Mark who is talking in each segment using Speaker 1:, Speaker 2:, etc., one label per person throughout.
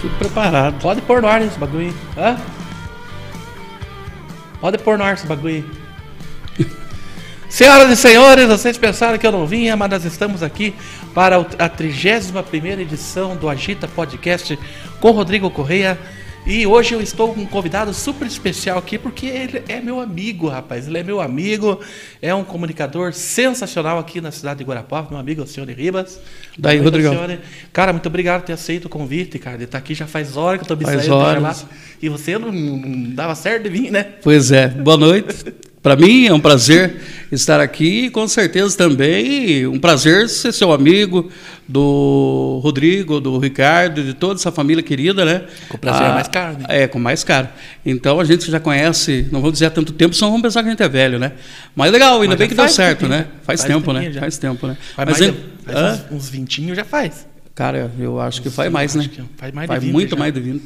Speaker 1: Tudo preparado. Pode pôr no ar esse bagulho aí. Hã? Pode pôr no ar esse bagulho aí. Senhoras e senhores, vocês pensaram que eu não vinha, mas nós estamos aqui para o- a 31ª edição do Agita Podcast com Rodrigo Correia. E hoje eu estou com um convidado super especial aqui, porque ele é meu amigo, rapaz. Ele é meu amigo, é um comunicador sensacional aqui na cidade de Guarapava, meu amigo, o senhor Ribas.
Speaker 2: Daí,
Speaker 1: Muito
Speaker 2: Rodrigão.
Speaker 1: senhor, Cara, muito obrigado por ter aceito o convite, cara. Ele tá aqui já faz hora que eu tô me
Speaker 2: Faz
Speaker 1: saindo do
Speaker 2: horas.
Speaker 1: relato. E você não, não dava certo de mim, né?
Speaker 2: Pois é, boa noite. Para mim é um prazer estar aqui e com certeza também um prazer ser seu amigo do Rodrigo, do Ricardo, de toda essa família querida, né?
Speaker 1: Com prazer é mais caro, né?
Speaker 2: É, com mais caro. Então a gente já conhece, não vamos dizer há tanto tempo, senão vamos pensar que a gente é velho, né? Mas legal, ainda
Speaker 1: Mas
Speaker 2: bem
Speaker 1: já
Speaker 2: que deu
Speaker 1: faz um
Speaker 2: certo,
Speaker 1: tempinho.
Speaker 2: né? Faz,
Speaker 1: Faz
Speaker 2: tempo, né?
Speaker 1: tempinho já.
Speaker 2: Faz tempo, né?
Speaker 1: Faz
Speaker 2: Mas
Speaker 1: mais,
Speaker 2: ainda-
Speaker 1: de- um,
Speaker 2: Hã?
Speaker 1: faz uns, uns vintinhos já faz.
Speaker 2: Cara, eu acho que faz mais, né?
Speaker 1: acho que é um. faz mais de 20
Speaker 2: muito
Speaker 1: já.
Speaker 2: mais de 20.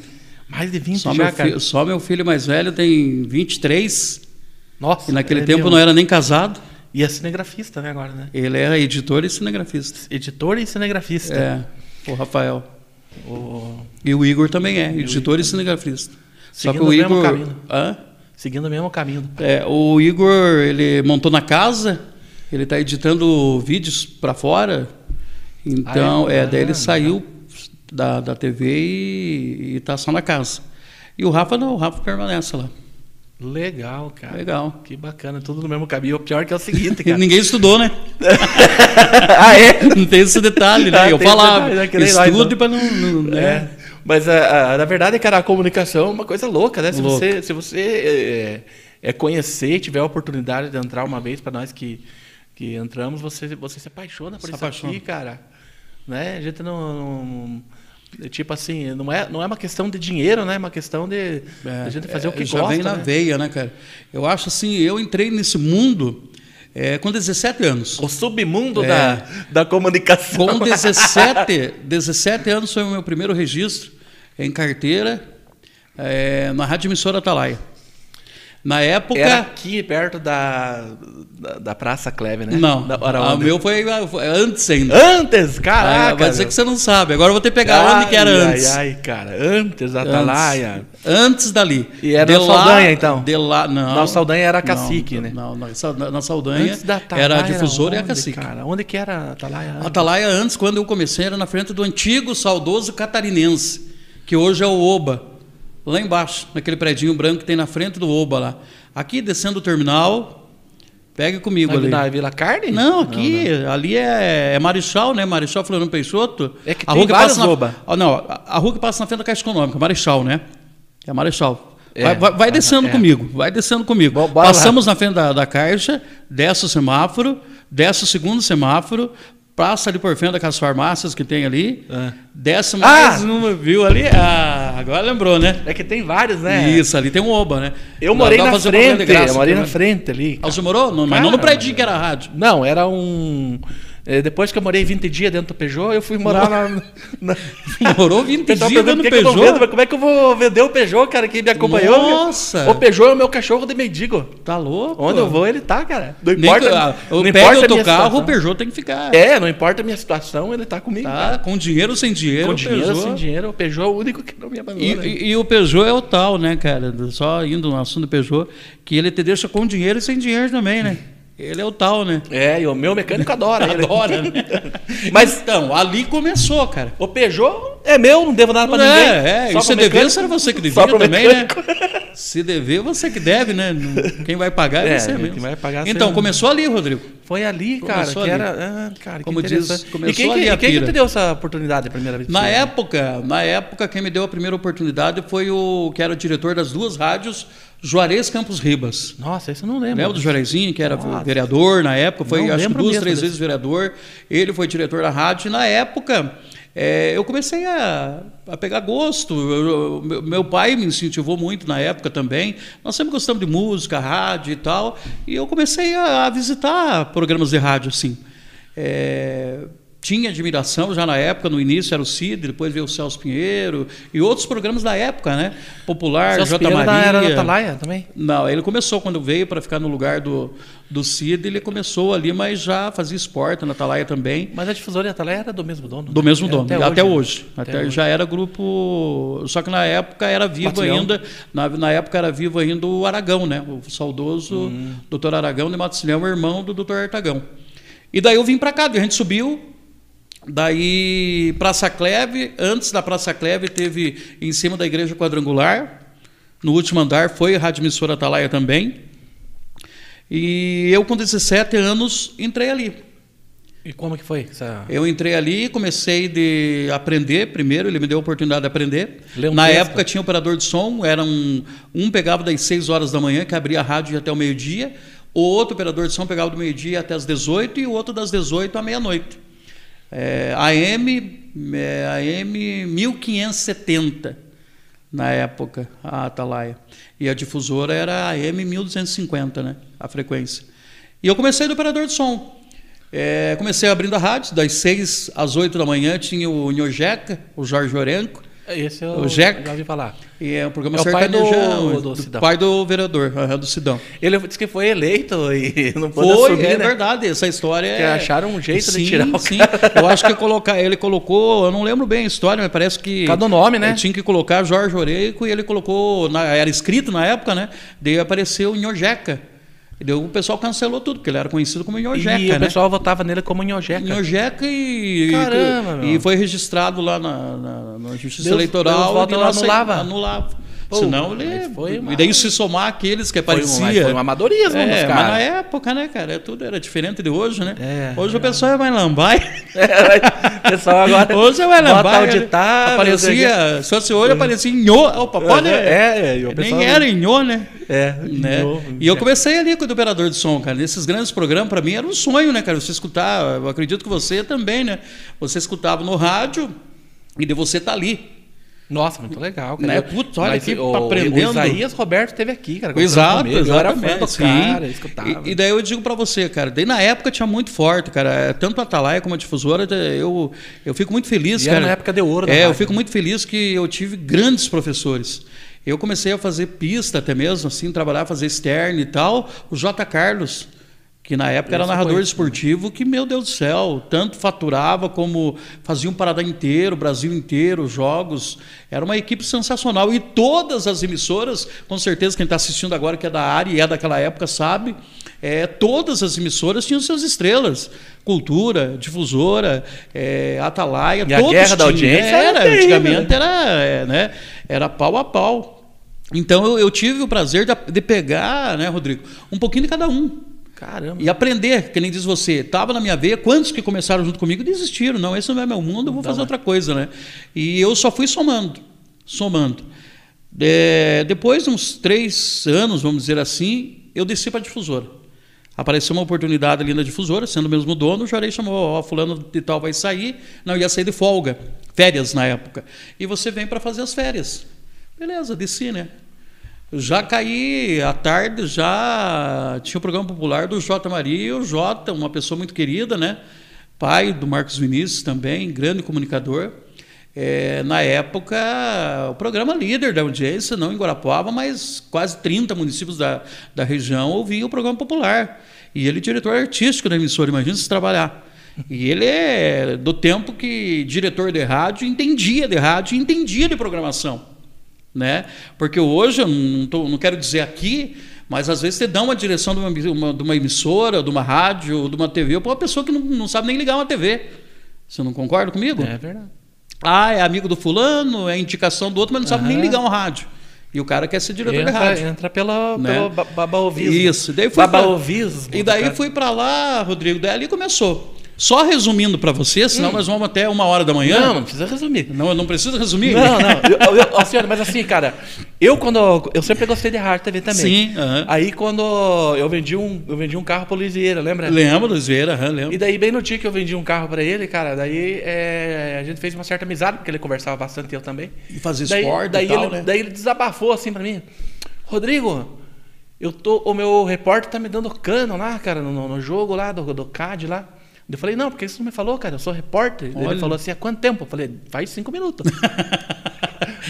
Speaker 1: Mais de 20
Speaker 2: Só,
Speaker 1: já,
Speaker 2: meu
Speaker 1: cara.
Speaker 2: filho, só meu filho mais velho tem 23.
Speaker 1: Nossa.
Speaker 2: E naquele
Speaker 1: é
Speaker 2: tempo
Speaker 1: mesmo.
Speaker 2: não era nem casado.
Speaker 1: E é cinegrafista, né, agora, né?
Speaker 2: Ele era editor e cinegrafista.
Speaker 1: Editor e cinegrafista.
Speaker 2: É, o Rafael.
Speaker 1: O-
Speaker 2: E o Igor também é, editor e cinegrafista. Só
Speaker 1: Seguindo
Speaker 2: que o
Speaker 1: o mesmo
Speaker 2: Igor.
Speaker 1: caminho.
Speaker 2: Hã?
Speaker 1: Seguindo o mesmo caminho.
Speaker 2: É, o Igor, ele montou na casa, ele está editando vídeos para fora. Então,
Speaker 1: Ah, é?
Speaker 2: é? daí ele
Speaker 1: Ah,
Speaker 2: saiu da, da TV e, está só na casa. E o Rafa não, o Rafa permanece lá.
Speaker 1: Legal, cara.
Speaker 2: Legal.
Speaker 1: Que bacana, tudo no mesmo caminho. O pior que é o seguinte,
Speaker 2: E
Speaker 1: cara.
Speaker 2: ninguém estudou, né?
Speaker 1: ah, é?
Speaker 2: Não tem esse detalhe, né?
Speaker 1: Ah,
Speaker 2: Eu
Speaker 1: tem esse
Speaker 2: falava,
Speaker 1: detalhe, né? Que nem nós,
Speaker 2: estude
Speaker 1: não.
Speaker 2: para não... não né?
Speaker 1: É. Mas a, a- na verdade, cara, a comunicação é uma coisa louca, né? Se
Speaker 2: Louca.
Speaker 1: você, se você é, é conhecer, tiver a oportunidade de entrar uma vez para nós que, que entramos, você, você se apaixona por
Speaker 2: Se
Speaker 1: isso
Speaker 2: apaixona.
Speaker 1: aqui, cara. Né? A gente não. não- é tipo assim, não é, não é uma questão de dinheiro, né? É uma questão de, de a gente fazer o que
Speaker 2: é. já
Speaker 1: gosta.
Speaker 2: vem na
Speaker 1: né?
Speaker 2: veia, né, cara? Eu acho assim, eu entrei nesse mundo é, com 17 anos.
Speaker 1: O submundo
Speaker 2: É.
Speaker 1: da, da comunicação.
Speaker 2: Com 17, 17 anos foi o meu primeiro registro em carteira é, na Rádio Emissora Atalaia. Na época.
Speaker 1: Era aqui, perto da, da, da Praça Cleve, né?
Speaker 2: Não,
Speaker 1: Da, era
Speaker 2: Ah, o
Speaker 1: onde?
Speaker 2: meu foi, foi antes ainda.
Speaker 1: Antes, caraca!
Speaker 2: Ah, vai dizer
Speaker 1: meu.
Speaker 2: que você não sabe. Agora eu vou ter que pegar onde que era
Speaker 1: Ah, Ai,
Speaker 2: antes.
Speaker 1: Ai, ai, cara. Antes da
Speaker 2: Antes.
Speaker 1: Atalaia.
Speaker 2: Antes dali.
Speaker 1: E era na Saldanha, então?
Speaker 2: De lá, não.
Speaker 1: Na Saldanha era
Speaker 2: Não,
Speaker 1: cacique, né?
Speaker 2: Não, na, Sa- na Saldanha
Speaker 1: Antes da Atalaia.
Speaker 2: era a difusora e a
Speaker 1: onde,
Speaker 2: cacique.
Speaker 1: Cara? Onde que era a Atalaia?
Speaker 2: A Atalaia, antes, quando eu comecei, era na frente do antigo, saudoso catarinense, que hoje é o Oba, lá embaixo, naquele predinho branco que tem na frente do Oba lá. Aqui, descendo o terminal, pegue comigo
Speaker 1: na,
Speaker 2: ali.
Speaker 1: na Vila Carne?
Speaker 2: Não, aqui, ali é, é Marechal, né? Marechal Floriano Peixoto.
Speaker 1: É que tem vários
Speaker 2: passa na,
Speaker 1: Oba.
Speaker 2: Ah, Não, a, a rua que passa na frente da Caixa Econômica, Marechal, né? É Marechal.
Speaker 1: É.
Speaker 2: Vai, vai- vai
Speaker 1: Ah,
Speaker 2: descendo
Speaker 1: é.
Speaker 2: comigo, vai descendo comigo.
Speaker 1: Bo- bora lá.
Speaker 2: Passamos na frente da, da Caixa, desce o semáforo, desce o segundo semáforo, passa ali por frente daquelas farmácias que tem ali,
Speaker 1: Ah.
Speaker 2: desce mais
Speaker 1: Ah!
Speaker 2: uma, viu ali? Ah, agora lembrou, né?
Speaker 1: É que tem vários, né?
Speaker 2: Isso, ali tem um Oba, né?
Speaker 1: Eu
Speaker 2: Dá-
Speaker 1: morei
Speaker 2: dá pra
Speaker 1: na
Speaker 2: fazer uma grande
Speaker 1: frente.
Speaker 2: graça
Speaker 1: eu morei na
Speaker 2: também.
Speaker 1: frente ali.
Speaker 2: Ah, você morou? Não, mas não no
Speaker 1: Cara,
Speaker 2: prédio que era a rádio.
Speaker 1: Não, era um. eh, Depois que eu morei 20 dias dentro do Peugeot, eu fui morar lá. Na...
Speaker 2: Morou 20
Speaker 1: Pessoal
Speaker 2: dias
Speaker 1: pergunta
Speaker 2: dentro
Speaker 1: por que
Speaker 2: do
Speaker 1: que eu não vendo, mas
Speaker 2: Peugeot?
Speaker 1: como é que eu vou vender o Peugeot, cara, que me acompanhou?
Speaker 2: Nossa!
Speaker 1: O Peugeot é o meu cachorro de mendigo.
Speaker 2: Tá louco?
Speaker 1: Onde eu vou, ele tá, cara. Não
Speaker 2: Nem
Speaker 1: importa.
Speaker 2: que- ah,
Speaker 1: não
Speaker 2: eu pego
Speaker 1: importa a minha
Speaker 2: outro carro,
Speaker 1: situação.
Speaker 2: o Peugeot tem que ficar.
Speaker 1: É, não importa a minha situação, ele tá comigo.
Speaker 2: Tá? Com dinheiro ou sem dinheiro,
Speaker 1: Com
Speaker 2: o
Speaker 1: dinheiro, né?
Speaker 2: Peugeot-
Speaker 1: sem dinheiro, o Peugeot é o único que não me
Speaker 2: E,
Speaker 1: abandona.
Speaker 2: e- e o Peugeot é o tal, né, cara? Só indo no assunto do Peugeot, que ele te deixa com dinheiro e sem dinheiro também, né? Ele é o tal, né?
Speaker 1: É, e o meu mecânico adora. ele.
Speaker 2: Adora, né?
Speaker 1: Mas-
Speaker 2: Mas então, ali começou, cara.
Speaker 1: O Peugeot é meu, não devo nada pra ninguém.
Speaker 2: É, é.
Speaker 1: Só
Speaker 2: E se
Speaker 1: pro
Speaker 2: dever,
Speaker 1: mecânico.
Speaker 2: será você que
Speaker 1: Só
Speaker 2: devia
Speaker 1: pro
Speaker 2: também, né?
Speaker 1: mecânico.
Speaker 2: Se dever, você que deve, né? Quem vai pagar é,
Speaker 1: É,
Speaker 2: você
Speaker 1: quem
Speaker 2: mesmo.
Speaker 1: vai pagar é
Speaker 2: então,
Speaker 1: você
Speaker 2: começou ali, Rodrigo.
Speaker 1: Foi ali, cara,
Speaker 2: Começou
Speaker 1: que
Speaker 2: ali.
Speaker 1: era... Ah, cara, que
Speaker 2: Como diz,
Speaker 1: interessante.
Speaker 2: começou
Speaker 1: e quem,
Speaker 2: ali
Speaker 1: que,
Speaker 2: a
Speaker 1: e quem que
Speaker 2: pira.
Speaker 1: te deu essa oportunidade a primeira vez? que
Speaker 2: Na
Speaker 1: você-
Speaker 2: época, na época, quem me deu a primeira oportunidade foi o que era o diretor das duas rádios, Juarez Campos Ribas.
Speaker 1: Nossa, isso eu não lembro.
Speaker 2: Lembra do Juarezinho, que era
Speaker 1: Nossa.
Speaker 2: vereador na época, foi
Speaker 1: Não
Speaker 2: acho que
Speaker 1: lembro
Speaker 2: duas,
Speaker 1: mesmo
Speaker 2: três
Speaker 1: desse.
Speaker 2: vezes vereador. Ele foi diretor da rádio e na época eh, eu comecei a, a pegar gosto. Eu- eu- meu- meu pai me incentivou muito na época também. Nós sempre gostamos de música, rádio e tal. E eu comecei a, a visitar programas de rádio, assim. Eh, tinha admiração já na época, no início era o Cid, depois veio o Celso Pinheiro e outros programas da época, né? Popular,
Speaker 1: Celso
Speaker 2: J.
Speaker 1: Pinheiro
Speaker 2: Maria.
Speaker 1: da- era da Atalaia também?
Speaker 2: Não, ele começou quando veio para ficar no lugar do, do Cid, ele começou ali, mas já fazia esporte na Atalaia também.
Speaker 1: Mas a difusora e a Atalaia era do mesmo dono.
Speaker 2: Do
Speaker 1: né?
Speaker 2: mesmo
Speaker 1: É,
Speaker 2: dono, até, hoje.
Speaker 1: Até
Speaker 2: Até
Speaker 1: hoje.
Speaker 2: Já era grupo. Só que na época era vivo
Speaker 1: Batalhão.
Speaker 2: ainda. Na, na época era vivo ainda o Aragão, né? O saudoso
Speaker 1: Uhum.
Speaker 2: doutor Aragão de Matussilhão, irmão do doutor Artagão. E daí eu vim para cá, a gente subiu. Daí Praça Cleve, antes da Praça Cleve, teve em cima da igreja quadrangular. No último andar foi a Rádio Emissora Atalaia também. E eu, com 17 anos, entrei ali.
Speaker 1: E como que foi? Essa...
Speaker 2: Eu entrei ali e comecei de aprender primeiro, ele me deu a oportunidade de aprender.
Speaker 1: Ler um
Speaker 2: Na
Speaker 1: texto.
Speaker 2: época tinha operador de som, era um, um pegava das 6 horas da manhã, que abria a rádio até o meio-dia, o outro operador de som pegava do meio-dia até as 18 e o outro das 18 à meia-noite. É, AM, é, AM 1570 na época, a Atalaia. E a difusora era AM 1250, né? A frequência. E eu comecei do operador de som. É, comecei abrindo a rádio, das 6 às 8 da manhã tinha o Nhojeca, o Jorge Orenco,
Speaker 1: Esse eu
Speaker 2: O Jeca?
Speaker 1: já ouvi falar.
Speaker 2: e é um programa
Speaker 1: É o pai do-
Speaker 2: sertanejão,
Speaker 1: do Sidão.
Speaker 2: pai do vereador, aham, do Sidão.
Speaker 1: Ele disse que foi eleito e não pôde
Speaker 2: Foi,
Speaker 1: assumir,
Speaker 2: é
Speaker 1: né?
Speaker 2: verdade, essa história é...
Speaker 1: Que acharam um jeito de
Speaker 2: Sim,
Speaker 1: tirar o
Speaker 2: sim. Eu acho que colocar, ele colocou, eu não lembro bem a história, mas parece que...
Speaker 1: Cada nome, né?
Speaker 2: Ele Tinha que colocar Jorge Oreico e ele colocou, na- era escrito na época, né? Daí apareceu o Nhojeca. E daí o pessoal cancelou tudo, porque ele era conhecido como Nhojeca,
Speaker 1: e
Speaker 2: né?
Speaker 1: o pessoal votava nele como Nhojeca.
Speaker 2: Nhojeca e,
Speaker 1: Caramba, meu.
Speaker 2: e foi registrado lá na, na- na
Speaker 1: Deus-
Speaker 2: Justiça
Speaker 1: Deus
Speaker 2: Eleitoral.
Speaker 1: voto
Speaker 2: e
Speaker 1: lá anulava.
Speaker 2: Anulava.
Speaker 1: Pô,
Speaker 2: Senão
Speaker 1: mas
Speaker 2: ele.
Speaker 1: foi uma-
Speaker 2: E daí se somar aqueles que
Speaker 1: Foi um-
Speaker 2: aparecia.
Speaker 1: mas foi um amadorismo dos
Speaker 2: é,
Speaker 1: caras.
Speaker 2: mas na época, né, cara? é Tudo era diferente de hoje, né?
Speaker 1: É,
Speaker 2: hoje o pessoal é mais lambai.
Speaker 1: É, pessoal agora
Speaker 2: hoje é mais
Speaker 1: bota
Speaker 2: lambai.
Speaker 1: o
Speaker 2: né?
Speaker 1: ditado,
Speaker 2: Aparecia. Se fosse hoje, aparecia Inhô. Opa, pode.
Speaker 1: É, é, e o pessoal-
Speaker 2: Nem era Inhô, né?
Speaker 1: É,
Speaker 2: né?
Speaker 1: Nho-
Speaker 2: E eu comecei ali com o operador de som, cara. Nesses grandes programas, para mim, era um sonho, né, cara? Você escutar, eu acredito que você também, né? Você escutava no rádio e de você tá ali.
Speaker 1: Nossa, muito legal,
Speaker 2: Né? Putz, olha que
Speaker 1: o,
Speaker 2: aprendendo.
Speaker 1: O Isaías Roberto teve aqui, cara. conversando
Speaker 2: Exato,
Speaker 1: comigo. Eu era fã do
Speaker 2: exatamente.
Speaker 1: cara, eu
Speaker 2: sim.
Speaker 1: escutava.
Speaker 2: E, e daí eu digo para você, cara, daí na época tinha muito forte, cara. É, Tanto a Atalaia como a Difusora, eu, eu fico muito feliz,
Speaker 1: E era
Speaker 2: cara.
Speaker 1: na época de ouro da
Speaker 2: É, eu
Speaker 1: rádio,
Speaker 2: fico
Speaker 1: né?
Speaker 2: muito feliz que eu tive grandes professores. Eu comecei a fazer pista até mesmo, assim, trabalhar, fazer externo e tal. O J. Carlos, que na época era
Speaker 1: Esse
Speaker 2: narrador
Speaker 1: foi-
Speaker 2: esportivo, que, meu Deus do céu, tanto faturava como fazia um Paradá inteiro, Brasil inteiro, jogos. Era uma equipe sensacional. E todas as emissoras, com certeza quem está assistindo agora, que é da área e é daquela época, sabe, é, todas as emissoras tinham suas estrelas. Cultura, Difusora, é, Atalaia,
Speaker 1: E a guerra da audiência era
Speaker 2: era,
Speaker 1: terrível,
Speaker 2: antigamente era, é, né, era pau a pau. Então eu, eu tive o prazer de, de pegar, né, Rodrigo, um pouquinho de cada um.
Speaker 1: Caramba.
Speaker 2: E aprender, que nem diz você, estava na minha veia, quantos que começaram junto comigo desistiram, não, esse não é meu mundo, eu vou fazer outra coisa, né? E eu só fui somando, somando. É, depois de uns três anos, vamos dizer assim, eu desci para a difusora. Apareceu uma oportunidade ali na difusora, sendo o mesmo dono, o Jorei chamou, ó, fulano de tal vai sair, não, ia sair de folga, férias na época. E você vem para fazer as férias. Beleza, desci, né? Já caí à tarde, já tinha o programa popular do Jota Maria, e o Jota, uma pessoa muito querida, né? Pai do Marcos Vinícius também, grande comunicador. É, na época, o programa líder da audiência, não em Guarapuava, mas quase 30 municípios da, da região ouviam o programa popular. E ele é diretor artístico da emissora, imagina se trabalhar. E ele é do tempo que diretor de rádio entendia de rádio, entendia de programação né? Porque hoje, eu não, tô- não quero dizer aqui, mas às vezes você dá uma direção de uma, emi- uma- de uma emissora, de uma rádio, de uma TV, para uma pessoa que não, não sabe nem ligar uma TV. Você não concorda comigo?
Speaker 1: É verdade.
Speaker 2: Ah, é amigo do fulano, é indicação do outro, mas não sabe nem
Speaker 1: Aham.
Speaker 2: ligar um rádio. E o cara quer ser diretor de
Speaker 1: Entra,
Speaker 2: rádio.
Speaker 1: entra pela,
Speaker 2: Né?
Speaker 1: pelo ba- babaovismo.
Speaker 2: Isso, daí fui pra-
Speaker 1: Babaovismo.
Speaker 2: E daí
Speaker 1: cara.
Speaker 2: fui para lá, Rodrigo, daí ali começou. Só resumindo para você, senão nós vamos até uma hora da manhã.
Speaker 1: Hum. Não, não precisa resumir.
Speaker 2: não, eu não preciso resumir.
Speaker 1: Não, não. Eu, eu, ó, senhora, mas assim, cara, eu quando. Eu sempre gostei de rádio TV também.
Speaker 2: Sim, aham.
Speaker 1: Aí quando eu vendi um, eu vendi um carro pro Lisieira, lembra?
Speaker 2: Lembro, Luiz Vieira, aham, lembro.
Speaker 1: E daí, bem no dia que eu vendi um carro pra ele, cara, daí é, a gente fez uma certa amizade, porque ele conversava bastante e eu também.
Speaker 2: E fazer
Speaker 1: daí,
Speaker 2: esporte e
Speaker 1: daí
Speaker 2: tal,
Speaker 1: ele,
Speaker 2: né?
Speaker 1: daí ele desabafou assim pra mim. Rodrigo, eu tô, o meu repórter tá me dando cano lá, cara, no, no jogo lá, do, do CAD lá. Eu falei, não, porque você não me falou, cara, eu sou repórter. Daí
Speaker 2: Olha.
Speaker 1: Ele falou assim, há quanto tempo? Eu falei, faz cinco minutos.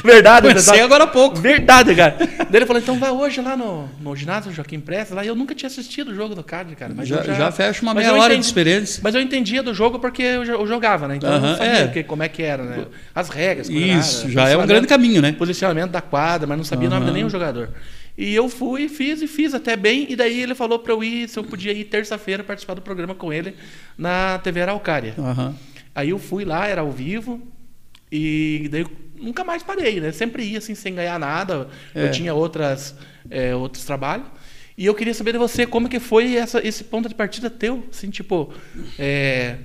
Speaker 1: Verdade,
Speaker 2: Comecei
Speaker 1: exato.
Speaker 2: agora há pouco.
Speaker 1: Verdade, cara. Daí ele falou, então vai hoje lá no, no ginásio Joaquim Presta, lá. E Eu nunca tinha assistido o jogo do Card, cara. Mas
Speaker 2: Já,
Speaker 1: eu já,
Speaker 2: já fecha uma
Speaker 1: mas
Speaker 2: meia
Speaker 1: eu
Speaker 2: hora de
Speaker 1: entendi-
Speaker 2: experiência.
Speaker 1: Mas eu entendia do jogo porque eu, jo- eu jogava, né? Então eu
Speaker 2: Aham,
Speaker 1: não sabia
Speaker 2: é.
Speaker 1: o que- como é que era, né? As regras. coisa
Speaker 2: Isso,
Speaker 1: nada,
Speaker 2: já é um grande
Speaker 1: posicionamento-
Speaker 2: caminho, né?
Speaker 1: Posicionamento da quadra, mas não sabia o nome de nenhum jogador. E eu fui, fiz e fiz até bem. E daí ele falou pra eu ir, se eu podia ir terça-feira participar do programa com ele na TV Araucária.
Speaker 2: Aham.
Speaker 1: Aí eu fui lá, era ao vivo, e daí eu nunca mais parei, né? Sempre ia assim, sem ganhar nada.
Speaker 2: É.
Speaker 1: Eu tinha outras, é, outros trabalhos. E eu queria saber de você, como que foi essa, esse ponto de partida teu? Assim, tipo, é,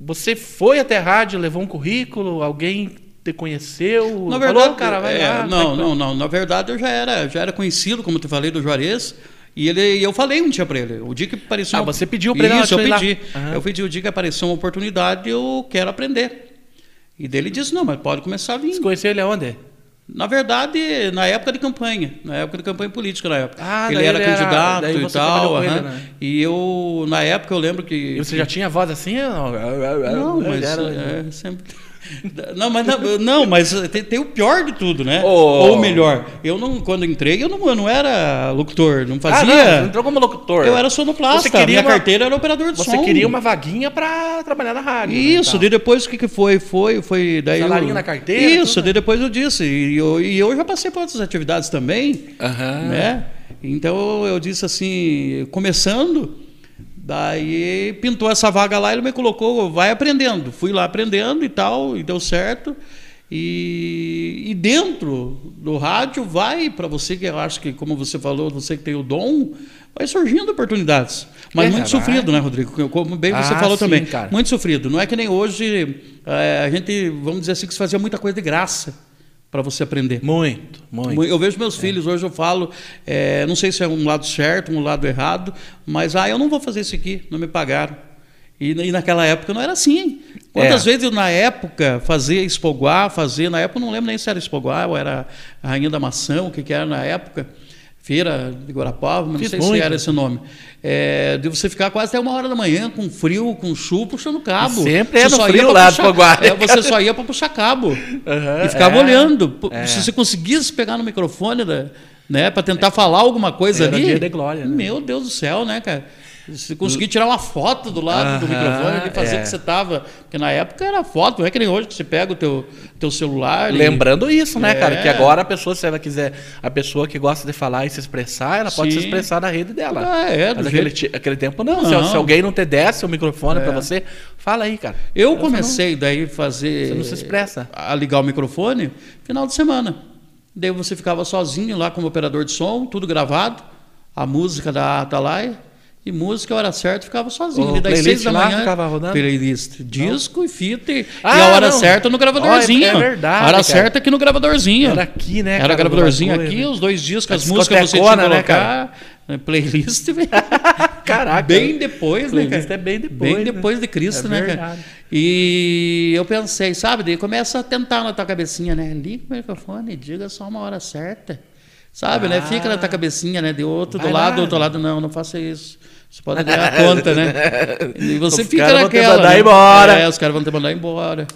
Speaker 1: você foi até a rádio, levou um currículo, alguém te conheceu?
Speaker 2: Na
Speaker 1: falou,
Speaker 2: verdade,
Speaker 1: cara, vai
Speaker 2: é,
Speaker 1: lá. como é
Speaker 2: não,
Speaker 1: que foi?"
Speaker 2: não, não. Na verdade, eu já era, já era conhecido, como eu te falei, do Juarez. E ele, e eu falei um dia pra ele. O dia que apareceu.
Speaker 1: Ah,
Speaker 2: uma-
Speaker 1: você pediu pra ele,
Speaker 2: Isso,
Speaker 1: "Ah,
Speaker 2: eu
Speaker 1: deixa eu ir
Speaker 2: pedi.
Speaker 1: lá." Aham.
Speaker 2: Eu pedi o dia que apareceu uma oportunidade, eu quero aprender. E dele disse: não, mas pode começar a vir.
Speaker 1: Você conheceu ele aonde?
Speaker 2: Na verdade, na época de campanha, na época de campanha política, na época.
Speaker 1: Ah,
Speaker 2: ele
Speaker 1: daí
Speaker 2: era
Speaker 1: ele era-
Speaker 2: candidato
Speaker 1: daí
Speaker 2: e
Speaker 1: você
Speaker 2: tal.
Speaker 1: trabalhou com
Speaker 2: aham.
Speaker 1: ele, né?
Speaker 2: E eu, na época, eu lembro que.
Speaker 1: E você já tinha voz assim?
Speaker 2: Não,
Speaker 1: Não, né?
Speaker 2: mas é, sempre. Não, mas não, não, mas tem, tem o pior de tudo, né?
Speaker 1: Oh.
Speaker 2: Ou melhor, eu não, quando entrei, eu não, eu não era locutor, não
Speaker 1: Ah,
Speaker 2: fazia.
Speaker 1: não, você entrou como locutor.
Speaker 2: eu era sonoplasta,
Speaker 1: Você queria
Speaker 2: minha
Speaker 1: uma-
Speaker 2: carteira era operador de
Speaker 1: Você
Speaker 2: som.
Speaker 1: queria uma vaguinha pra trabalhar na rádio. né,
Speaker 2: Isso,
Speaker 1: então.
Speaker 2: daí depois o que, que foi? Foi, foi. Daí
Speaker 1: Salarinho
Speaker 2: eu-
Speaker 1: na carteira,
Speaker 2: Isso,
Speaker 1: tudo, né?
Speaker 2: daí depois eu disse. E eu, e eu já passei por outras atividades também,
Speaker 1: Aham.
Speaker 2: né? Então eu disse assim, começando, daí pintou essa vaga lá, ele me colocou, vai aprendendo. Fui lá aprendendo e tal, e deu certo. E, e dentro do rádio vai para você que eu acho que como você falou você que tem o dom vai surgindo oportunidades mas
Speaker 1: É,
Speaker 2: muito
Speaker 1: vai.
Speaker 2: sofrido né Rodrigo como bem você
Speaker 1: Ah,
Speaker 2: falou
Speaker 1: sim,
Speaker 2: também
Speaker 1: cara.
Speaker 2: muito sofrido. Não é que nem hoje é, a gente, vamos dizer assim, que se fazia muita coisa de graça para você aprender.
Speaker 1: Muito, muito.
Speaker 2: Eu vejo meus filhos, hoje eu falo, é, não sei se é um lado certo, um lado errado, mas ah, eu não vou fazer isso aqui, não me pagaram. E, na- e naquela época não era assim. Quantas
Speaker 1: É.
Speaker 2: vezes eu, na época, fazia espoguá, fazia, na época eu não lembro nem se era espoguá ou era a Rainha da Maçã, o que, que era na época, Feira de Guarapava, mas não
Speaker 1: Fiz
Speaker 2: sei se
Speaker 1: muito.
Speaker 2: era esse nome. É, de você ficar quase até uma hora da manhã, com frio, com chuva, puxando cabo.
Speaker 1: Sempre
Speaker 2: Você
Speaker 1: é no
Speaker 2: só
Speaker 1: frio
Speaker 2: ia pra
Speaker 1: lá do
Speaker 2: puxar-
Speaker 1: Poguá.
Speaker 2: é, Você só ia para puxar cabo.
Speaker 1: Aham,
Speaker 2: e ficava
Speaker 1: é.
Speaker 2: olhando. Pô,
Speaker 1: É.
Speaker 2: Se você conseguisse pegar no microfone, né, né para tentar falar alguma coisa
Speaker 1: Era
Speaker 2: ali.
Speaker 1: dia de glória, né?
Speaker 2: Meu Deus do céu, né, cara? Se conseguir tirar uma foto do lado do
Speaker 1: Aham,
Speaker 2: microfone ali, fazer
Speaker 1: é.
Speaker 2: que você tava. Porque na época era foto, não é que nem hoje que você pega o teu, teu celular. e-
Speaker 1: Lembrando isso, né,
Speaker 2: É.
Speaker 1: cara? Que agora a pessoa, se ela quiser, a pessoa que gosta de falar e se expressar, ela pode
Speaker 2: Sim.
Speaker 1: se expressar na rede dela.
Speaker 2: Ah, é, do
Speaker 1: Mas aquele, ti-
Speaker 2: jeito-
Speaker 1: aquele tempo não. Se-
Speaker 2: Não. É.
Speaker 1: Se, alguém não te desse o microfone pra você, fala aí, cara.
Speaker 2: Eu comecei daí fazer.
Speaker 1: Você não se expressa.
Speaker 2: A ligar o microfone final de semana. Daí você ficava sozinho lá como operador de som, tudo gravado, a música da Atalaia. E música, a hora certa, ficava sozinho.
Speaker 1: O
Speaker 2: ali das seis
Speaker 1: playlist
Speaker 2: da
Speaker 1: lá
Speaker 2: manhã.
Speaker 1: ficava rodando?
Speaker 2: Playlist. Disco e fita. E,
Speaker 1: Ah,
Speaker 2: e a hora
Speaker 1: não.
Speaker 2: certa no gravadorzinho.
Speaker 1: Ó, é- é verdade,
Speaker 2: A hora
Speaker 1: cara.
Speaker 2: certa aqui no gravadorzinho.
Speaker 1: Era aqui, né,
Speaker 2: Era
Speaker 1: cara,
Speaker 2: gravadorzinho
Speaker 1: do
Speaker 2: aqui,
Speaker 1: bagulho, né?
Speaker 2: os dois discos,
Speaker 1: A
Speaker 2: as músicas que você tinha que
Speaker 1: discotecona, né,
Speaker 2: colocar. Playlist.
Speaker 1: Caraca.
Speaker 2: Bem depois, né,
Speaker 1: Playlist
Speaker 2: cara?
Speaker 1: é bem depois, né?
Speaker 2: Bem depois de Cristo,
Speaker 1: É
Speaker 2: né, cara?
Speaker 1: verdade.
Speaker 2: E eu pensei, sabe? Daí começa a tentar na tua cabecinha, né? Liga o microfone, diga só uma hora certa. Sabe, né?
Speaker 1: Ah.
Speaker 2: Fica na tua cabecinha, né? De outro do
Speaker 1: Vai
Speaker 2: lado,
Speaker 1: lá.
Speaker 2: do outro lado, não, não faça isso. Você pode ganhar a conta, né? E você
Speaker 1: Os
Speaker 2: fica
Speaker 1: caras vão te
Speaker 2: naquela.
Speaker 1: mandar
Speaker 2: né?
Speaker 1: embora.
Speaker 2: É, os caras vão te mandar embora.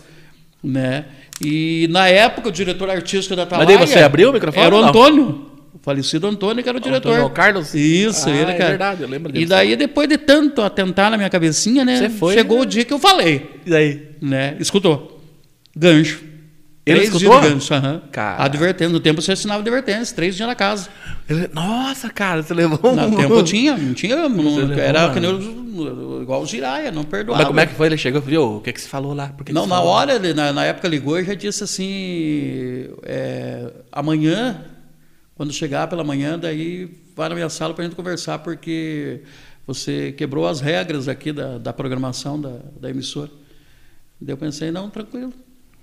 Speaker 2: Né? E na época, o diretor artístico da
Speaker 1: Mas
Speaker 2: Atalaia...
Speaker 1: daí você abriu o microfone
Speaker 2: Era
Speaker 1: ou
Speaker 2: o
Speaker 1: não?
Speaker 2: Antônio. O falecido Antônio, que era o diretor.
Speaker 1: Antônio Carlos?
Speaker 2: Isso,
Speaker 1: Ah,
Speaker 2: ele,
Speaker 1: é
Speaker 2: cara.
Speaker 1: verdade, eu lembro
Speaker 2: E
Speaker 1: dele.
Speaker 2: daí, depois de tanto atentar na minha cabecinha, né?
Speaker 1: Você foi,
Speaker 2: chegou
Speaker 1: né?
Speaker 2: o dia que eu falei
Speaker 1: E daí?
Speaker 2: né? Escutou. Gancho.
Speaker 1: Ele
Speaker 2: três
Speaker 1: escutou?
Speaker 2: dias de gancho, aham.
Speaker 1: Cara.
Speaker 2: Advertendo. No tempo você assinava advertência, três dias na casa.
Speaker 1: Ele, Nossa, cara, você levou um.
Speaker 2: No tempo eu tinha, não tinha. não-
Speaker 1: levou,
Speaker 2: era
Speaker 1: mano.
Speaker 2: que nem eu- igual o Jiraya, não perdoava.
Speaker 1: Mas como é que foi? Ele chegou e falou, "Ô, o que, que você falou lá? Por que que
Speaker 2: Não,
Speaker 1: você
Speaker 2: na
Speaker 1: falou?"
Speaker 2: hora, ele- na, na época ligou e já disse assim: é, amanhã, quando chegar pela manhã, daí vai na minha sala para a gente conversar, porque você quebrou as regras aqui da, da programação da, da emissora. Daí eu pensei: não, tranquilo.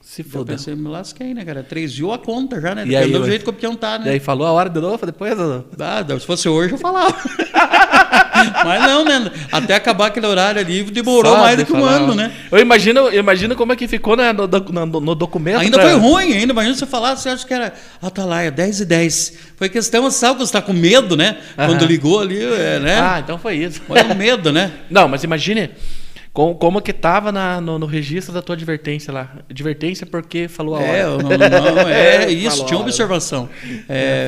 Speaker 1: Se
Speaker 2: Eu
Speaker 1: fodeu.
Speaker 2: pensei, me lasquei, né, cara? Três dias a conta já, né?
Speaker 1: E
Speaker 2: Depende
Speaker 1: aí,
Speaker 2: do
Speaker 1: ué?
Speaker 2: jeito que o peão tá,
Speaker 1: E
Speaker 2: né?
Speaker 1: aí falou a hora de novo, depois... ou não?
Speaker 2: Ah, se fosse hoje eu falava. Mas não, né? Até acabar aquele horário ali demorou
Speaker 1: Só
Speaker 2: mais
Speaker 1: de
Speaker 2: do que um
Speaker 1: falar.
Speaker 2: ano, né?
Speaker 1: Eu imagino, eu imagino como é que ficou na- no, doc- na- no- no documento.
Speaker 2: Ainda
Speaker 1: pra-
Speaker 2: foi ruim, ainda. Imagina você falar, você acha que era Atalaia, 10 e 10. Foi questão, sabe quando você tá com medo, né? Quando
Speaker 1: Aham.
Speaker 2: ligou ali, é, né?
Speaker 1: Ah, então foi isso.
Speaker 2: Foi um medo, né?
Speaker 1: Não, mas imagine Com, como que tava na- no, no registro da tua advertência lá? Advertência porque falou a hora.
Speaker 2: É, não, não, não, é isso,
Speaker 1: Falou a
Speaker 2: tinha
Speaker 1: hora.
Speaker 2: observação. É,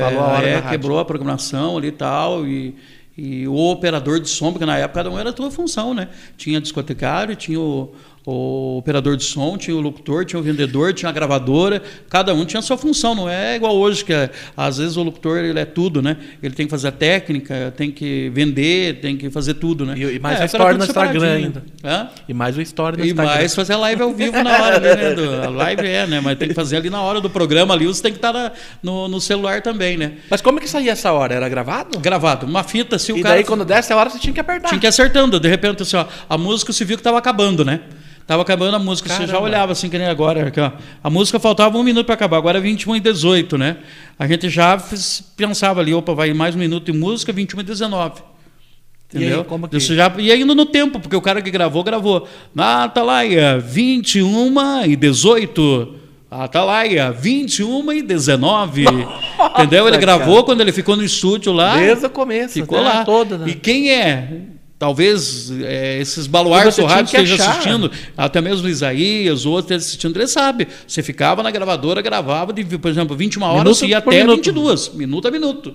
Speaker 1: É, falou a hora
Speaker 2: é,
Speaker 1: na rádio.
Speaker 2: quebrou a programação ali e tal, e, e o operador de som, porque na época cada um era a tua função, né? Tinha discotecário, tinha o, o operador de som, tinha o locutor, tinha o vendedor, tinha a gravadora, cada um tinha a sua função, não é igual hoje, que é- às vezes o locutor ele é tudo, né? Ele tem que fazer a técnica, tem que vender, tem que fazer tudo, né?
Speaker 1: E- e mais a
Speaker 2: Na época era
Speaker 1: história
Speaker 2: tudo
Speaker 1: no Instagram
Speaker 2: separadinho, né? Hã?
Speaker 1: E mais o story no
Speaker 2: E
Speaker 1: Instagram.
Speaker 2: mais fazer a live ao vivo na hora, ali, né? Do- a live é, né? Mas tem que fazer ali na hora do programa ali, você tem que estar na- no, no celular também, né?
Speaker 1: Mas como que saía essa hora? Era gravado?
Speaker 2: Gravado, uma fita, se o
Speaker 1: e
Speaker 2: cara.
Speaker 1: daí quando desse a hora você tinha que apertar.
Speaker 2: Tinha que ir acertando. De repente, assim, ó, a música se viu que tava acabando, né? Tava acabando a música, você já
Speaker 1: Caramba.
Speaker 2: olhava assim, que nem agora. Aqui, ó. A música faltava um minuto para acabar, agora é 21 e 18, né? A gente já fez- pensava ali, opa, vai mais um minuto de música, 21 e 19.
Speaker 1: E aí,
Speaker 2: Entendeu?
Speaker 1: como que-
Speaker 2: Isso já ia indo no tempo, porque o cara que gravou, gravou. Ah, tá Na Atalaia, 21 é e Ah, tá 18. Atalaia, 21 é e 19. Entendeu? Ele
Speaker 1: cara.
Speaker 2: gravou quando ele ficou no estúdio lá.
Speaker 1: Desde o começo.
Speaker 2: Ficou
Speaker 1: né?
Speaker 2: lá.
Speaker 1: Toda, né?
Speaker 2: E quem é? Talvez é, esses baluartes
Speaker 1: Você
Speaker 2: do
Speaker 1: tinha
Speaker 2: rádio
Speaker 1: que
Speaker 2: estejam
Speaker 1: achar.
Speaker 2: assistindo, até mesmo o Isaías, outros estejam assistindo, ele sabe. Você ficava na gravadora, gravava, de, por exemplo, 21 horas,
Speaker 1: Minuto
Speaker 2: você ia
Speaker 1: por
Speaker 2: até
Speaker 1: minuto.
Speaker 2: 22, minuto a minuto.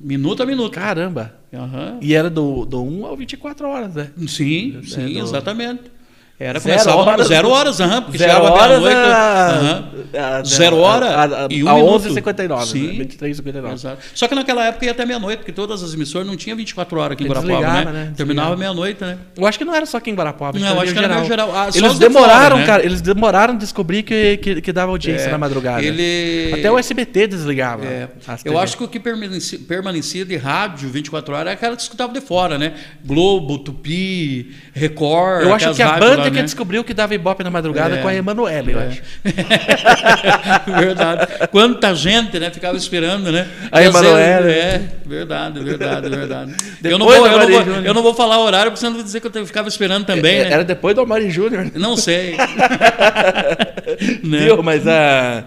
Speaker 2: Minuto a minuto.
Speaker 1: Caramba.
Speaker 2: Aham.
Speaker 1: E era do, do 1 ao 24 horas, né?
Speaker 2: Sim, sim,
Speaker 1: do-
Speaker 2: exatamente. Era
Speaker 1: Zero
Speaker 2: começava
Speaker 1: horas. né?
Speaker 2: zero horas, aham, porque
Speaker 1: Zero
Speaker 2: chegava
Speaker 1: horas é-
Speaker 2: meia-noite,
Speaker 1: a-
Speaker 2: aham.
Speaker 1: a-
Speaker 2: zero
Speaker 1: a-
Speaker 2: hora
Speaker 1: a- a-
Speaker 2: e um
Speaker 1: a
Speaker 2: minuto.
Speaker 1: 11h59, né?
Speaker 2: Sim,
Speaker 1: 23h59.
Speaker 2: Exato. Só que naquela época ia até meia-noite, porque todas as emissoras não tinham 24 horas aqui em
Speaker 1: Eles
Speaker 2: Guarapuava, né?
Speaker 1: ligavam, né?
Speaker 2: Terminava
Speaker 1: Desligava.
Speaker 2: meia-noite, né?
Speaker 1: Eu acho que não era só aqui em Guarapava.
Speaker 2: Não, acho que era meio geral. Ah, só os
Speaker 1: eles
Speaker 2: de
Speaker 1: demoraram,
Speaker 2: fora, né? É,
Speaker 1: cara. Eles demoraram a descobrir que, que, que dava audiência na madrugada.
Speaker 2: Ele...
Speaker 1: Até Ah, o SBT desligava.
Speaker 2: É, eu acho que o que permaneci- permanecia de rádio 24 horas era aquela que escutava de fora, né? Globo, Tupi, Record.
Speaker 1: Eu acho
Speaker 2: aquelas
Speaker 1: que a
Speaker 2: rádios
Speaker 1: banda
Speaker 2: lá,
Speaker 1: que
Speaker 2: né?
Speaker 1: descobriu que dava ibope na madrugada
Speaker 2: É.
Speaker 1: é com a Emanuele, eu acho.
Speaker 2: verdade. Quanta gente, né? Ficava esperando, né?
Speaker 1: A
Speaker 2: Quer
Speaker 1: Emanuele.
Speaker 2: dizer, É, verdade, verdade, verdade. eu, não
Speaker 1: Depois
Speaker 2: vou,
Speaker 1: da
Speaker 2: eu, não
Speaker 1: Maria
Speaker 2: vou,
Speaker 1: Júlia.
Speaker 2: eu não vou falar o horário, porque senão eu vou dizer que eu ficava esperando também, né?
Speaker 1: É, Era depois do Almari Júnior. né?
Speaker 2: Não sei. Né?
Speaker 1: Viu? Mas a.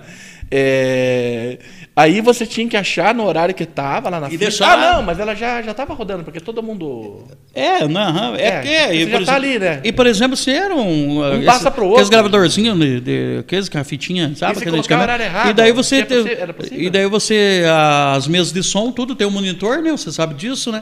Speaker 1: é, Aí você tinha que achar no horário que tava lá na
Speaker 2: E deixar lá.
Speaker 1: Ah, não, mas ela já, já tava rodando, porque todo mundo.
Speaker 2: É, não, aham, é,
Speaker 1: É,
Speaker 2: que é.
Speaker 1: você
Speaker 2: e,
Speaker 1: já
Speaker 2: por
Speaker 1: tá
Speaker 2: exemplo-
Speaker 1: ali, né?
Speaker 2: E, por exemplo, se era um... Uh,
Speaker 1: passa pro outro.
Speaker 2: Aqueles gravadorzinhos, de, de, aqueles com a fitinha, sabe?
Speaker 1: E se
Speaker 2: Aquele
Speaker 1: colocar o
Speaker 2: de câmera.
Speaker 1: horário errado,
Speaker 2: E daí
Speaker 1: que
Speaker 2: você...
Speaker 1: é
Speaker 2: teve-
Speaker 1: possi- era possível?
Speaker 2: e daí você... ah, As mesas de som, tudo, tem um monitor, né? Você sabe disso, né?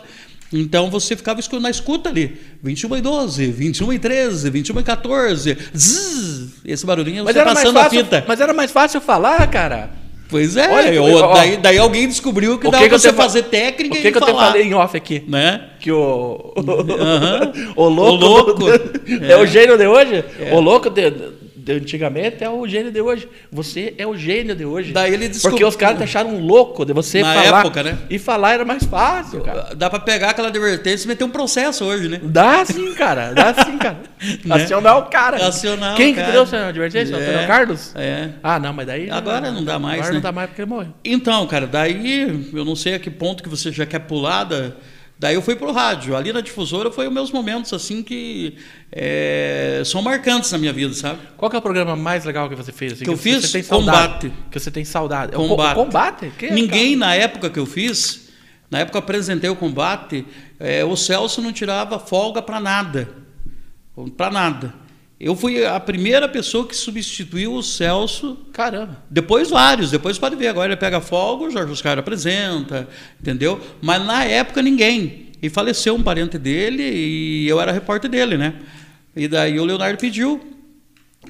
Speaker 2: Então você ficava escu- na escuta ali. 21 e 12, 21 e 13, 21 e 14. Zzz, esse barulhinho
Speaker 1: Mas
Speaker 2: você tá
Speaker 1: era, mais
Speaker 2: passando a
Speaker 1: fácil,
Speaker 2: fita.
Speaker 1: mas era mais fácil falar, cara.
Speaker 2: Pois é.
Speaker 1: Olha que
Speaker 2: eu-
Speaker 1: legal, ó.
Speaker 2: daí, daí alguém descobriu que
Speaker 1: O
Speaker 2: dava
Speaker 1: que que
Speaker 2: pra
Speaker 1: eu
Speaker 2: você
Speaker 1: te fa-
Speaker 2: fazer técnica
Speaker 1: o que,
Speaker 2: e
Speaker 1: que eu te
Speaker 2: falar.
Speaker 1: falei em off aqui?
Speaker 2: Né?
Speaker 1: Que o.
Speaker 2: Aham.
Speaker 1: o louco.
Speaker 2: O louco. É.
Speaker 1: é. o gênio de hoje? O louco de, de antigamente é o gênio de hoje. Você é o gênio de hoje.
Speaker 2: Daí ele descobriu-
Speaker 1: Porque os caras te acharam um louco de você
Speaker 2: Na
Speaker 1: falar.
Speaker 2: época, né?
Speaker 1: E falar era mais fácil, cara.
Speaker 2: Dá pra pegar aquela advertência e meter um processo hoje, né?
Speaker 1: Dá sim, cara. Dá sim, cara.
Speaker 2: Né?
Speaker 1: Acionar o cara.
Speaker 2: Acionar o
Speaker 1: Quem
Speaker 2: cara.
Speaker 1: que deu essa advertência? O Antônio Carlos?
Speaker 2: É.
Speaker 1: Ah, não, mas daí.
Speaker 2: Agora não dá mais,
Speaker 1: Agora
Speaker 2: né?
Speaker 1: não dá mais porque ele morreu.
Speaker 2: Então, cara, daí eu não sei a que ponto que você já quer pular. Da... Daí eu fui pro rádio. Ali na difusora foi os meus momentos, assim, que é, são marcantes na minha vida, sabe?
Speaker 1: Qual que é o programa mais legal que você fez? assim,
Speaker 2: Que eu
Speaker 1: você
Speaker 2: fiz?
Speaker 1: tem saudade?
Speaker 2: Combate.
Speaker 1: Que você tem saudade. É o co-
Speaker 2: Combate.
Speaker 1: Combate? Que- é,
Speaker 2: Ninguém, na época que eu fiz, na época eu apresentei o combate, eh, o Celso não tirava folga para nada. Para nada. Eu fui a primeira pessoa que substituiu o Celso
Speaker 1: Caramba.
Speaker 2: Depois vários, depois pode ver. Agora ele pega folga, o Jorge Oscar apresenta, entendeu? Mas na época ninguém. E faleceu um parente dele e eu era repórter dele, né? E daí o Leonardo pediu.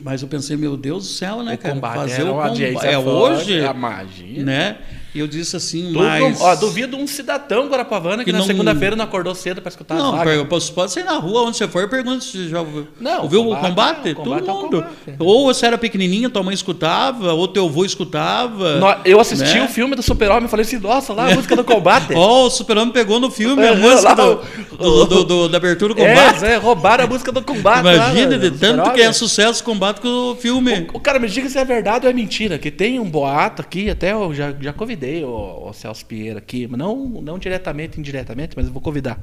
Speaker 2: Mas eu pensei, meu Deus do céu, né,
Speaker 1: O
Speaker 2: cara?
Speaker 1: combate
Speaker 2: Fazer
Speaker 1: era
Speaker 2: o
Speaker 1: uma
Speaker 2: combate.
Speaker 1: audiência
Speaker 2: É
Speaker 1: forte,
Speaker 2: hoje,
Speaker 1: imagina.
Speaker 2: né? E eu disse assim,
Speaker 1: Duvido-
Speaker 2: mas...
Speaker 1: ó, duvido um cidadão guarapavana que,
Speaker 2: Que
Speaker 1: na
Speaker 2: não-
Speaker 1: segunda-feira não acordou cedo pra escutar a
Speaker 2: Não,
Speaker 1: vaga.
Speaker 2: per- posso- pode ser na rua, onde você for, pergunta se já ouviu,
Speaker 1: Não,
Speaker 2: ouviu
Speaker 1: combate, não,
Speaker 2: o combate.
Speaker 1: combate é
Speaker 2: Todo
Speaker 1: o
Speaker 2: mundo.
Speaker 1: combate.
Speaker 2: Ou você era pequenininha, tua mãe escutava, ou teu avô escutava.
Speaker 1: No- Eu assisti
Speaker 2: né? É.
Speaker 1: o filme do Super-Homem e falei assim, nossa, lá a música do combate.
Speaker 2: Ó, o Super-Homem pegou no filme a
Speaker 1: É,
Speaker 2: música
Speaker 1: lá
Speaker 2: do,
Speaker 1: o-
Speaker 2: do- do- do- da abertura do combate.
Speaker 1: é, é, roubaram a música do combate. lá,
Speaker 2: Imagina,
Speaker 1: né,
Speaker 2: de
Speaker 1: do
Speaker 2: tanto que
Speaker 1: Super-Homem.
Speaker 2: é sucesso o combate com o filme.
Speaker 1: O cara me diga se é verdade ou é mentira, que tem um boato aqui, até eu já, já convidei o, o Celso Pinheiro aqui, mas não, não diretamente, indiretamente, mas eu vou convidar.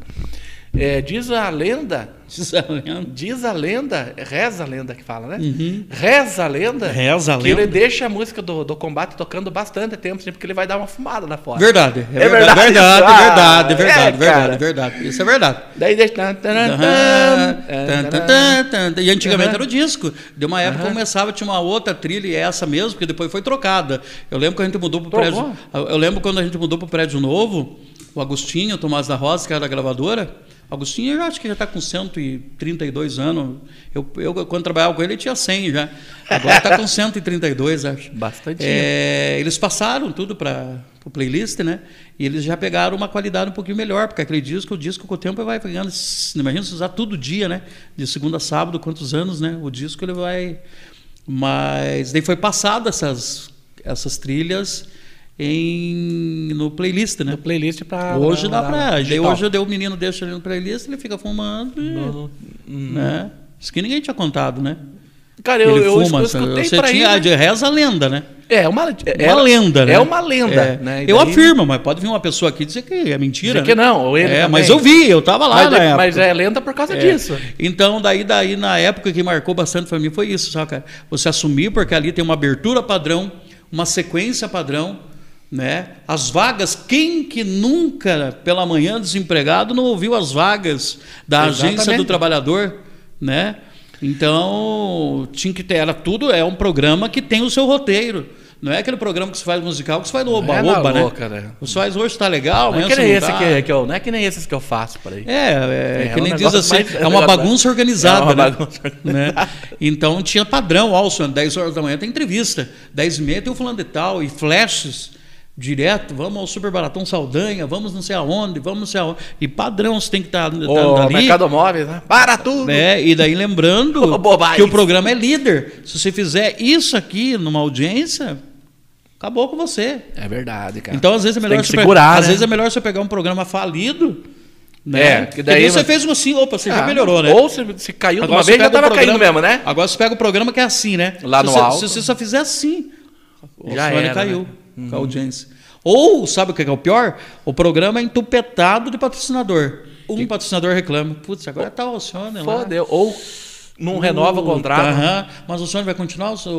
Speaker 1: É, diz a lenda
Speaker 2: Diz a lenda.
Speaker 1: Diz a lenda, reza a lenda que fala, né?
Speaker 2: Uhum.
Speaker 1: Reza a lenda
Speaker 2: Reza a
Speaker 1: que ele
Speaker 2: lenda.
Speaker 1: deixa a música do, do combate tocando bastante tempo, sempre que ele vai dar uma fumada lá fora.
Speaker 2: Verdade, é
Speaker 1: É
Speaker 2: verdade,
Speaker 1: verdade isso?
Speaker 2: verdade,
Speaker 1: Ah,
Speaker 2: verdade,
Speaker 1: é, cara.
Speaker 2: verdade, verdade, verdade. Isso é verdade.
Speaker 1: Daí deixa. tan, tan, tan, tan, tan, tan.
Speaker 2: E antigamente
Speaker 1: Aham.
Speaker 2: era o disco. De uma época começava, tinha uma outra trilha, e é essa mesmo, porque depois foi trocada. Eu lembro quando a gente mudou pro
Speaker 1: Trocou?
Speaker 2: prédio. Eu lembro quando a gente mudou pro prédio novo, o Agostinho, o Tomás da Rosa, que era da gravadora. Agostinho, eu acho que já está com 132 anos. Eu, eu, quando trabalhava com ele, ele tinha 100 já. Agora está com 132, acho.
Speaker 1: Bastante. né?
Speaker 2: É, eles passaram tudo para o playlist, né? E eles já pegaram uma qualidade um pouquinho melhor, porque aquele disco, o disco com o tempo vai pegando. s- Imagina se usar todo dia, né? De segunda a sábado, quantos anos, né? O disco ele vai. Mas daí foi passado essas, essas trilhas em, no playlist, né?
Speaker 1: No playlist pra.
Speaker 2: Hoje dá
Speaker 1: pra-
Speaker 2: pra. daí
Speaker 1: digital.
Speaker 2: Hoje Hum. eu o menino deixa ali no playlist, ele fica fumando. e-
Speaker 1: No-
Speaker 2: né? Isso que ninguém tinha contado, né?
Speaker 1: Cara, eu,
Speaker 2: ele
Speaker 1: eu
Speaker 2: fuma.
Speaker 1: escutei
Speaker 2: você
Speaker 1: pra
Speaker 2: tinha,
Speaker 1: ir, né?
Speaker 2: reza a lenda, né?
Speaker 1: É uma,
Speaker 2: É uma lenda, né?
Speaker 1: É uma lenda.
Speaker 2: É.
Speaker 1: né? E
Speaker 2: Eu
Speaker 1: daí-
Speaker 2: afirmo, mas pode vir uma pessoa aqui dizer que é mentira.
Speaker 1: Dizer que
Speaker 2: né?
Speaker 1: não, ou ele
Speaker 2: é,
Speaker 1: também.
Speaker 2: mas eu vi, eu tava lá
Speaker 1: Mas,
Speaker 2: na
Speaker 1: é-
Speaker 2: época.
Speaker 1: mas é lenda por causa disso.
Speaker 2: Então, daí, daí, na época que marcou bastante pra mim foi isso, sabe, cara? Você assumir, porque ali tem uma abertura padrão, uma sequência padrão, né? As vagas, quem que nunca, pela manhã, desempregado, não ouviu as vagas da agência
Speaker 1: Exatamente.
Speaker 2: do trabalhador, né? Então, tinha que ter, era tudo, é um programa que tem o seu roteiro. Não é aquele programa que se faz musical, que se faz no
Speaker 1: É
Speaker 2: oba-oba,
Speaker 1: na
Speaker 2: né?
Speaker 1: louca, né?
Speaker 2: Os faz hoje tá legal,
Speaker 1: Não
Speaker 2: amanhã
Speaker 1: é, que
Speaker 2: você
Speaker 1: nem
Speaker 2: não
Speaker 1: esse
Speaker 2: tá.
Speaker 1: que, que eu, não é que nem esses que eu faço por aí.
Speaker 2: É, é,
Speaker 1: É,
Speaker 2: que
Speaker 1: é um
Speaker 2: nem diz
Speaker 1: negócio
Speaker 2: assim,
Speaker 1: mais- é um
Speaker 2: é uma
Speaker 1: negócio-
Speaker 2: bagunça organizada.
Speaker 1: É uma
Speaker 2: né?
Speaker 1: bagunça
Speaker 2: Né? Então tinha padrão, ó, o senhor, 10 horas da manhã tem entrevista, 10 e meia tem o fulano de tal, e flashes direto, vamos ao Super Baratão Saldanha, vamos não sei aonde, vamos não sei aonde. E padrão você tem que estar tá,
Speaker 1: O
Speaker 2: ali.
Speaker 1: Mercado Móveis, né? Para tudo!
Speaker 2: Né? E daí
Speaker 1: Ô,
Speaker 2: lembrando
Speaker 1: bobagem.
Speaker 2: que o programa é líder. Se você fizer isso aqui numa audiência, acabou com você.
Speaker 1: É verdade, cara.
Speaker 2: Então, às vezes é
Speaker 1: Tem
Speaker 2: melhor
Speaker 1: que
Speaker 2: você pe-
Speaker 1: segurar,
Speaker 2: Às
Speaker 1: né?
Speaker 2: vezes é melhor você pegar um programa falido. Né?
Speaker 1: É, que
Speaker 2: que
Speaker 1: daí
Speaker 2: daí você
Speaker 1: mas-
Speaker 2: fez um assim, opa, você já
Speaker 1: Ah,
Speaker 2: melhorou, né?
Speaker 1: Ou se, se caiu de uma
Speaker 2: você
Speaker 1: vez, já
Speaker 2: pega um
Speaker 1: tava caindo
Speaker 2: programa-
Speaker 1: mesmo, né?
Speaker 2: Agora você pega o programa que é assim, né?
Speaker 1: Lá
Speaker 2: se
Speaker 1: no
Speaker 2: você,
Speaker 1: alto.
Speaker 2: Se você só fizer assim, o
Speaker 1: Já
Speaker 2: Sônia
Speaker 1: era,
Speaker 2: caiu
Speaker 1: né?
Speaker 2: com a audiência. Ou, sabe o que é o pior? O programa é entupetado de patrocinador. Um patrocinador reclama. Putz, agora tá o Sônia lá.
Speaker 1: Fodeu. Ou não um renova o
Speaker 2: Puta,
Speaker 1: contrato.
Speaker 2: Uh, aham. Mas o Sônia vai continuar? O, o-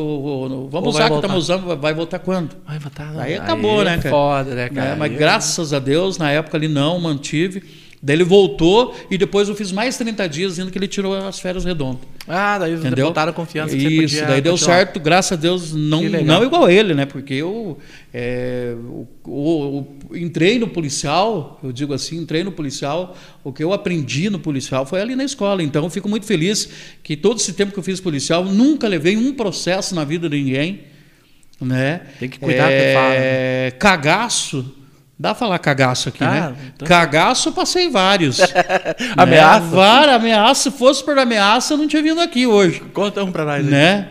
Speaker 2: o- vamos
Speaker 1: Ou vai
Speaker 2: usar que
Speaker 1: voltar?
Speaker 2: estamos usando. vai- Vai voltar quando?
Speaker 1: Vai botar,
Speaker 2: Aí acabou, né, cara?
Speaker 1: tá- Foda, né, cara?
Speaker 2: Né? Mas
Speaker 1: Aí-
Speaker 2: graças a Deus, na época ele não mantive. Daí ele voltou e depois eu fiz mais 30 dias, dizendo que ele tirou as férias redondas.
Speaker 1: Ah, daí
Speaker 2: Entendeu?
Speaker 1: botaram confiança que
Speaker 2: Isso,
Speaker 1: você podia
Speaker 2: daí deu
Speaker 1: continuar.
Speaker 2: certo, graças a Deus, não,
Speaker 1: Que legal.
Speaker 2: não igual ele, né? Porque eu, é, o- o- o- entrei no policial, eu digo assim, entrei no policial, o que eu aprendi no policial foi ali na escola. Então eu fico muito feliz que todo esse tempo que eu fiz policial, nunca levei um processo na vida de ninguém. Né?
Speaker 1: Tem que cuidar do que fala, né?
Speaker 2: é, Cagaço. Dá pra falar cagaço aqui,
Speaker 1: Dá,
Speaker 2: né?
Speaker 1: então.
Speaker 2: Cagaço eu passei vários.
Speaker 1: Ameaça?
Speaker 2: Né? Vara, ameaça. Se fosse por ameaça, eu não tinha vindo aqui hoje
Speaker 1: Conta um pra nós. aí.
Speaker 2: né?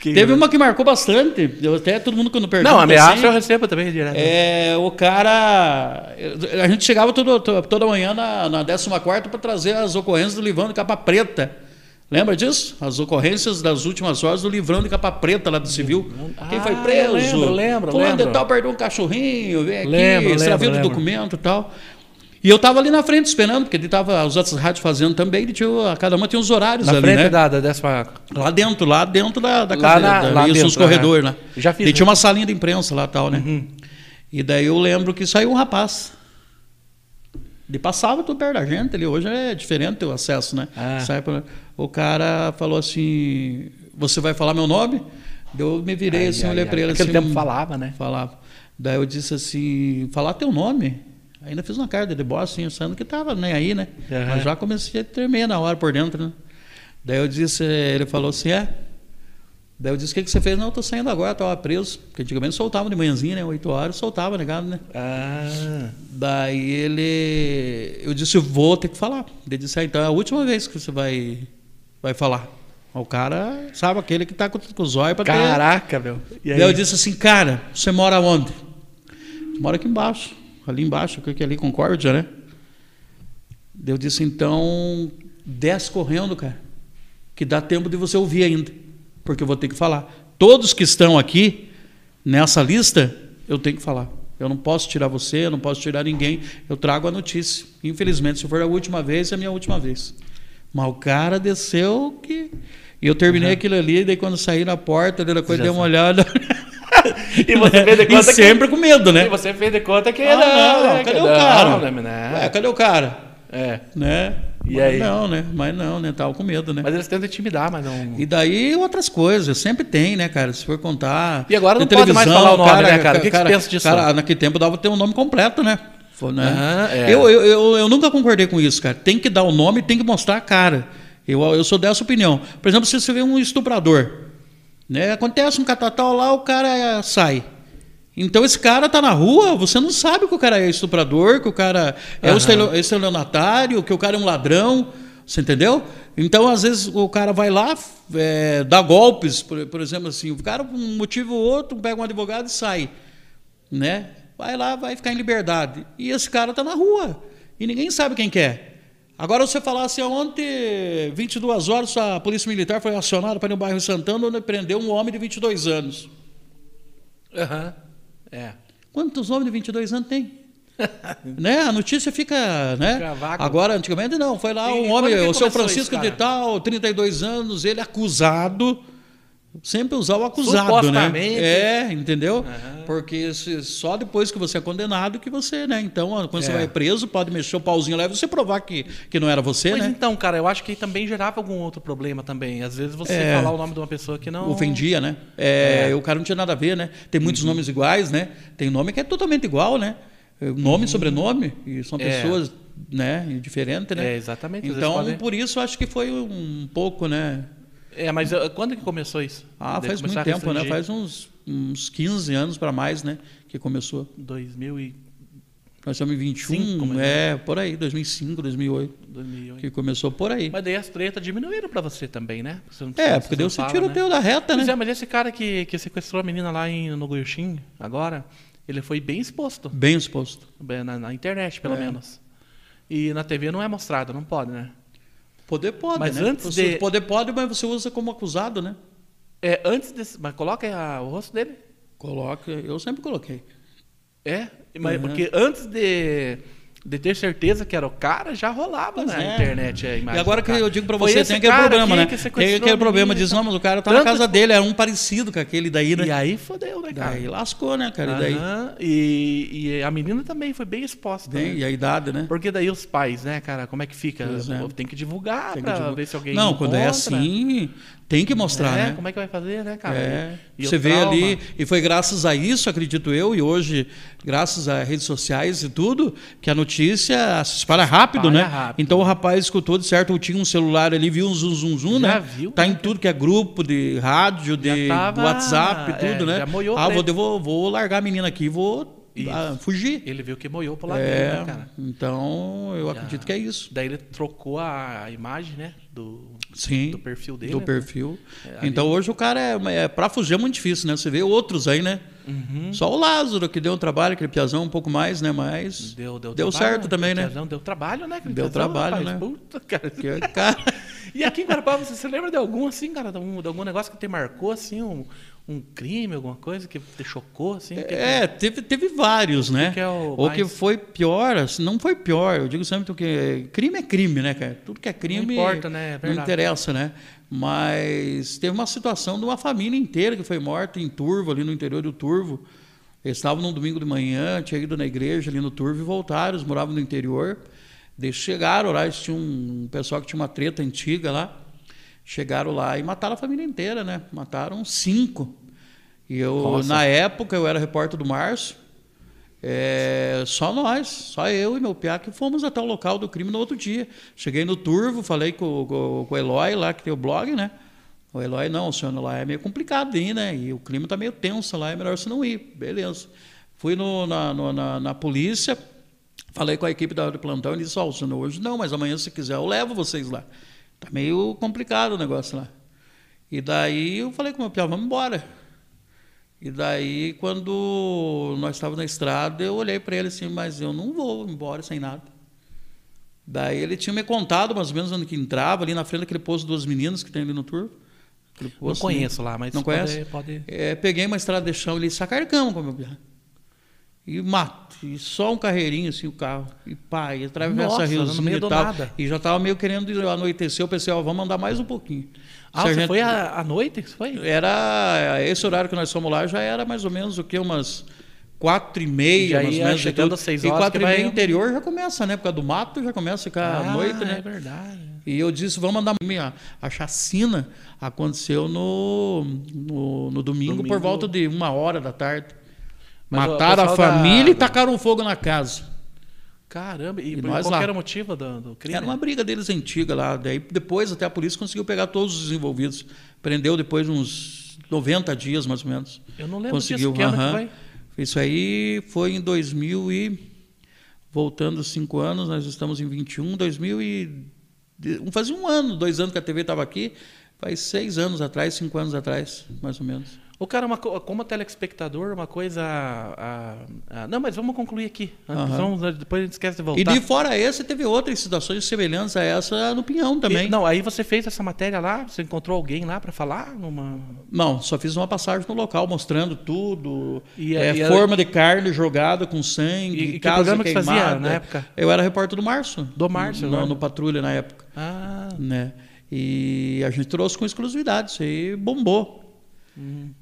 Speaker 1: Que-
Speaker 2: Teve uma que marcou bastante. Eu até todo mundo quando pergunta.
Speaker 1: Não, ameaça eu
Speaker 2: assim,
Speaker 1: recebo também direto.
Speaker 2: é, o cara. eu- A gente chegava todo, to- toda manhã na, na 14 para trazer as ocorrências do Livrão de Capa Preta. Lembra disso? As ocorrências das últimas horas do Livrão de Capa Preta lá do Civil. Quem foi
Speaker 1: Ah,
Speaker 2: preso?
Speaker 1: lembro, lembro,
Speaker 2: Fulano de
Speaker 1: lembro.
Speaker 2: tal perdeu um cachorrinho, vem aqui,
Speaker 1: Lembro, lembro,
Speaker 2: extraviou do
Speaker 1: lembro.
Speaker 2: documento e tal. E eu tava ali na frente esperando, porque ele tava, os outros rádios fazendo também, ele tinha, cada uma tinha os horários
Speaker 1: Na
Speaker 2: ali,
Speaker 1: frente
Speaker 2: né?
Speaker 1: da, da décima.
Speaker 2: Lá dentro, lá dentro da, da
Speaker 1: Lá na- lá
Speaker 2: isso, nos
Speaker 1: dentro,
Speaker 2: corredores
Speaker 1: aham.
Speaker 2: lá.
Speaker 1: Já fiz
Speaker 2: E tinha
Speaker 1: isso. Uhum.
Speaker 2: uma salinha de imprensa lá tal, né? E daí eu lembro que saiu um rapaz. Ele passava tudo perto da gente, ele hoje é diferente o acesso, né?
Speaker 1: Ah.
Speaker 2: Sai pra- O cara falou assim: Você vai falar meu nome? Daí Eu me virei assim, olhei pra ele
Speaker 1: Aquele
Speaker 2: assim.
Speaker 1: tempo falava, né?
Speaker 2: Falava. Daí eu disse assim, falar teu nome. Ainda fiz uma cara de deboche, assim, achando que tava nem aí, né?
Speaker 1: Aham.
Speaker 2: Mas já comecei a tremer na hora por dentro, né? Daí eu disse, ele falou assim, é. Daí eu disse, o que, que você fez? Não, eu tô saindo agora, tava preso. Porque antigamente soltava de manhãzinha, né? 8 horas, soltava, ligado, né?
Speaker 1: Ah.
Speaker 2: Daí ele. Eu disse, eu vou ter que falar. Ele disse, ah, então é a última vez que você vai, vai falar. O cara sabe aquele que tá com, com os olhos pra ter.
Speaker 1: Caraca, meu. E aí?
Speaker 2: Daí eu disse assim, cara, você mora onde? Eu moro aqui embaixo. Ali embaixo, que que é ali Concórdia, né? Daí eu disse, então, desce correndo, cara. Que dá tempo de você ouvir ainda. Porque eu vou ter que falar. Todos que estão aqui nessa lista, eu tenho que falar. Eu não posso tirar você, eu não posso tirar ninguém. Eu trago a notícia. Infelizmente, se for a última vez, é a minha última vez. Mas o cara desceu que. E eu terminei aquilo ali, daí quando saí na porta, dele a coisa,
Speaker 1: Já
Speaker 2: dei uma
Speaker 1: sabe.
Speaker 2: olhada.
Speaker 1: E você fez de
Speaker 2: e
Speaker 1: conta que-
Speaker 2: sempre com medo, né?
Speaker 1: E você fez de conta que
Speaker 2: Ah, não,
Speaker 1: né,
Speaker 2: cadê
Speaker 1: que
Speaker 2: o cara?
Speaker 1: Não, né, né?
Speaker 2: Ué, cadê o cara?
Speaker 1: É.
Speaker 2: Né?
Speaker 1: E
Speaker 2: Mas
Speaker 1: aí?
Speaker 2: Não, né? Mas não, né? Tava com medo, né?
Speaker 1: Mas eles tentam intimidar, mas não.
Speaker 2: E daí outras coisas, sempre tem, né, cara? Se for contar.
Speaker 1: E agora não
Speaker 2: na
Speaker 1: pode mais falar o nome, né, cara? O que que você
Speaker 2: cara,
Speaker 1: pensa disso?
Speaker 2: Cara, naquele tempo dava ter um nome completo, né? Foi, né?
Speaker 1: Ah, é.
Speaker 2: eu, eu, eu, eu nunca concordei com isso, cara. Tem que dar o nome, tem que mostrar a cara. Eu, eu sou dessa opinião. Por exemplo, se você vê um estuprador, né? Acontece um catatal lá, o cara eh, sai. Então esse cara tá na rua, você não sabe que o cara é estuprador, que o cara é
Speaker 1: Aham.
Speaker 2: o estelio- estelionatário, que o cara é um ladrão, você entendeu? Então às vezes o cara vai lá, f- eh, dá golpes, por, por exemplo assim, o cara por um motivo ou outro pega um advogado e sai, né? Vai lá, vai ficar em liberdade. E esse cara tá na rua e ninguém sabe quem que é. Agora você falar assim, ontem, 22 horas, a polícia militar foi acionada para ir no bairro Santana, onde prendeu um homem de 22 anos.
Speaker 1: Aham. É.
Speaker 2: Quantos homens de 22 anos tem? né? A notícia fica, né?
Speaker 1: Fica vácuo.
Speaker 2: Agora, antigamente não, foi lá
Speaker 1: E
Speaker 2: um
Speaker 1: quando
Speaker 2: homem,
Speaker 1: que
Speaker 2: o seu
Speaker 1: começou
Speaker 2: Francisco
Speaker 1: isso,
Speaker 2: de
Speaker 1: cara?
Speaker 2: tal, 32 anos, ele acusado. Sempre usar o acusado, né?
Speaker 1: Supostamente.
Speaker 2: É, entendeu?
Speaker 1: Aham.
Speaker 2: Porque se- só depois que você é condenado que você, né? Então, quando você
Speaker 1: É.
Speaker 2: vai preso, pode mexer o pauzinho lá e você provar que, que não era você,
Speaker 1: Mas
Speaker 2: né?
Speaker 1: então, cara, eu acho que também gerava algum outro problema também. Às vezes você
Speaker 2: É.
Speaker 1: falar o nome de uma pessoa que não.
Speaker 2: ofendia, né? É,
Speaker 1: então. É. Uhum.
Speaker 2: O cara não tinha nada a ver, né? Tem muitos nomes iguais, né? Tem nome que é totalmente igual, né? É, Nome e sobrenome, e são
Speaker 1: Uhum. É.
Speaker 2: pessoas, né? e Diferentes, né?
Speaker 1: É, exatamente. às vezes
Speaker 2: Então,
Speaker 1: podem-
Speaker 2: por isso, acho que foi um pouco, né?
Speaker 1: É, mas eh, quando que começou isso?
Speaker 2: Ah,
Speaker 1: De
Speaker 2: faz
Speaker 1: começar
Speaker 2: muito
Speaker 1: a
Speaker 2: tempo, né?
Speaker 1: restringir?
Speaker 2: Faz uns, uns 15 anos para mais, né? Que começou.
Speaker 1: 2000 e
Speaker 2: Nós estamos em 21,
Speaker 1: Cinco, mas-
Speaker 2: é, por aí, 2005, 2008,
Speaker 1: 2008.
Speaker 2: que começou por aí.
Speaker 1: Mas daí as tretas diminuíram pra você também, né? Você não-
Speaker 2: é,
Speaker 1: você
Speaker 2: porque
Speaker 1: não
Speaker 2: deu se
Speaker 1: fala,
Speaker 2: tira o
Speaker 1: né?
Speaker 2: teu da reta,
Speaker 1: Pois
Speaker 2: né?
Speaker 1: é, mas esse cara que, que sequestrou a menina lá em, no Goiuxim, agora, ele foi bem exposto.
Speaker 2: Bem exposto.
Speaker 1: bem, Na, na internet, pelo
Speaker 2: É.
Speaker 1: menos. E na TV não é mostrado, não pode, né?
Speaker 2: Poder pode,
Speaker 1: Mas
Speaker 2: né?
Speaker 1: antes
Speaker 2: Você-
Speaker 1: de-
Speaker 2: Poder pode, mas você usa como acusado, né?
Speaker 1: É, antes desse. Mas coloca aí a- o rosto dele.
Speaker 2: Coloca, eu sempre coloquei.
Speaker 1: É, mas
Speaker 2: Uhum.
Speaker 1: porque antes de, de ter certeza que era o cara, já rolava
Speaker 2: Pois
Speaker 1: na
Speaker 2: é.
Speaker 1: internet a imagem.
Speaker 2: E agora
Speaker 1: do
Speaker 2: que
Speaker 1: cara.
Speaker 2: eu digo pra
Speaker 1: Foi
Speaker 2: você,
Speaker 1: esse
Speaker 2: tem aquele
Speaker 1: cara
Speaker 2: problema,
Speaker 1: aqui
Speaker 2: né?
Speaker 1: que
Speaker 2: tem
Speaker 1: sequestrou
Speaker 2: aquele
Speaker 1: a
Speaker 2: problema,
Speaker 1: menina e
Speaker 2: diz,
Speaker 1: tal.
Speaker 2: não, mas o cara tá
Speaker 1: Tanto
Speaker 2: na casa
Speaker 1: que-
Speaker 2: dele, era um parecido com aquele daí, né?
Speaker 1: E aí fodeu, né, cara?
Speaker 2: Daí lascou, né, cara? E daí,
Speaker 1: Aham, E, e a menina também foi bem exposta.
Speaker 2: Bem,
Speaker 1: né?
Speaker 2: e a idade, né?
Speaker 1: Porque daí os pais, né, cara, como é que fica?
Speaker 2: Pois é.
Speaker 1: Pô, Tem que divulgar
Speaker 2: Tem que
Speaker 1: pra
Speaker 2: divulgar.
Speaker 1: ver se alguém
Speaker 2: não, quando é
Speaker 1: encontra.
Speaker 2: assim, tem que mostrar,
Speaker 1: É,
Speaker 2: né?
Speaker 1: como é que vai fazer, né, cara?
Speaker 2: É.
Speaker 1: E o
Speaker 2: Você vê
Speaker 1: trauma.
Speaker 2: ali, e foi graças a isso, acredito eu, e hoje, graças às redes sociais e tudo, que a notícia se espalha rápido,
Speaker 1: Espalha
Speaker 2: né?
Speaker 1: rápido.
Speaker 2: Então o rapaz escutou de certo, ou tinha um celular ali, viu um zum zum zum,
Speaker 1: Já
Speaker 2: né?
Speaker 1: viu,
Speaker 2: tá
Speaker 1: né,
Speaker 2: em tudo que é grupo de rádio, de
Speaker 1: Já tava-
Speaker 2: WhatsApp, tudo,
Speaker 1: é,
Speaker 2: né?
Speaker 1: já moiou
Speaker 2: ah,
Speaker 1: pra
Speaker 2: vou,
Speaker 1: ele.
Speaker 2: vou, vou largar a menina aqui e vou
Speaker 1: Isso.
Speaker 2: ah, fugir.
Speaker 1: Ele viu que moiou pro lado dele,
Speaker 2: É,
Speaker 1: né, cara?
Speaker 2: então eu acredito que é isso.
Speaker 1: Daí ele trocou a imagem, né, do,
Speaker 2: Sim.
Speaker 1: do perfil dele.
Speaker 2: do
Speaker 1: né?
Speaker 2: perfil.
Speaker 1: É,
Speaker 2: então hoje o cara é, é para fugir é muito difícil, né? Você vê outros aí, né?
Speaker 1: Uhum.
Speaker 2: Só o Lázaro que deu um trabalho, aquele piazão um pouco mais, né? Mas
Speaker 1: Deu, deu,
Speaker 2: Deu
Speaker 1: trabalho,
Speaker 2: certo
Speaker 1: né?
Speaker 2: também, né?
Speaker 1: Cristiano, Deu trabalho, né?
Speaker 2: Deu
Speaker 1: Cristiano?
Speaker 2: trabalho,
Speaker 1: Rapaz,
Speaker 2: né?
Speaker 1: Puta, cara.
Speaker 2: que, cara,
Speaker 1: E aqui em Guarapava, você, você lembra de algum assim, cara? De, algum- de algum negócio que te marcou, assim, um, um crime, alguma coisa que te chocou, assim? que-
Speaker 2: é, teve, teve vários, né?
Speaker 1: que é o
Speaker 2: Ou que
Speaker 1: mais-
Speaker 2: foi pior, assim, não foi pior. Eu digo sempre que crime é crime, né, cara? Tudo que é crime
Speaker 1: importa, né? É
Speaker 2: não
Speaker 1: verdade.
Speaker 2: interessa, né? Mas teve uma situação de uma família inteira que foi morta em Turvo, ali no interior do Turvo. Eles estavam num domingo de manhã, tinha ido na igreja ali no Turvo e voltaram, eles moravam no interior. Daí chegaram lá, eles tinham um pessoal que tinha uma treta antiga lá. Chegaram lá e mataram a família inteira, né? Mataram cinco. E eu,
Speaker 1: Nossa.
Speaker 2: na época, eu era repórter do Março. É, só nós, só eu e meu piá que fomos até o local do crime no outro dia. Cheguei no Turvo, falei com, com- com o Eloy lá, que tem o blog, né? O Eloy, não, o senhor lá é meio complicado ir, né? E o clima tá meio tenso lá, é melhor você não ir. Beleza. Fui no- na, no- na- na polícia, falei com a equipe da, do plantão, e disse, ó, o senhor hoje não, mas amanhã se quiser eu levo vocês lá. Tá meio complicado o negócio lá. E daí eu falei com o meu piá, vamos embora. E daí, quando nós estávamos na estrada, eu olhei para ele assim, mas eu não vou embora sem nada. Daí ele tinha me contado mais ou menos onde que entrava, ali na frente daquele posto dos meninos que tem ali no turno. Aquele
Speaker 1: Não
Speaker 2: posto, né?
Speaker 1: conheço lá, mas
Speaker 2: Não
Speaker 1: pode-
Speaker 2: conhece?
Speaker 1: pode...
Speaker 2: É, peguei uma estrada de chão ali, sacarcamos com o meu piá. E mato. E só um carreirinho, assim, o carro. E pá, e atravessa
Speaker 1: Nossa, no
Speaker 2: riozinho
Speaker 1: meio
Speaker 2: e
Speaker 1: do
Speaker 2: tal.
Speaker 1: nada.
Speaker 2: E já tava meio querendo ir, anoitecer. O pessoal, vamos andar mais um pouquinho.
Speaker 1: Ah,
Speaker 2: Sargento-
Speaker 1: você foi à, à noite? Você foi?
Speaker 2: Era esse horário que nós fomos lá já era mais ou menos o que umas quatro e meia,
Speaker 1: Já
Speaker 2: mais ou
Speaker 1: ia
Speaker 2: menos,
Speaker 1: chegando
Speaker 2: tudo.
Speaker 1: às seis
Speaker 2: e
Speaker 1: horas
Speaker 2: quatro
Speaker 1: que
Speaker 2: e meia
Speaker 1: vai-
Speaker 2: interior já começa, né? Por causa do mato já começa a ficar à noite, né?
Speaker 1: É verdade.
Speaker 2: E eu disse, vamos andar. A, a chacina aconteceu no, no, no domingo,
Speaker 1: Domingo.
Speaker 2: por volta de uma hora da tarde.
Speaker 1: Mas o
Speaker 2: Mataram a
Speaker 1: pessoal da-
Speaker 2: família e tacaram fogo na casa.
Speaker 1: Caramba, e,
Speaker 2: E
Speaker 1: por
Speaker 2: nós
Speaker 1: qual
Speaker 2: lá.
Speaker 1: que era o motivo do, do crime? né?
Speaker 2: Era uma briga deles antiga lá. Daí depois até a polícia conseguiu pegar todos os envolvidos. Prendeu depois de uns 90 dias, mais ou menos.
Speaker 1: Eu não lembro disso,
Speaker 2: Conseguiu.
Speaker 1: que ano que
Speaker 2: aham.
Speaker 1: foi?
Speaker 2: Isso aí foi em 2000 e... Voltando os cinco anos, nós estamos em 21, 2000 e... de- Fazia um ano, dois anos que a TV estava aqui. Faz seis anos atrás, cinco anos atrás, mais ou menos.
Speaker 1: O cara, é uma, co- como telespectador, uma coisa. a- a- não, mas vamos concluir aqui. Antes,
Speaker 2: Aham.
Speaker 1: vamos- ah, depois a gente esquece de voltar.
Speaker 2: E de fora esse, teve outras situações semelhantes a essa no Pinhão também.
Speaker 1: E- não, aí você fez essa matéria lá, você encontrou alguém lá pra falar? Numa...
Speaker 2: Não, só fiz uma passagem no local mostrando tudo.
Speaker 1: E-
Speaker 2: é,
Speaker 1: e era-
Speaker 2: forma de carne jogada com sangue,
Speaker 1: E- e que
Speaker 2: casa
Speaker 1: programa que
Speaker 2: queimada.
Speaker 1: fazia na época?
Speaker 2: Eu era repórter do Março.
Speaker 1: Do Março,
Speaker 2: No,
Speaker 1: né?
Speaker 2: no Patrulha na época.
Speaker 1: Ah,
Speaker 2: Né? E a gente trouxe com exclusividade, isso aí bombou.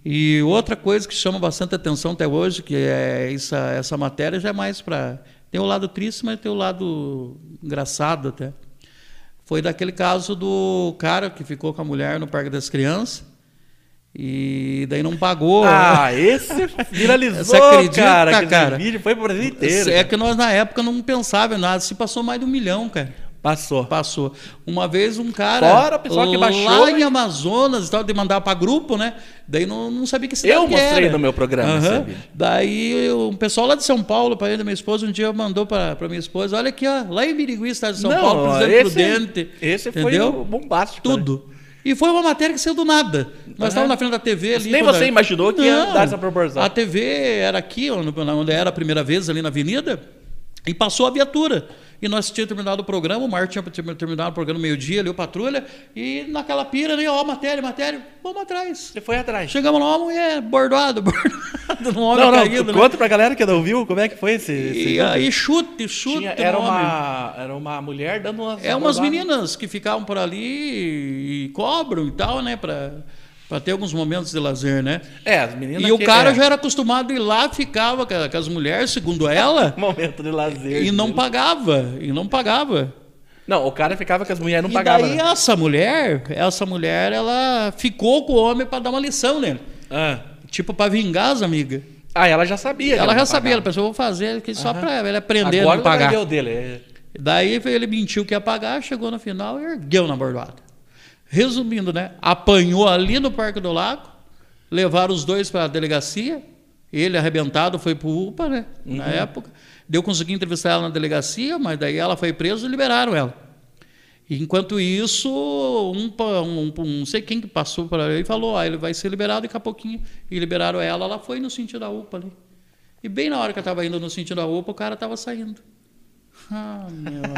Speaker 2: E outra coisa que chama bastante atenção até hoje, que é essa, essa matéria já é mais para. Tem o lado triste, mas tem o lado engraçado até. Foi daquele caso do cara que ficou com a mulher no Parque das Crianças e daí não pagou. né?
Speaker 1: ah esse viralizou,
Speaker 2: Você acredita,
Speaker 1: cara, que esse
Speaker 2: cara?
Speaker 1: vídeo foi pro Brasil inteiro.
Speaker 2: É que nós na época não pensávamos em nada, se passou mais de um milhão, cara.
Speaker 1: Passou.
Speaker 2: Passou. Uma vez um cara.
Speaker 1: Fora o pessoal que baixou,
Speaker 2: Lá
Speaker 1: né?
Speaker 2: em Amazonas e tal, de mandar pra grupo, né? Daí não, não sabia que cidade
Speaker 1: Eu
Speaker 2: que
Speaker 1: mostrei
Speaker 2: era.
Speaker 1: no meu programa,
Speaker 2: Aham.
Speaker 1: sabe?
Speaker 2: Daí o pessoal lá de São Paulo, para da minha esposa, um dia mandou pra, pra minha esposa: olha aqui, ó, lá em Birigui, estado de São
Speaker 1: Não,
Speaker 2: Paulo,
Speaker 1: ó,
Speaker 2: Presidente
Speaker 1: esse-
Speaker 2: Prudente.
Speaker 1: esse foi o bombástico,
Speaker 2: Tudo. E foi uma matéria que saiu do nada.
Speaker 1: Aham.
Speaker 2: Nós estávamos na frente da TV ali.
Speaker 1: Uhum. nem
Speaker 2: quando
Speaker 1: você
Speaker 2: a-
Speaker 1: imaginou que ia dar essa proporção.
Speaker 2: A TV era aqui, onde onde era a primeira vez, ali na avenida, e passou a viatura. E nós tínhamos terminado o programa, o Martin tinha terminado o programa meio-dia, ali o Patrulha, e naquela pira ali, ó, matéria, matéria, vamos atrás.
Speaker 1: Você foi atrás.
Speaker 2: Chegamos lá, uma mulher bordoada, bordoada, um homem
Speaker 1: Não, não,
Speaker 2: caído. né?
Speaker 1: conta pra galera que não viu como é que foi esse. esse-
Speaker 2: E aí chute, chute,
Speaker 1: Tinha- era,
Speaker 2: no homem.
Speaker 1: uma, era uma mulher dando umas.
Speaker 2: É umas
Speaker 1: abordadas.
Speaker 2: meninas que ficavam por ali e cobram e tal, né, pra, pra ter alguns momentos de lazer, né?
Speaker 1: É, as meninas.
Speaker 2: E o
Speaker 1: que-
Speaker 2: cara
Speaker 1: é,
Speaker 2: já era acostumado a ir lá, ficava com a- com as mulheres, segundo ela,
Speaker 1: Momento de lazer.
Speaker 2: e não
Speaker 1: dele.
Speaker 2: pagava, e não pagava.
Speaker 1: Não, o cara ficava com as mulheres não
Speaker 2: e
Speaker 1: pagava.
Speaker 2: daí
Speaker 1: né?
Speaker 2: essa mulher, essa mulher, ela ficou com o homem para dar uma lição nele.
Speaker 1: Ah.
Speaker 2: Tipo, para vingar as amigas.
Speaker 1: Ah, ela já sabia. que
Speaker 2: ela já
Speaker 1: não
Speaker 2: sabia, ela
Speaker 1: pagava.
Speaker 2: pensou, vou fazer aqui só
Speaker 1: Aham.
Speaker 2: para ele aprender a
Speaker 1: Agora
Speaker 2: não
Speaker 1: ela
Speaker 2: pagar.
Speaker 1: deu dele. é.
Speaker 2: Daí ele mentiu que ia pagar, chegou no final e ergueu na bordoada. Resumindo, né? Apanhou ali no Parque do Lago, levaram os dois para a delegacia. Ele arrebentado foi pro UPA, né? Na época. Deu consegui entrevistar ela na delegacia, mas daí ela foi presa e liberaram ela. Enquanto isso, um, pa- um, um- não sei quem que passou para ele e falou: ah, ele vai ser liberado daqui a pouquinho. E liberaram ela, ela foi no sentido da UPA ali. E bem na hora que eu estava indo no sentido da UPA, o cara estava saindo. Ah, meu amigo.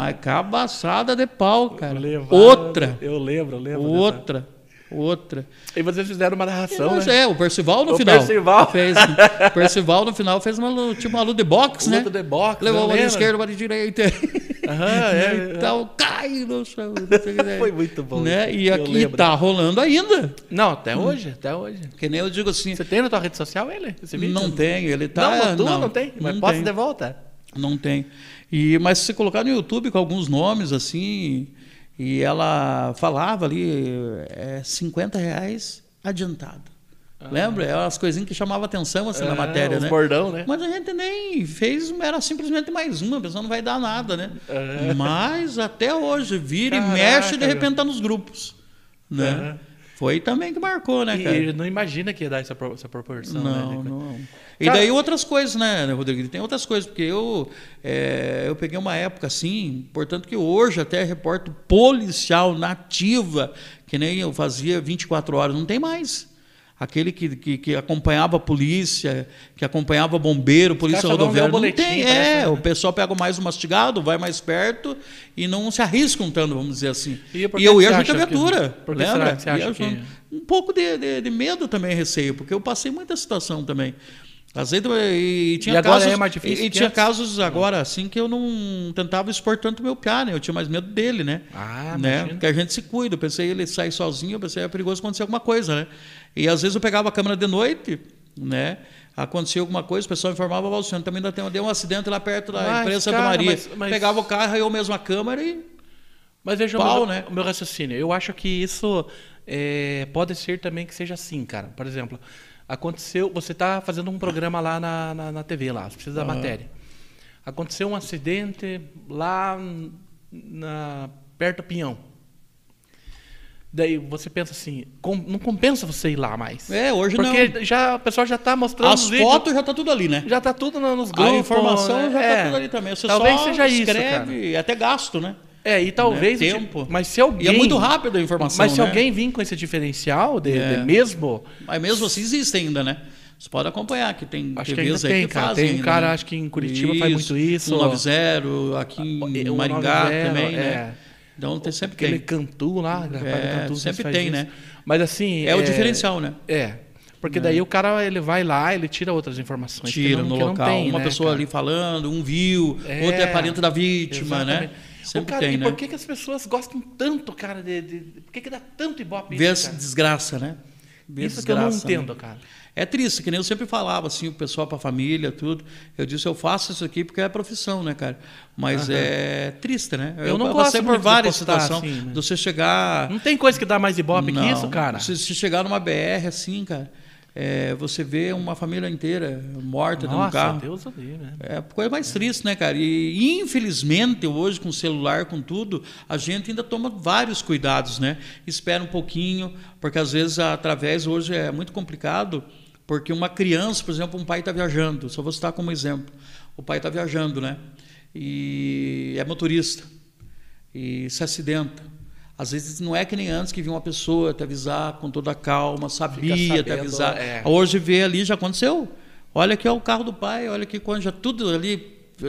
Speaker 2: Mas cabaçada de pau, cara.
Speaker 1: Levaram-
Speaker 2: Outra,
Speaker 1: Eu lembro, eu lembro. dessa.
Speaker 2: outra, outra.
Speaker 1: E vocês fizeram uma narração,
Speaker 2: Mas
Speaker 1: né?
Speaker 2: é, o Percival no
Speaker 1: O
Speaker 2: final.
Speaker 1: Percival.
Speaker 2: Fez, o Percival no final fez uma, lu- tipo uma luta de boxe, né?
Speaker 1: Luta de boxe, eu
Speaker 2: Levou uma de
Speaker 1: lembro.
Speaker 2: esquerda, uma de direita.
Speaker 1: Aham, é.
Speaker 2: né? Então, cai no chão. não sei o que, né?
Speaker 1: Foi muito bom
Speaker 2: Né?
Speaker 1: isso,
Speaker 2: E
Speaker 1: eu
Speaker 2: aqui
Speaker 1: lembro.
Speaker 2: tá rolando ainda.
Speaker 1: Não, até
Speaker 2: Hum.
Speaker 1: hoje, até hoje.
Speaker 2: Que nem eu digo assim,
Speaker 1: Você tem na tua rede social ele? Esse vídeo?
Speaker 2: não tenho, ele tá...
Speaker 1: Não, não, tu não, tem. Mas
Speaker 2: não
Speaker 1: posso
Speaker 2: tem.
Speaker 1: de volta?
Speaker 2: Não tem. E, mas se você colocar no YouTube com alguns nomes assim, e ela falava ali, é 50 reais adiantado. Lembra? Eram as coisinhas que chamavam atenção assim, na
Speaker 1: Ah. É,
Speaker 2: matéria,
Speaker 1: os
Speaker 2: né?
Speaker 1: bordão, né?
Speaker 2: Mas a gente nem fez, era simplesmente mais uma, a pessoa não vai dar nada, né?
Speaker 1: É.
Speaker 2: Mas até hoje, vira
Speaker 1: Caraca,
Speaker 2: e mexe, de
Speaker 1: meu.
Speaker 2: repente tá nos grupos. Né?
Speaker 1: É.
Speaker 2: Foi também que marcou, né,
Speaker 1: E
Speaker 2: cara?
Speaker 1: ele não imagina que ia dar essa, pro- essa proporção, né?
Speaker 2: Não,
Speaker 1: de-
Speaker 2: não. E
Speaker 1: Cara-
Speaker 2: daí outras coisas, né, Rodrigo? Tem outras coisas, porque eu, é, eu peguei uma época assim, portanto que hoje até repórter policial nativa, que nem eu fazia 24 horas, não tem mais. Aquele que, que, que acompanhava a polícia, que acompanhava bombeiro, polícia
Speaker 1: caras só vão ver
Speaker 2: rodoviária,
Speaker 1: o
Speaker 2: não
Speaker 1: boletim,
Speaker 2: tem.
Speaker 1: parece,
Speaker 2: É,
Speaker 1: né?
Speaker 2: o pessoal pega mais o mastigado, vai mais perto e não se arriscam tanto, vamos dizer assim.
Speaker 1: E
Speaker 2: E,
Speaker 1: por que
Speaker 2: eu
Speaker 1: que
Speaker 2: ia
Speaker 1: você
Speaker 2: junto à
Speaker 1: acha que-
Speaker 2: viatura,
Speaker 1: por que será
Speaker 2: lembra?
Speaker 1: que você acha
Speaker 2: Ia
Speaker 1: que-
Speaker 2: junto um pouco de, de- de medo também, receio, porque eu passei muita situação também. Azeite e, e tinha
Speaker 1: E agora
Speaker 2: casos,
Speaker 1: é mais difícil
Speaker 2: e, e
Speaker 1: que
Speaker 2: tinha
Speaker 1: antes?
Speaker 2: casos agora assim que eu não tentava expor tanto meu piá, né? Eu tinha mais medo dele, né?
Speaker 1: Ah,
Speaker 2: né?
Speaker 1: imagino.
Speaker 2: Porque a gente se cuida. Eu pensei, ele sai sozinho, eu pensei, é perigoso acontecer alguma coisa, né? E às vezes eu pegava a câmera de noite, né? Acontecia alguma coisa, o pessoal informava, "Ó, o senhor também deu deu um acidente lá perto da
Speaker 1: Mas,
Speaker 2: imprensa
Speaker 1: cara,
Speaker 2: do Maria.
Speaker 1: mas- mas-
Speaker 2: Pegava o carro, eu mesmo a câmera e.
Speaker 1: Mas veja
Speaker 2: Pau,
Speaker 1: o, meu,
Speaker 2: né?
Speaker 1: o meu raciocínio. Eu acho que isso é, pode ser também que seja assim, cara. Por exemplo, aconteceu. Você está fazendo um programa lá na, na, na TV, lá, você precisa da matéria. Aconteceu um acidente lá n- na, perto do Pinhão. Daí você pensa assim, com- não compensa você ir lá mais.
Speaker 2: É, hoje não.
Speaker 1: Porque já, o pessoal já está mostrando
Speaker 2: As
Speaker 1: os vídeos,
Speaker 2: fotos já tá tudo ali, né?
Speaker 1: já está tudo no- nos
Speaker 2: A
Speaker 1: grupos.
Speaker 2: informação
Speaker 1: né?
Speaker 2: já
Speaker 1: É.
Speaker 2: tá tudo ali também. Você
Speaker 1: Talvez
Speaker 2: só
Speaker 1: seja isso, cara.
Speaker 2: escreve, até gasto, né?
Speaker 1: É, e talvez.
Speaker 2: Né? Tempo.
Speaker 1: Mas se alguém.
Speaker 2: E é muito rápido a informação,
Speaker 1: Mas se
Speaker 2: né?
Speaker 1: alguém vir com esse diferencial de,
Speaker 2: É.
Speaker 1: de mesmo.
Speaker 2: Mas mesmo assim existe ainda, né? Você pode acompanhar que tem
Speaker 1: Acho que
Speaker 2: TVs
Speaker 1: ainda
Speaker 2: aí
Speaker 1: tem,
Speaker 2: que
Speaker 1: cara.
Speaker 2: fazem.
Speaker 1: Tem um
Speaker 2: ainda,
Speaker 1: cara,
Speaker 2: né?
Speaker 1: acho que em Curitiba faz muito isso. Ah, é,
Speaker 2: 190, aqui em
Speaker 1: O
Speaker 2: Maringá
Speaker 1: 190,
Speaker 2: também,
Speaker 1: é.
Speaker 2: né? Então tem, sempre
Speaker 1: Aquele
Speaker 2: tem.
Speaker 1: cantu lá, rapaz,
Speaker 2: É,
Speaker 1: cantu,
Speaker 2: sempre
Speaker 1: faz
Speaker 2: tem,
Speaker 1: isso.
Speaker 2: né?
Speaker 1: Mas assim.
Speaker 2: É o diferencial, né?
Speaker 1: É. Porque daí o cara ele vai lá, ele tira outras informações. que
Speaker 2: Tira
Speaker 1: não-
Speaker 2: no
Speaker 1: que não
Speaker 2: local,
Speaker 1: tem,
Speaker 2: uma
Speaker 1: né,
Speaker 2: pessoa
Speaker 1: cara?
Speaker 2: ali falando, um viu,
Speaker 1: É,
Speaker 2: outro é parente da vítima,
Speaker 1: Exatamente.
Speaker 2: né?
Speaker 1: Ô,
Speaker 2: Sempre
Speaker 1: cara,
Speaker 2: tem,
Speaker 1: e
Speaker 2: né?
Speaker 1: por que, que as pessoas gostam tanto, cara? De, de- de- por que, que dá tanto ibope
Speaker 2: Vê
Speaker 1: isso?
Speaker 2: essa
Speaker 1: Cara?
Speaker 2: desgraça, né? Vê a
Speaker 1: Isso que eu não
Speaker 2: desgraça, né?
Speaker 1: entendo, cara.
Speaker 2: É triste, que nem eu sempre falava, assim, o pessoal pra família, tudo. Eu disse, eu faço isso aqui porque é profissão, né, cara? Mas é triste, né?
Speaker 1: Eu não
Speaker 2: passei
Speaker 1: gosto
Speaker 2: por
Speaker 1: muito de
Speaker 2: várias
Speaker 1: postar,
Speaker 2: situações.
Speaker 1: assim, né?
Speaker 2: De você chegar.
Speaker 1: Não tem coisa que dá mais ibope que isso,
Speaker 2: Não.
Speaker 1: cara.
Speaker 2: Se, se chegar numa BR assim, cara, é, você vê uma família inteira morta dentro do
Speaker 1: Nossa,
Speaker 2: um carro.
Speaker 1: Deus o livre, né?
Speaker 2: É a coisa mais triste, né, cara? E infelizmente hoje, com o celular, com tudo, a gente ainda toma vários cuidados, né? Espera um pouquinho, porque às vezes através hoje é muito complicado, porque uma criança, por exemplo, um pai está viajando, só vou citar como exemplo. O pai está viajando, né? E é motorista. E se acidenta. Às vezes não é que nem antes que vinha uma pessoa te avisar com toda a calma, sabia te
Speaker 1: sabendo,
Speaker 2: avisar.
Speaker 1: é.
Speaker 2: Hoje vê ali, já aconteceu. Olha aqui é o carro do pai, olha aqui quando já tudo ali.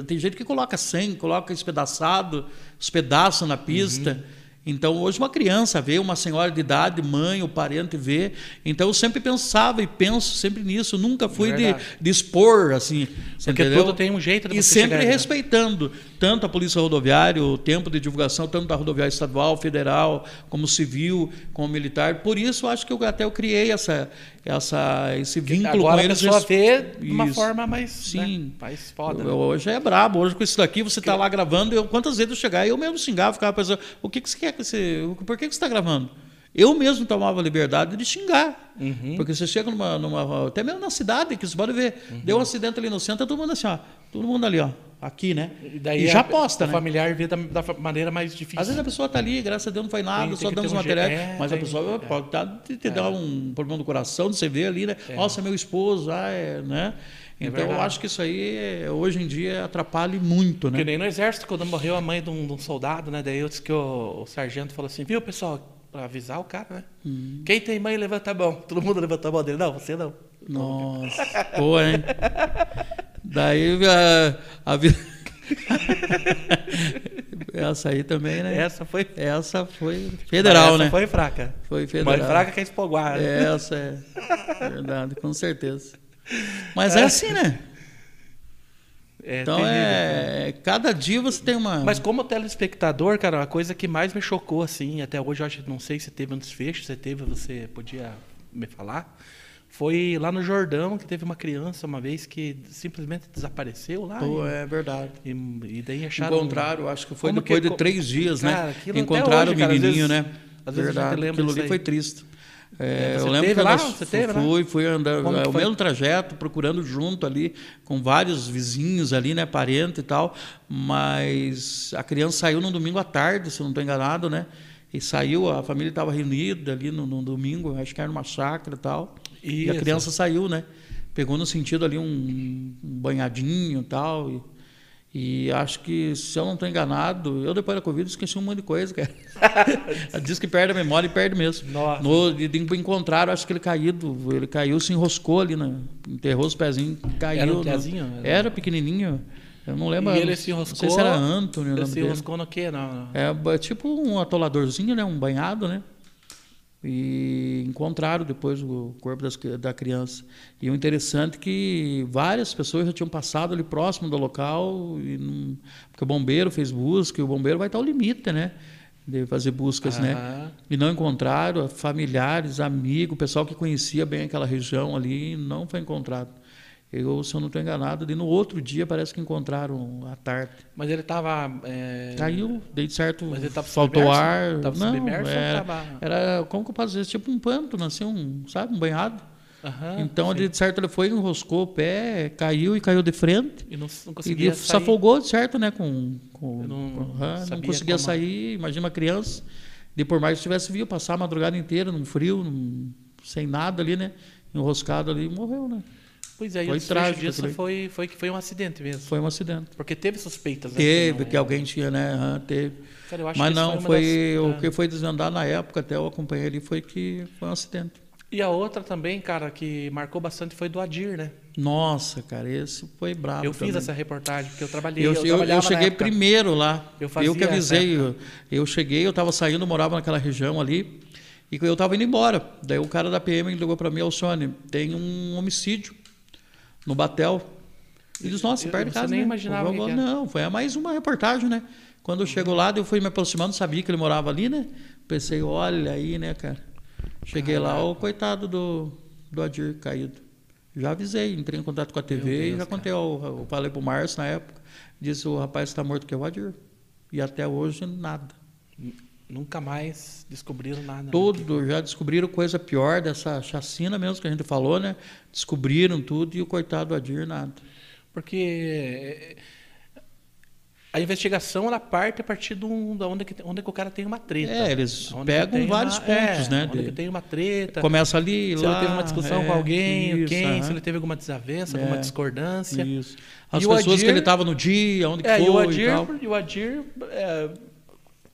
Speaker 2: Tem gente que coloca 100, coloca espedaçado, os pedaços na pista.
Speaker 1: Uhum.
Speaker 2: Então, hoje uma criança vê, uma senhora de idade, mãe, o parente vê. Então, eu sempre pensava e penso sempre nisso. Eu Nunca fui de,
Speaker 1: Verdade.
Speaker 2: de expor, assim. você
Speaker 1: Porque
Speaker 2: entendeu?
Speaker 1: tudo tem um jeito de
Speaker 2: E
Speaker 1: você
Speaker 2: sempre
Speaker 1: chegar, né?
Speaker 2: respeitando tanto a Polícia Rodoviária, o tempo de divulgação, tanto da rodoviária estadual, federal, como civil, como militar. Por isso, eu acho que eu até eu criei essa, essa, esse vínculo
Speaker 1: Agora
Speaker 2: com eles.
Speaker 1: a pessoa vê de uma
Speaker 2: Isso.
Speaker 1: forma mais,
Speaker 2: Sim.
Speaker 1: né, mais foda.
Speaker 2: Eu-
Speaker 1: né?
Speaker 2: Hoje é brabo, hoje com isso daqui você está lá gravando, eu, quantas vezes eu chegar, eu mesmo xingava, ficava pensando, o que, que você quer que você. o- Por que, que você está gravando? Eu mesmo tomava liberdade de xingar.
Speaker 1: Uhum.
Speaker 2: Porque você chega numa, numa- Até mesmo na cidade, que você pode ver. Deu
Speaker 1: Uhum.
Speaker 2: um acidente ali no centro, todo mundo assim, ó. Todo mundo ali, ó. Aqui, né?
Speaker 1: E
Speaker 2: E,
Speaker 1: daí
Speaker 2: já
Speaker 1: a-
Speaker 2: posta,
Speaker 1: o
Speaker 2: né?
Speaker 1: familiar vê da, da fa- maneira mais difícil.
Speaker 2: Às vezes a pessoa está ali, graças a Deus não faz nada,
Speaker 1: Tem- tem
Speaker 2: só
Speaker 1: que
Speaker 2: dando
Speaker 1: ter
Speaker 2: os
Speaker 1: um jeito.
Speaker 2: materiais.
Speaker 1: É,
Speaker 2: mas
Speaker 1: tem-
Speaker 2: a pessoa
Speaker 1: é.
Speaker 2: pode tá- te, te dar um problema no coração, de você ver ali, né? Nossa, meu esposo, ah, é, né?
Speaker 1: É
Speaker 2: Então eu
Speaker 1: verdade.
Speaker 2: acho que isso aí, é, hoje em dia, atrapalha e muito,
Speaker 1: Porque
Speaker 2: né?
Speaker 1: nem no exército, quando morreu a mãe de um, de um soldado, né? Daí eu disse que o, o sargento falou assim, viu, pessoal, pra avisar o cara, né? Quem tem mãe, levanta a mão. Todo mundo levanta a mão dele. Não, você não.
Speaker 2: Nossa, pô, hein? Daí a, a vida. Essa aí também, né?
Speaker 1: Essa foi...
Speaker 2: Essa foi federal,
Speaker 1: Essa
Speaker 2: né?
Speaker 1: foi fraca.
Speaker 2: Foi federal.
Speaker 1: Mais fraca que a espoguar. né?
Speaker 2: É, Essa é verdade, com certeza. Mas é assim, né?
Speaker 1: É
Speaker 2: Então
Speaker 1: terrível, cara.
Speaker 2: é. Cada dia você tem uma.
Speaker 1: Mas como telespectador, cara, a coisa que mais me chocou, assim, até hoje eu acho, não sei se teve um desfecho, se teve, você podia me falar, foi lá no Jordão que teve uma criança uma vez que simplesmente desapareceu lá.
Speaker 2: Pô, é verdade.
Speaker 1: e, e daí acharam...
Speaker 2: Encontraram, acho que foi
Speaker 1: um- Como
Speaker 2: depois
Speaker 1: que-
Speaker 2: de três dias,
Speaker 1: Cara,
Speaker 2: né?
Speaker 1: aquilo até
Speaker 2: Encontraram
Speaker 1: hoje, cara,
Speaker 2: o
Speaker 1: às
Speaker 2: menininho,
Speaker 1: vezes-
Speaker 2: né?
Speaker 1: às vezes a gente lembra
Speaker 2: Aquilo
Speaker 1: disso
Speaker 2: ali
Speaker 1: aí.
Speaker 2: foi triste. É,
Speaker 1: É,
Speaker 2: eu
Speaker 1: você
Speaker 2: lembro
Speaker 1: teve
Speaker 2: que
Speaker 1: lá?
Speaker 2: nós
Speaker 1: Você teve lá?
Speaker 2: fui, fui andando,
Speaker 1: Como que
Speaker 2: é, o
Speaker 1: foi?
Speaker 2: mesmo trajeto, procurando junto ali, com vários vizinhos ali, né, parente e tal, mas a criança saiu no domingo à tarde, se eu não estou enganado, né, e saiu, a família estava reunida ali no, no domingo, acho que era numa chácara e tal, e a
Speaker 1: Isso.
Speaker 2: criança saiu, né, pegou no sentido ali um, um banhadinho e tal, e e acho que, se eu não estou enganado, eu depois da Covid esqueci um monte de coisa, cara. Diz que perde a memória e perde mesmo.
Speaker 1: Nossa.
Speaker 2: No, de, de encontraram, acho que ele caído. Ele caiu, se enroscou ali, né? Enterrou os pezinhos, caiu.
Speaker 1: Era um
Speaker 2: no-
Speaker 1: pezinho?
Speaker 2: Era pequenininho. Eu não lembro.
Speaker 1: E ele se enroscou...
Speaker 2: Não sei se era Antônio o
Speaker 1: Ele
Speaker 2: nome
Speaker 1: se
Speaker 2: dele.
Speaker 1: enroscou no quê? Na-
Speaker 2: É ba- tipo um atoladorzinho, né? Um banhado, né? e encontraram depois o corpo das, da criança. E o interessante é que várias pessoas já tinham passado ali próximo do local, e não, porque o bombeiro fez busca, e o bombeiro vai estar o limite, né? De fazer buscas,
Speaker 1: Aham.
Speaker 2: né? E não encontraram familiares, amigos, pessoal que conhecia bem aquela região ali, não foi encontrado. Eu, se eu não estou enganado, ali no outro dia parece que encontraram à tarde.
Speaker 1: Mas ele tava. é,
Speaker 2: Caiu, dei certo,
Speaker 1: Mas ele tava
Speaker 2: faltou
Speaker 1: submerso?
Speaker 2: ar.
Speaker 1: Tava
Speaker 2: não,
Speaker 1: submerso ou
Speaker 2: era,
Speaker 1: tava-
Speaker 2: era, como que eu posso dizer, tipo um pântano, assim, um, sabe, um banhado.
Speaker 1: Aham,
Speaker 2: então,
Speaker 1: Ah, sim.
Speaker 2: ele, de certo, ele foi, enroscou o pé, caiu e caiu de frente.
Speaker 1: E não, não
Speaker 2: E
Speaker 1: conseguia.
Speaker 2: ele se
Speaker 1: sair.
Speaker 2: afogou, de certo, né, com... com
Speaker 1: Eu não
Speaker 2: com- aham, não,
Speaker 1: sabia
Speaker 2: conseguia
Speaker 1: como-
Speaker 2: sair, imagina uma criança. De por mais que tivesse viu, passar a madrugada inteira num frio, num- sem nada ali, né, enroscado ali, morreu, né.
Speaker 1: Pois é, e o
Speaker 2: Foi
Speaker 1: desfecho
Speaker 2: trágico
Speaker 1: disso
Speaker 2: aquilo aí.
Speaker 1: foi, foi que foi um acidente mesmo.
Speaker 2: Foi um acidente.
Speaker 1: Porque teve suspeitas. né, não-
Speaker 2: Teve, que alguém tinha, né, aham, teve.
Speaker 1: Cara, eu acho
Speaker 2: Mas
Speaker 1: que isso
Speaker 2: não,
Speaker 1: uma
Speaker 2: foi,
Speaker 1: das- é.
Speaker 2: o que foi desvendar na época, até eu acompanhei ali, foi que foi um acidente.
Speaker 1: E a outra também, cara, que marcou bastante foi do Adir, né?
Speaker 2: Nossa, cara, esse foi brabo.
Speaker 1: eu fiz
Speaker 2: Ah, também.
Speaker 1: essa reportagem, porque eu trabalhei.
Speaker 2: Eu, eu, eu
Speaker 1: trabalhava na
Speaker 2: cheguei
Speaker 1: época.
Speaker 2: primeiro lá.
Speaker 1: Eu
Speaker 2: Eu,
Speaker 1: fazia
Speaker 2: que
Speaker 1: essa
Speaker 2: avisei. Eu, eu cheguei, eu estava saindo, morava naquela região ali, e eu estava indo embora. Daí o cara da PM ligou para mim, Alcione, tem um homicídio no Batel. E disse, nossa,
Speaker 1: Eu-
Speaker 2: perto de
Speaker 1: você
Speaker 2: casa.
Speaker 1: nem
Speaker 2: né?
Speaker 1: imaginava
Speaker 2: Eu
Speaker 1: o que
Speaker 2: vou-
Speaker 1: que era.
Speaker 2: Não, foi mais uma reportagem, né? Quando eu chego lá, daí eu fui me aproximando, sabia que ele morava ali, né? Pensei, olha aí, né, cara? Cheguei lá, o coitado do, do Adir caído. Já avisei, entrei em contato com a TV
Speaker 1: Meu
Speaker 2: e
Speaker 1: Deus,
Speaker 2: já
Speaker 1: cara.
Speaker 2: contei. ao- Eu falei pro Márcio na época, disse o rapaz está morto que é o Adir. E até hoje nada.
Speaker 1: Nunca mais descobriram nada. né?
Speaker 2: Tudo, já descobriram coisa pior dessa chacina mesmo que a gente falou, né? Descobriram tudo e o coitado do Adir nada.
Speaker 1: Porque é, a investigação ela parte a partir de um- da onde, que, onde que o cara tem uma treta.
Speaker 2: É, eles
Speaker 1: Onde que
Speaker 2: pegam
Speaker 1: tem
Speaker 2: vários
Speaker 1: uma-
Speaker 2: pontos,
Speaker 1: é,
Speaker 2: né?
Speaker 1: Onde
Speaker 2: de-
Speaker 1: que tem uma treta.
Speaker 2: Começa ali,
Speaker 1: se
Speaker 2: lá.
Speaker 1: ele Tá. teve uma discussão
Speaker 2: é,
Speaker 1: com alguém,
Speaker 2: isso,
Speaker 1: quem, se
Speaker 2: aham,
Speaker 1: ele teve alguma desavença, alguma
Speaker 2: É,
Speaker 1: discordância.
Speaker 2: isso. As
Speaker 1: E o
Speaker 2: pessoas
Speaker 1: Adir-
Speaker 2: que ele estava no dia, onde que
Speaker 1: É,
Speaker 2: foi
Speaker 1: e o Adir,
Speaker 2: tal.
Speaker 1: e o Adir é,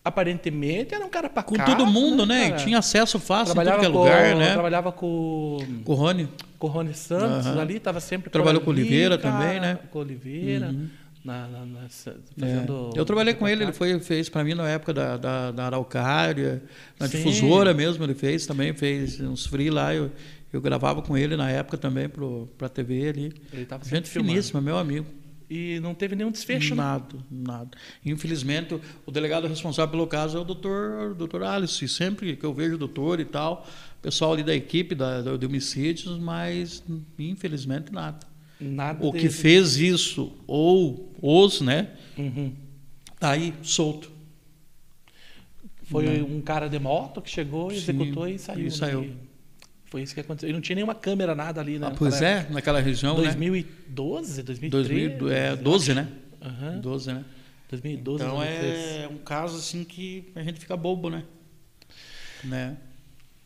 Speaker 1: aparentemente era um cara pacato.
Speaker 2: Com todo mundo, né?
Speaker 1: cara?
Speaker 2: Tinha acesso fácil em tudo
Speaker 1: trabalhava
Speaker 2: que é
Speaker 1: com,
Speaker 2: lugar, né?
Speaker 1: Trabalhava com,
Speaker 2: Com o Rony.
Speaker 1: com o Rony Santos
Speaker 2: Aham.
Speaker 1: ali, tava sempre
Speaker 2: Trabalhou com
Speaker 1: ali,
Speaker 2: Oliveira
Speaker 1: cara,
Speaker 2: também, né? Uhum.
Speaker 1: Com Oliveira, na, na- na- fazendo...
Speaker 2: É. Eu trabalhei com ele, ele foi, fez para mim na época da, da, da Araucária, na
Speaker 1: Sim.
Speaker 2: difusora mesmo, ele fez também, fez uns free lá, eu, eu gravava com ele na época também para a TV ali.
Speaker 1: Ele tava sempre
Speaker 2: Gente
Speaker 1: filmando.
Speaker 2: finíssima, meu amigo.
Speaker 1: E não teve nenhum desfecho, né?
Speaker 2: Nada, nada. Infelizmente, o delegado responsável pelo caso é o doutor, o doutor Alice. Sempre que eu vejo o doutor e tal, o pessoal ali da equipe da, da- de homicídios, mas infelizmente nada.
Speaker 1: Nada
Speaker 2: O que
Speaker 1: desse-
Speaker 2: fez isso, ou os, né?
Speaker 1: Uhum.
Speaker 2: Tá aí, solto.
Speaker 1: Foi um cara de moto que chegou,
Speaker 2: Sim,
Speaker 1: executou e saiu.
Speaker 2: e
Speaker 1: né?
Speaker 2: saiu.
Speaker 1: E Foi isso que aconteceu. E não tinha nenhuma câmera, nada ali, né?
Speaker 2: Ah, pois
Speaker 1: Naquela
Speaker 2: é, naquela região, né?
Speaker 1: 2012, 2013?
Speaker 2: 2000, é, 12, né?
Speaker 1: Aham.
Speaker 2: 12, né?
Speaker 1: 2012,
Speaker 2: então
Speaker 1: 2013.
Speaker 2: é um caso assim que a gente fica bobo, né? né?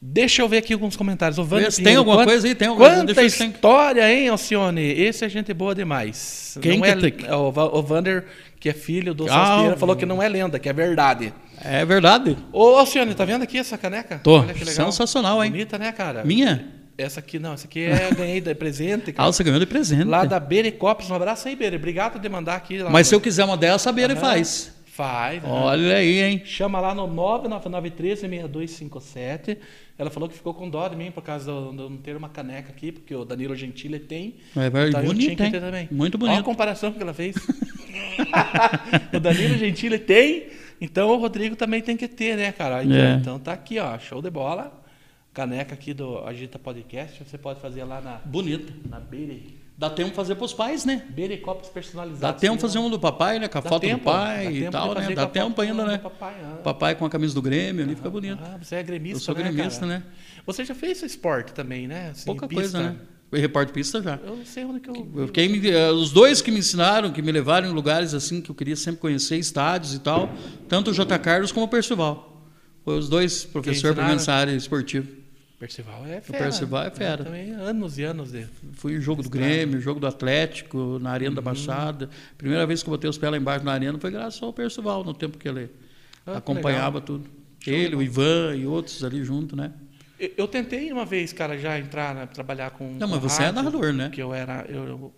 Speaker 1: Deixa eu ver aqui alguns comentários. O Vani
Speaker 2: Vê se
Speaker 1: Pinheiro,
Speaker 2: tem alguma
Speaker 1: quant-
Speaker 2: coisa aí, tem alguma coisa,
Speaker 1: Quanta
Speaker 2: deixa eu ver se tem-
Speaker 1: história, hein, Alcione? Esse é gente boa demais.
Speaker 2: Quem
Speaker 1: não
Speaker 2: que
Speaker 1: é,
Speaker 2: tem-
Speaker 1: é o, Va- o Vander, que é filho do
Speaker 2: Ah,
Speaker 1: Celso Pinheiro,
Speaker 2: o-
Speaker 1: falou que não é lenda, que é verdade.
Speaker 2: É verdade.
Speaker 1: Ô, Alcione, tá vendo aqui essa caneca?
Speaker 2: Tô.
Speaker 1: Olha que legal.
Speaker 2: Sensacional, hein?
Speaker 1: Bonita, né, cara?
Speaker 2: Minha?
Speaker 1: Essa aqui não, essa aqui é ganhei de presente.
Speaker 2: Ah,
Speaker 1: Cara.
Speaker 2: você ganhou de presente.
Speaker 1: Lá da Berecopos. Um abraço aí, Bere. Obrigado de mandar aqui. lá
Speaker 2: Mas
Speaker 1: no-
Speaker 2: se eu quiser uma dessa, a Beira
Speaker 1: Aham.
Speaker 2: faz.
Speaker 1: Faz. né?
Speaker 2: Olha aí, hein?
Speaker 1: Chama lá no 99913-6257. Ela falou que ficou com dó de mim por causa de eu não ter uma caneca aqui, porque o Danilo Gentili tem. Então,
Speaker 2: É verdade,
Speaker 1: eu
Speaker 2: bonito,
Speaker 1: tinha que
Speaker 2: hein?
Speaker 1: ter também.
Speaker 2: Muito
Speaker 1: Olha a
Speaker 2: bonito.
Speaker 1: comparação que ela fez. o Danilo Gentili tem, então o Rodrigo também tem que ter, né, cara? Então,
Speaker 2: É.
Speaker 1: então tá aqui, ó, show de bola. Caneca aqui do Agita Podcast. Você pode fazer lá na,
Speaker 2: Bonito.
Speaker 1: na Bere,
Speaker 2: Dá tempo de fazer pros pais, né?
Speaker 1: Berecopos
Speaker 2: Dá
Speaker 1: personalizados.
Speaker 2: tempo de fazer um do papai, né? Com a
Speaker 1: Dá
Speaker 2: foto
Speaker 1: tempo,
Speaker 2: do
Speaker 1: dá
Speaker 2: pai
Speaker 1: tempo de
Speaker 2: e tal,
Speaker 1: fazer
Speaker 2: né?
Speaker 1: com a
Speaker 2: Dá tempo
Speaker 1: foto
Speaker 2: ainda,
Speaker 1: do
Speaker 2: né?
Speaker 1: papai, ah.
Speaker 2: Papai com a camisa do Grêmio ali, fica bonito.
Speaker 1: Ah, você é gremista,
Speaker 2: Eu sou
Speaker 1: né,
Speaker 2: gremista,
Speaker 1: cara?
Speaker 2: né?
Speaker 1: Você já fez esporte também, né? Assim,
Speaker 2: Pouca
Speaker 1: pista.
Speaker 2: coisa, né? Fui repórter de pista já.
Speaker 1: Eu não sei onde que eu.
Speaker 2: Eu- quem me- eh, os dois que me ensinaram, que me levaram em lugares assim que eu queria sempre conhecer, estádios e tal, tanto o J. Carlos como o Percival. Foi os dois professores para
Speaker 1: ensinaram?
Speaker 2: nessa área esportiva.
Speaker 1: Percival é fera.
Speaker 2: Percival é fera.
Speaker 1: Eu Também anos e anos de.
Speaker 2: Fui em jogo do Grêmio, jogo do Atlético, na Arena
Speaker 1: Uhum.
Speaker 2: da Baixada. Primeira vez que eu botei os pés lá embaixo na Arena foi graças ao Percival, no tempo que ele
Speaker 1: Ah, que
Speaker 2: acompanhava tudo. Ele, o Ivan e outros ali junto, né?
Speaker 1: Eu, eu tentei uma vez, cara, já entrar, né, trabalhar com.
Speaker 2: Não,
Speaker 1: com
Speaker 2: mas você é narrador, né?
Speaker 1: Que eu era. Eu, eu-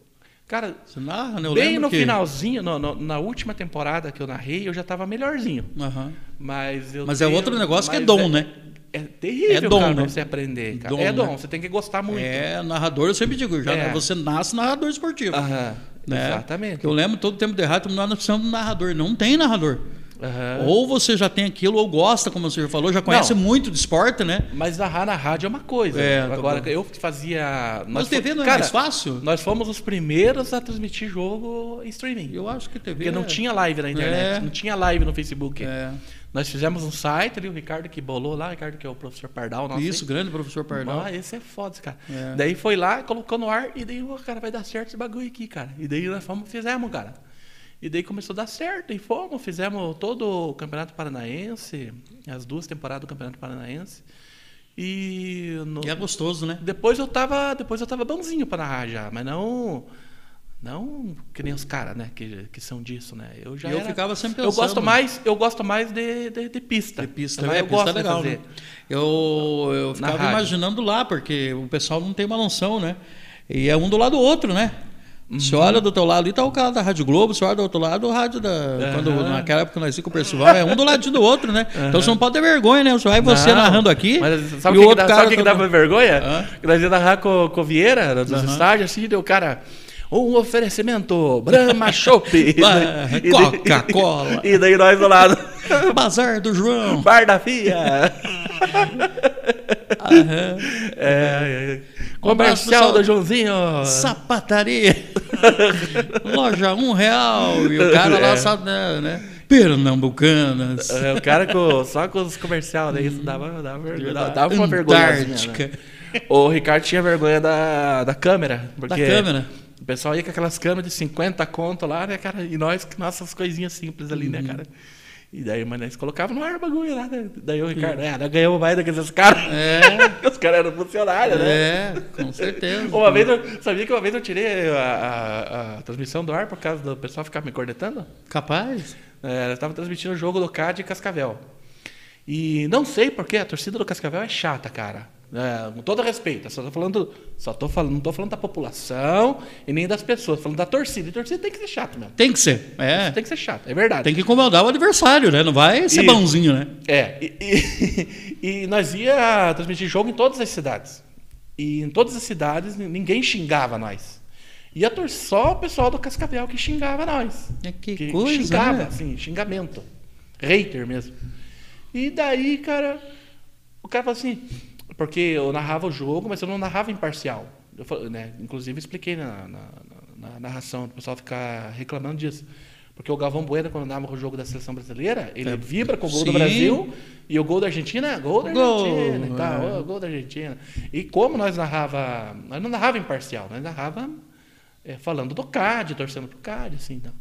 Speaker 1: cara,
Speaker 2: Você narra, né? Eu
Speaker 1: bem
Speaker 2: lembro
Speaker 1: no
Speaker 2: que...
Speaker 1: finalzinho, no- no- na última temporada que eu narrei, eu já tava melhorzinho.
Speaker 2: Aham.
Speaker 1: Mas eu.
Speaker 2: Mas é
Speaker 1: tenho-
Speaker 2: outro negócio que é
Speaker 1: mas
Speaker 2: dom, né?
Speaker 1: É terrível,
Speaker 2: É dom,
Speaker 1: cara,
Speaker 2: né?
Speaker 1: você aprender. Cara.
Speaker 2: Dom,
Speaker 1: é dom,
Speaker 2: né?
Speaker 1: você tem que gostar muito.
Speaker 2: É, narrador, eu sempre digo, já,
Speaker 1: É.
Speaker 2: você nasce narrador esportivo.
Speaker 1: Aham,
Speaker 2: né?
Speaker 1: Exatamente.
Speaker 2: Eu lembro todo tempo de errado, nós não precisamos de um narrador. Não tem narrador.
Speaker 1: Aham.
Speaker 2: Ou você já tem aquilo, ou gosta, como o senhor falou, já conhece
Speaker 1: É. Não.
Speaker 2: muito de esporte, né?
Speaker 1: Mas narrar na rádio é uma coisa.
Speaker 2: É, tô
Speaker 1: Agora,
Speaker 2: bom.
Speaker 1: eu fazia.
Speaker 2: Mas
Speaker 1: nós
Speaker 2: TV
Speaker 1: fo-
Speaker 2: não é
Speaker 1: cara,
Speaker 2: mais fácil?
Speaker 1: Nós fomos os primeiros a transmitir jogo em streaming.
Speaker 2: Eu acho que TV.
Speaker 1: Porque não
Speaker 2: é-
Speaker 1: tinha live na internet,
Speaker 2: É.
Speaker 1: não tinha live no Facebook.
Speaker 2: É.
Speaker 1: Nós fizemos um site ali, o Ricardo que bolou lá, o Ricardo que é o professor Pardal. Nosso
Speaker 2: Isso, grande professor Pardal.
Speaker 1: Pardal. Ah, esse é foda, esse cara.
Speaker 2: É.
Speaker 1: Daí foi lá, colocou no ar, e daí, ô, cara, vai dar certo esse bagulho aqui, cara. E daí nós fomos, fizemos, cara. E daí começou a dar certo, e fomos, fizemos todo o Campeonato Paranaense, as duas temporadas do Campeonato Paranaense. E, no-
Speaker 2: E é gostoso, né?
Speaker 1: depois eu tava, depois eu tava bonzinho pra narrar já, mas não não que nem os caras, né, que, que são disso, né? Eu já
Speaker 2: E eu
Speaker 1: era-
Speaker 2: ficava sempre
Speaker 1: Eu
Speaker 2: pensando.
Speaker 1: gosto mais, eu gosto mais de, de, de pista.
Speaker 2: De pista,
Speaker 1: Mas
Speaker 2: né?
Speaker 1: eu
Speaker 2: Pista
Speaker 1: gosto
Speaker 2: é legal,
Speaker 1: de fazer.
Speaker 2: né? Eu, eu ficava
Speaker 1: rádio.
Speaker 2: imaginando lá, porque o pessoal não tem uma noção, né? E é um do lado do outro, né? Você
Speaker 1: Uhum.
Speaker 2: olha do teu lado ali, tá o cara da Rádio Globo, você olha do outro lado, o rádio da. Quando, naquela época nós íamos com o Percival, é um do ladinho do outro, né? Então você não pode ter vergonha, né? Você vai você
Speaker 1: Não.
Speaker 2: narrando aqui.
Speaker 1: Mas sabe
Speaker 2: e
Speaker 1: o
Speaker 2: o
Speaker 1: que,
Speaker 2: outro
Speaker 1: que, dá,
Speaker 2: cara
Speaker 1: sabe o que, que
Speaker 2: tá-
Speaker 1: dava vergonha?
Speaker 2: Hã?
Speaker 1: Que nós ia narrar com, com o Vieira, dos
Speaker 2: Aham.
Speaker 1: estágios, assim, deu, cara. Um oferecimento, Brahma Chopp. E daí- e daí-
Speaker 2: Coca-Cola.
Speaker 1: E daí nós do lado,
Speaker 2: Bazar do João.
Speaker 1: Bar da Fia.
Speaker 2: Aham.
Speaker 1: É, é. Comercial
Speaker 2: pessoal.
Speaker 1: do Joãozinho.
Speaker 2: Sapataria. Loja um real. E o cara lá
Speaker 1: É.
Speaker 2: sabe, né, né? Pernambucanas.
Speaker 1: É, o cara com, só com os comercial, né? Isso dava, dava, vergonha, dava, dava uma vergonha. né? assim,
Speaker 2: Antártica.
Speaker 1: O Ricardo tinha vergonha da, da câmera. Porque
Speaker 2: câmera?
Speaker 1: O pessoal ia com aquelas câmeras de 50 conto lá, né, cara? E nós com nossas coisinhas simples ali,
Speaker 2: Uhum.
Speaker 1: né, cara? E daí, mas nós colocava no ar o bagulho lá, né? Daí o Ricardo, é, nós ganhamos mais do que esses caras.
Speaker 2: É.
Speaker 1: Os caras eram funcionários, né?
Speaker 2: É, com certeza.
Speaker 1: Uma vez eu sabia que uma vez eu tirei a, a- a transmissão do ar por causa do pessoal ficar me cornetando?
Speaker 2: Capaz?
Speaker 1: É, ela estava transmitindo o jogo do CAD e Cascavel. E não sei porque a torcida do Cascavel é chata, cara. É, com todo respeito, só tô falando, só tô falando, não tô falando da população e nem das pessoas, tô falando da torcida. E torcida tem que ser chato mesmo.
Speaker 2: Tem que ser. É.
Speaker 1: Tem que ser chato, é verdade.
Speaker 2: Tem que incomodar o adversário, né? Não vai ser
Speaker 1: Isso.
Speaker 2: bonzinho, né?
Speaker 1: É, e, e- e nós ia transmitir jogo em todas as cidades. E em todas as cidades n- ninguém xingava nós. E a tor- só o pessoal do Cascavel que xingava nós.
Speaker 2: É que coisa,
Speaker 1: xingava,
Speaker 2: né?
Speaker 1: assim, xingamento. Hater mesmo. E daí, cara, o cara falou assim, porque eu narrava o jogo, mas eu não narrava imparcial. Eu, fa- né, inclusive expliquei na, na, na- na narração, o pessoal ficar reclamando disso. Porque o Galvão Bueno, quando narrava o jogo da seleção brasileira, ele vibra com o gol do
Speaker 2: Sim.
Speaker 1: Brasil e o gol da Argentina, gol da
Speaker 2: Gol,
Speaker 1: Argentina e tal,
Speaker 2: é.
Speaker 1: ó, gol da Argentina. E como nós narrava, nós não narrava imparcial, nós narrava é, falando do CAD, torcendo pro CAD, assim, então.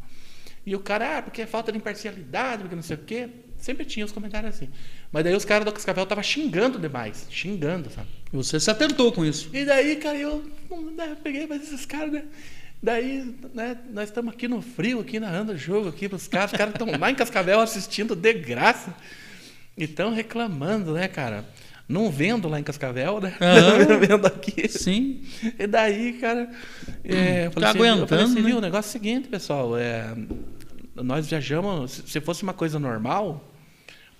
Speaker 1: E o cara, ah, porque é falta de imparcialidade, porque não sei o quê. Sempre tinha os comentários assim. Mas daí os caras do Cascavel estavam xingando demais, xingando, sabe?
Speaker 2: Você se atentou com isso.
Speaker 1: E daí, cara, eu, hum, né, eu peguei mais esses caras, né? Daí, né, nós estamos aqui no frio, aqui narrando o jogo aqui pros caras. Os caras estão lá em Cascavel assistindo de graça. E estão reclamando, né, cara? Não vendo lá em Cascavel, né?
Speaker 2: Aham.
Speaker 1: vendo aqui.
Speaker 2: Sim.
Speaker 1: E daí, cara, é, eu falei assim,
Speaker 2: Tá
Speaker 1: eu falei
Speaker 2: aguentando,
Speaker 1: assim,
Speaker 2: né?
Speaker 1: viu, o negócio é o seguinte, pessoal, é, nós viajamos, se- se fosse uma coisa normal,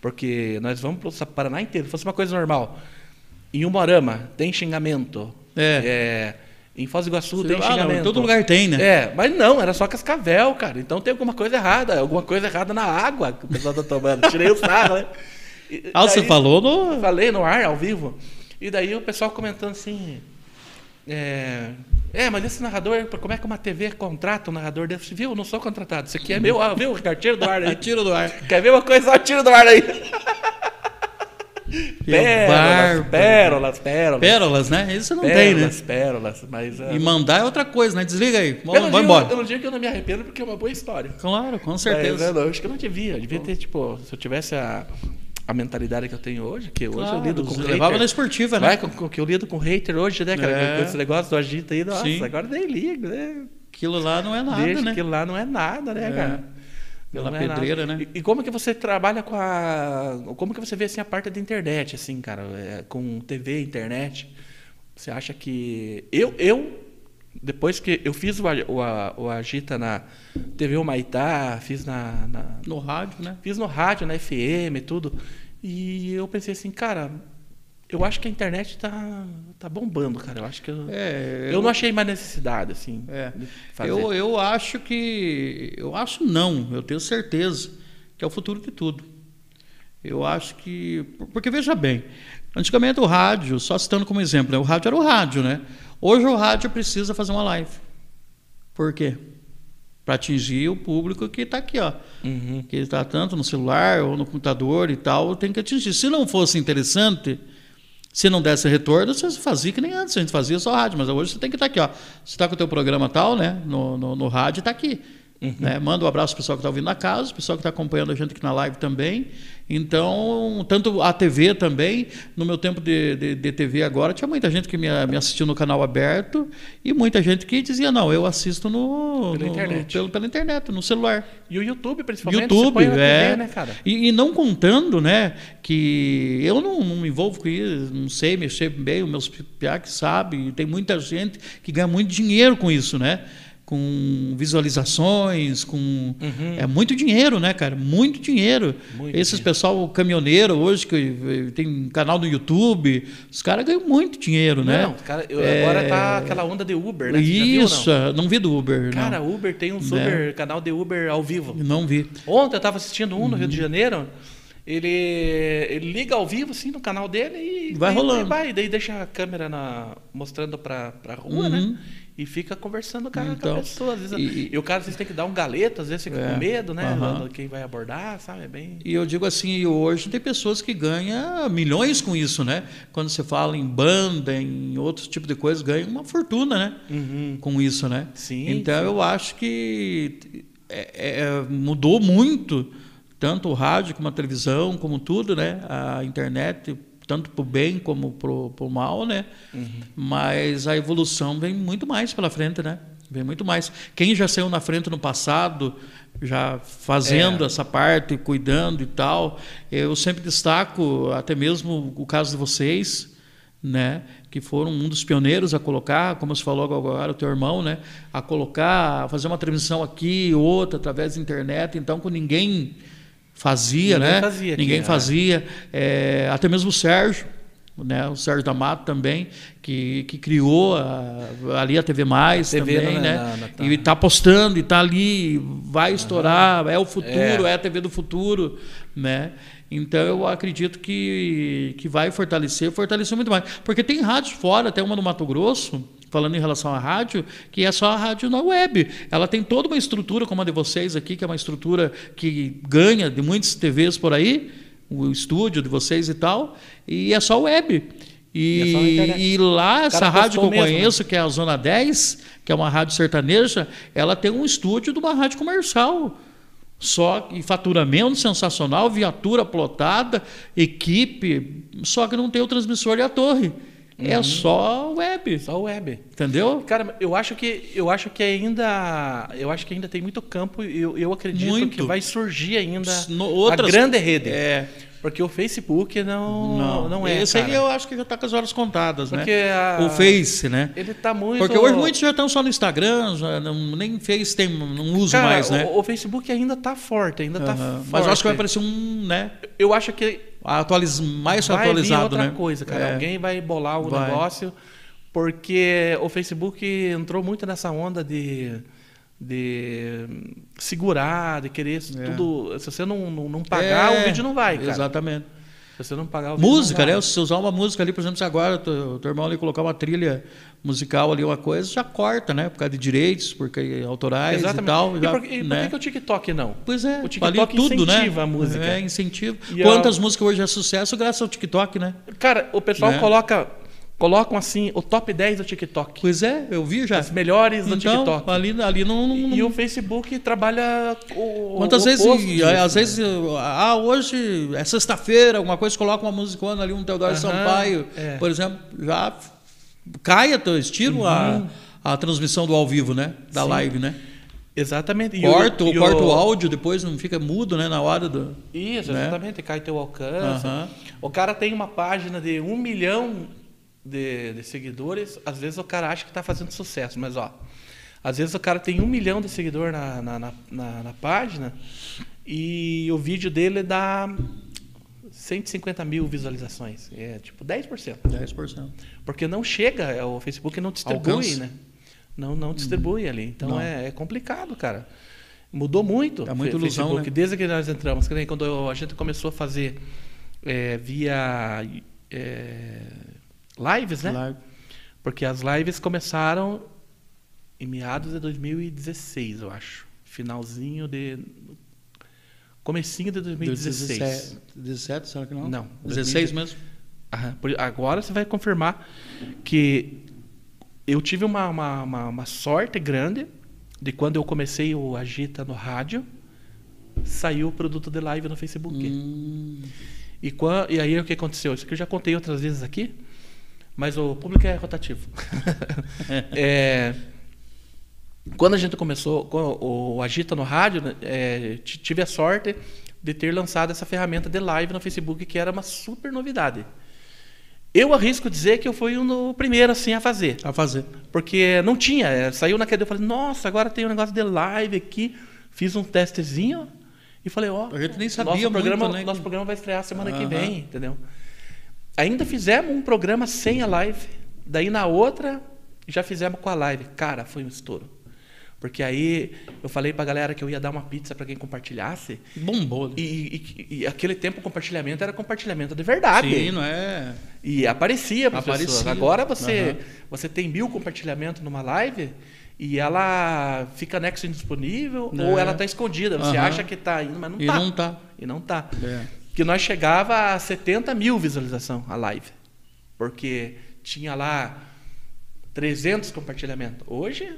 Speaker 1: porque nós vamos para o Paraná inteiro, se fosse uma coisa normal, em Umorama tem xingamento,
Speaker 2: É.
Speaker 1: é, em Foz do Iguaçu
Speaker 2: Você-
Speaker 1: tem
Speaker 2: ah, não, em
Speaker 1: xingamento.
Speaker 2: todo lugar tem, né?
Speaker 1: É, mas não, era só Cascavel, cara, então tem alguma coisa errada, alguma coisa errada na água que o pessoal tá tomando, tirei o sarro, né? E-
Speaker 2: Ah, você
Speaker 1: daí-
Speaker 2: falou
Speaker 1: eu
Speaker 2: no.
Speaker 1: Falei no ar, ao vivo. E daí o pessoal comentando assim. É, é, mas esse narrador, como é que uma TV contrata um narrador desse? Viu? Eu não sou contratado. Isso aqui é meu. Ah, viu, Ricardo? Tira do ar aí.
Speaker 2: Tiro do ar.
Speaker 1: Quer ver uma coisa? Ó, Tira do ar aí.
Speaker 2: é um
Speaker 1: Pérolas,
Speaker 2: bárbaro.
Speaker 1: pérolas, pérolas.
Speaker 2: Pérolas, né? Isso né? não tem, né?
Speaker 1: pérolas, pérolas. Mas, ah,
Speaker 2: E mandar é outra coisa, né? Desliga aí.
Speaker 1: eu,
Speaker 2: Vamos,
Speaker 1: não
Speaker 2: vai
Speaker 1: digo,
Speaker 2: embora.
Speaker 1: eu não digo que eu não me arrependo porque é uma boa história.
Speaker 2: Claro, com
Speaker 1: É,
Speaker 2: certeza.
Speaker 1: eu não- acho que eu não devia. Eu devia ter, tipo, se eu tivesse a, a mentalidade que eu tenho hoje, que hoje eu
Speaker 2: Claro,
Speaker 1: lido com
Speaker 2: você levava
Speaker 1: hater.
Speaker 2: na esportiva, né?
Speaker 1: Vai, com, com, que eu lido com hater hoje, né, cara?
Speaker 2: É.
Speaker 1: Com esse negócio do agita aí, nossa,
Speaker 2: Sim.
Speaker 1: agora nem ligo, né?
Speaker 2: Aquilo lá não é nada,
Speaker 1: Deixa
Speaker 2: né?
Speaker 1: aquilo lá não é nada, né,
Speaker 2: É.
Speaker 1: cara?
Speaker 2: Pela
Speaker 1: Não é nada.
Speaker 2: pedreira, né?
Speaker 1: E, e como que você trabalha com a. Como que você vê assim, a parte da internet, assim, cara? É, com TV, internet. Você acha que. Eu, eu depois que eu fiz o, a- o, a- o Agita na TV Humaitá, fiz na- na,
Speaker 2: No rádio, né?
Speaker 1: Fiz no rádio, na FM e tudo. E eu pensei assim, cara, Eu acho que a internet tá, tá bombando, cara. Eu acho que. Eu,
Speaker 2: É,
Speaker 1: eu não achei mais necessidade, assim.
Speaker 2: É.
Speaker 1: de fazer.
Speaker 2: Eu, eu acho que. Eu acho não, eu tenho certeza que é o futuro de tudo. Eu acho que. Porque veja bem, antigamente o rádio, só citando como exemplo, né, o rádio era o rádio, né? Hoje o rádio precisa fazer uma live. Por quê? Para atingir o público que está aqui, ó.
Speaker 1: Uhum.
Speaker 2: Que está tanto no celular ou no computador e tal, tem que atingir. Se não fosse interessante, se não desse retorno, você fazia que nem antes, a gente fazia só rádio, mas hoje você tem que estar aqui, ó. Você está com o teu programa tal, né? No, no, no rádio está aqui. Né? Manda um abraço pro pessoal que está ouvindo na casa, o pessoal que está acompanhando a gente aqui na live também. Então, tanto a TV também, no meu tempo de, de, de TV agora, tinha muita gente que me, me assistiu no canal aberto e muita gente que dizia, não, eu assisto no,
Speaker 1: Pela
Speaker 2: no- no-
Speaker 1: internet.
Speaker 2: pelo, pela internet, no celular.
Speaker 1: E o YouTube, principalmente. você
Speaker 2: YouTube,
Speaker 1: põe na TV,
Speaker 2: é.
Speaker 1: né, cara?
Speaker 2: E, e não contando, né, que eu não, não me envolvo com isso, não sei mexer bem, os meus piá que sabe, e tem muita gente que ganha muito dinheiro com isso, né? Com visualizações, com. É muito dinheiro, né, cara? Muito dinheiro.
Speaker 1: Uhum. Muito
Speaker 2: Esses
Speaker 1: dinheiro.
Speaker 2: pessoal caminhoneiro hoje, que eh, tem canal no YouTube, os caras ganham muito dinheiro, né?
Speaker 1: Não, cara, eu-
Speaker 2: É,
Speaker 1: agora tá aquela onda de Uber, né? Você já viu,
Speaker 2: Isso, Né?
Speaker 1: não?
Speaker 2: não? vi do Uber.
Speaker 1: Cara, Uber tem um super canal de Uber ao vivo.
Speaker 2: não. não vi.
Speaker 1: Ontem eu tava assistindo um no Rio de
Speaker 2: Uhum.
Speaker 1: Janeiro. Ele, ele liga ao vivo, assim, no canal dele e
Speaker 2: Vai
Speaker 1: e-
Speaker 2: rolando.
Speaker 1: E vai, daí deixa a câmera na- mostrando pra, pra rua,
Speaker 2: Uhum.
Speaker 1: né? E fica conversando com a, com a
Speaker 2: Então,
Speaker 1: pessoa. Às vezes,
Speaker 2: e-
Speaker 1: e, o cara, às vezes, tem que dar um galeto, às vezes fica
Speaker 2: É,
Speaker 1: com medo, né?
Speaker 2: aham.
Speaker 1: Quem vai abordar, sabe? É bem.
Speaker 2: E eu digo assim, e hoje tem pessoas que ganham milhões com isso, né? Quando você fala em banda, em outros tipos de coisa, ganha uma fortuna, né? Com isso, né?
Speaker 1: Sim,
Speaker 2: Então eu acho que é- é- mudou muito, tanto o rádio como a televisão, como tudo, né? A internet, tanto para o bem como para o mal, né?
Speaker 1: Uhum.
Speaker 2: Mas a evolução vem muito mais pela frente, né? Vem muito mais. Quem já saiu na frente no passado, já fazendo
Speaker 1: É.
Speaker 2: essa parte, cuidando e tal, eu sempre destaco até mesmo o caso de vocês, né? Que foram um dos pioneiros a colocar, como você falou agora, o teu irmão, né? A colocar, a fazer uma transmissão aqui, outra, através da internet, então com ninguém fazia,
Speaker 1: Ninguém
Speaker 2: né?
Speaker 1: fazia aqui,
Speaker 2: ninguém
Speaker 1: né?
Speaker 2: fazia. É, até mesmo o Sérgio, né? O Sérgio da Mato também, que, que criou a- ali a TV Mais
Speaker 1: TV
Speaker 2: também,
Speaker 1: na-
Speaker 2: né?
Speaker 1: na- na- tá.
Speaker 2: E tá postando e tá ali, vai estourar, é o futuro, é. a TV do futuro, né? Então eu acredito que, que vai fortalecer, fortaleceu muito mais. Porque tem rádios fora, até uma no Mato Grosso, falando em relação à rádio, que é só a rádio na web. Ela tem toda uma estrutura, como a de vocês aqui, que é uma estrutura que ganha de muitas TVs por aí, o estúdio de vocês e tal, e é só web. E,
Speaker 1: E é só na internet.
Speaker 2: e lá, essa
Speaker 1: Cara,
Speaker 2: rádio que
Speaker 1: postou
Speaker 2: eu
Speaker 1: mesmo, né?
Speaker 2: conheço, isso, que é a Zona 10, que é uma rádio sertaneja, ela tem um estúdio de uma rádio comercial. Só e faturamento sensacional, viatura plotada, equipe, só que não tem o transmissor e a torre. É só web,
Speaker 1: Só web.
Speaker 2: entendeu?
Speaker 1: Cara, eu acho que eu acho que ainda eu acho que ainda tem muito campo e eu, eu acredito
Speaker 2: Muito.
Speaker 1: que vai surgir ainda
Speaker 2: No-
Speaker 1: a grande rede,
Speaker 2: É,
Speaker 1: porque o Facebook não
Speaker 2: não,
Speaker 1: não, é,
Speaker 2: Esse aí
Speaker 1: cara.
Speaker 2: eu acho que já está com as horas contadas,
Speaker 1: Porque
Speaker 2: né?
Speaker 1: a-
Speaker 2: O Face, né?
Speaker 1: Ele tá muito
Speaker 2: Porque hoje muitos já estão só no Instagram, já não- nem Face tem, não uso
Speaker 1: Cara,
Speaker 2: mais, né?
Speaker 1: O, o Facebook ainda tá forte, ainda tá
Speaker 2: Aham.
Speaker 1: forte.
Speaker 2: Mas eu acho que vai aparecer um, né?
Speaker 1: Eu acho que
Speaker 2: Atualiz... Mais
Speaker 1: vai vir
Speaker 2: atualizado,
Speaker 1: outra
Speaker 2: né?
Speaker 1: coisa, cara.
Speaker 2: É.
Speaker 1: Alguém vai bolar o
Speaker 2: Vai.
Speaker 1: negócio, porque o Facebook entrou muito nessa onda de, de segurar, de querer isso
Speaker 2: É.
Speaker 1: tudo. Se você não, não, não pagar,
Speaker 2: É,
Speaker 1: o vídeo não vai, cara.
Speaker 2: Exatamente.
Speaker 1: Se você não pagar o vídeo
Speaker 2: Música,
Speaker 1: não vai.
Speaker 2: né? Se você usar uma música ali, por exemplo, se agora o teu irmão ali colocar uma trilha musical ali, uma coisa, já corta, né? Por causa de direitos, porque autorais
Speaker 1: Exatamente.
Speaker 2: e tal.
Speaker 1: E
Speaker 2: já,
Speaker 1: por, e por
Speaker 2: né?
Speaker 1: que que o TikTok não?
Speaker 2: Pois é,
Speaker 1: o
Speaker 2: ali
Speaker 1: TikTok
Speaker 2: tudo, né?
Speaker 1: incentiva a música.
Speaker 2: É, incentivo.
Speaker 1: E
Speaker 2: Quantas músicas hoje é sucesso graças ao TikTok, né?
Speaker 1: Cara, o pessoal
Speaker 2: Né?
Speaker 1: coloca colocam assim o top 10 do TikTok.
Speaker 2: Pois é, eu vi já.
Speaker 1: As melhores do
Speaker 2: Então,
Speaker 1: TikTok.
Speaker 2: ali, ali não... não-
Speaker 1: E o Facebook trabalha o.
Speaker 2: Quantas
Speaker 1: o
Speaker 2: vezes, é,
Speaker 1: oposto disso,
Speaker 2: às
Speaker 1: né?
Speaker 2: vezes, ah, hoje é sexta-feira, alguma coisa, coloca uma musicona ali, um Teodoro
Speaker 1: Aham,
Speaker 2: Sampaio,
Speaker 1: é.
Speaker 2: por exemplo, já f- cai, até- estira a, a transmissão do ao vivo, né? Da live, né?
Speaker 1: Exatamente. E
Speaker 2: Corta, o,
Speaker 1: e
Speaker 2: corta o áudio, depois não fica mudo, né? Na hora do...
Speaker 1: Isso,
Speaker 2: né?
Speaker 1: exatamente. Cai teu alcance.
Speaker 2: Aham.
Speaker 1: O cara tem uma página de um milhão de, de seguidores. Às vezes o cara acha que tá fazendo sucesso, mas ó. Às vezes o cara tem um milhão de seguidor na, na, na, na- na página e o vídeo dele dá 150 mil visualizações. É tipo 10%.
Speaker 2: 10%.
Speaker 1: Porque não chega, é, o Facebook não distribui,
Speaker 2: Alcança.
Speaker 1: né? Não, não distribui ali. Então
Speaker 2: Hum. Não.
Speaker 1: é, é complicado, cara. Mudou muito.
Speaker 2: Tá muito
Speaker 1: Fe-
Speaker 2: ilusão,
Speaker 1: Facebook,
Speaker 2: né?
Speaker 1: Desde que nós entramos, que nem quando a gente começou a fazer é, via é, lives, né?
Speaker 2: Live.
Speaker 1: Porque as lives começaram em meados de 2016, eu acho. Finalzinho de. Comecinho de 2016.
Speaker 2: 17, será que não?
Speaker 1: Não.
Speaker 2: 16 mesmo?
Speaker 1: Aham, por- Agora você vai confirmar que eu tive uma, uma, uma- uma sorte grande de quando eu comecei o Agita no rádio, saiu o produto de live no Facebook.
Speaker 2: Hum,
Speaker 1: E, quan- e aí o que aconteceu? Isso que eu já contei outras vezes aqui, mas o público é rotativo. É, quando a gente começou com o o Agita no rádio, né, é, t- tive a sorte de ter lançado essa ferramenta de live no Facebook, que era uma super novidade. Eu arrisco dizer que eu fui um do primeiro assim a fazer.
Speaker 2: a fazer.
Speaker 1: Porque não tinha. é, Saiu na queda, eu falei, nossa, agora tem um negócio de live aqui. Fiz um testezinho e falei, ó,
Speaker 2: A gente nem sabia
Speaker 1: nosso
Speaker 2: muito,
Speaker 1: programa,
Speaker 2: né, que-
Speaker 1: nosso programa vai estrear semana que
Speaker 2: Aham.
Speaker 1: vem, entendeu? Ainda fizemos um programa sem a live. Daí na outra, já fizemos com a live. Cara, foi um estouro. Porque aí eu falei pra galera que eu ia dar uma pizza pra quem compartilhasse.
Speaker 2: Bombou. né?
Speaker 1: E, e- e aquele tempo compartilhamento era compartilhamento de verdade.
Speaker 2: Sim, não é?
Speaker 1: E aparecia para
Speaker 2: Aparecia.
Speaker 1: pessoas. Agora você,
Speaker 2: Aham.
Speaker 1: você tem mil compartilhamentos numa live e ela fica next indisponível
Speaker 2: É.
Speaker 1: ou ela está escondida. Você
Speaker 2: Aham.
Speaker 1: acha que está indo, mas não
Speaker 2: e
Speaker 1: está.
Speaker 2: não tá.
Speaker 1: E não tá.
Speaker 2: É.
Speaker 1: Que nós chegava a 70 mil visualização a live. Porque tinha lá 300 compartilhamentos. Hoje,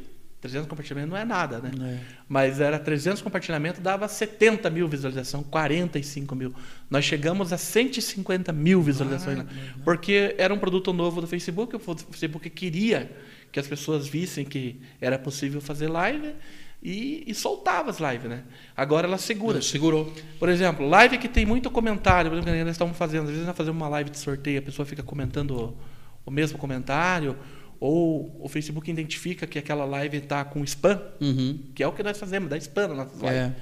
Speaker 1: 300 compartilhamentos não é nada, né?
Speaker 2: É.
Speaker 1: Mas era 300 compartilhamentos, dava 70 mil visualizações, 45 mil. Nós chegamos a 150 mil visualizações. lá. porque era um produto novo do Facebook, o Facebook queria que as pessoas vissem que era possível fazer live e, e soltava as lives, né? Agora ela segura.
Speaker 2: Segurou.
Speaker 1: Por exemplo, live que tem muito comentário, por exemplo, que nós estamos fazendo, às vezes nós fazemos uma live de sorteio, a pessoa fica comentando o- o mesmo comentário, ou o Facebook identifica que aquela live está com spam,
Speaker 2: Uhum.
Speaker 1: que é o que nós fazemos, dá spam nas nossas lives.
Speaker 2: É.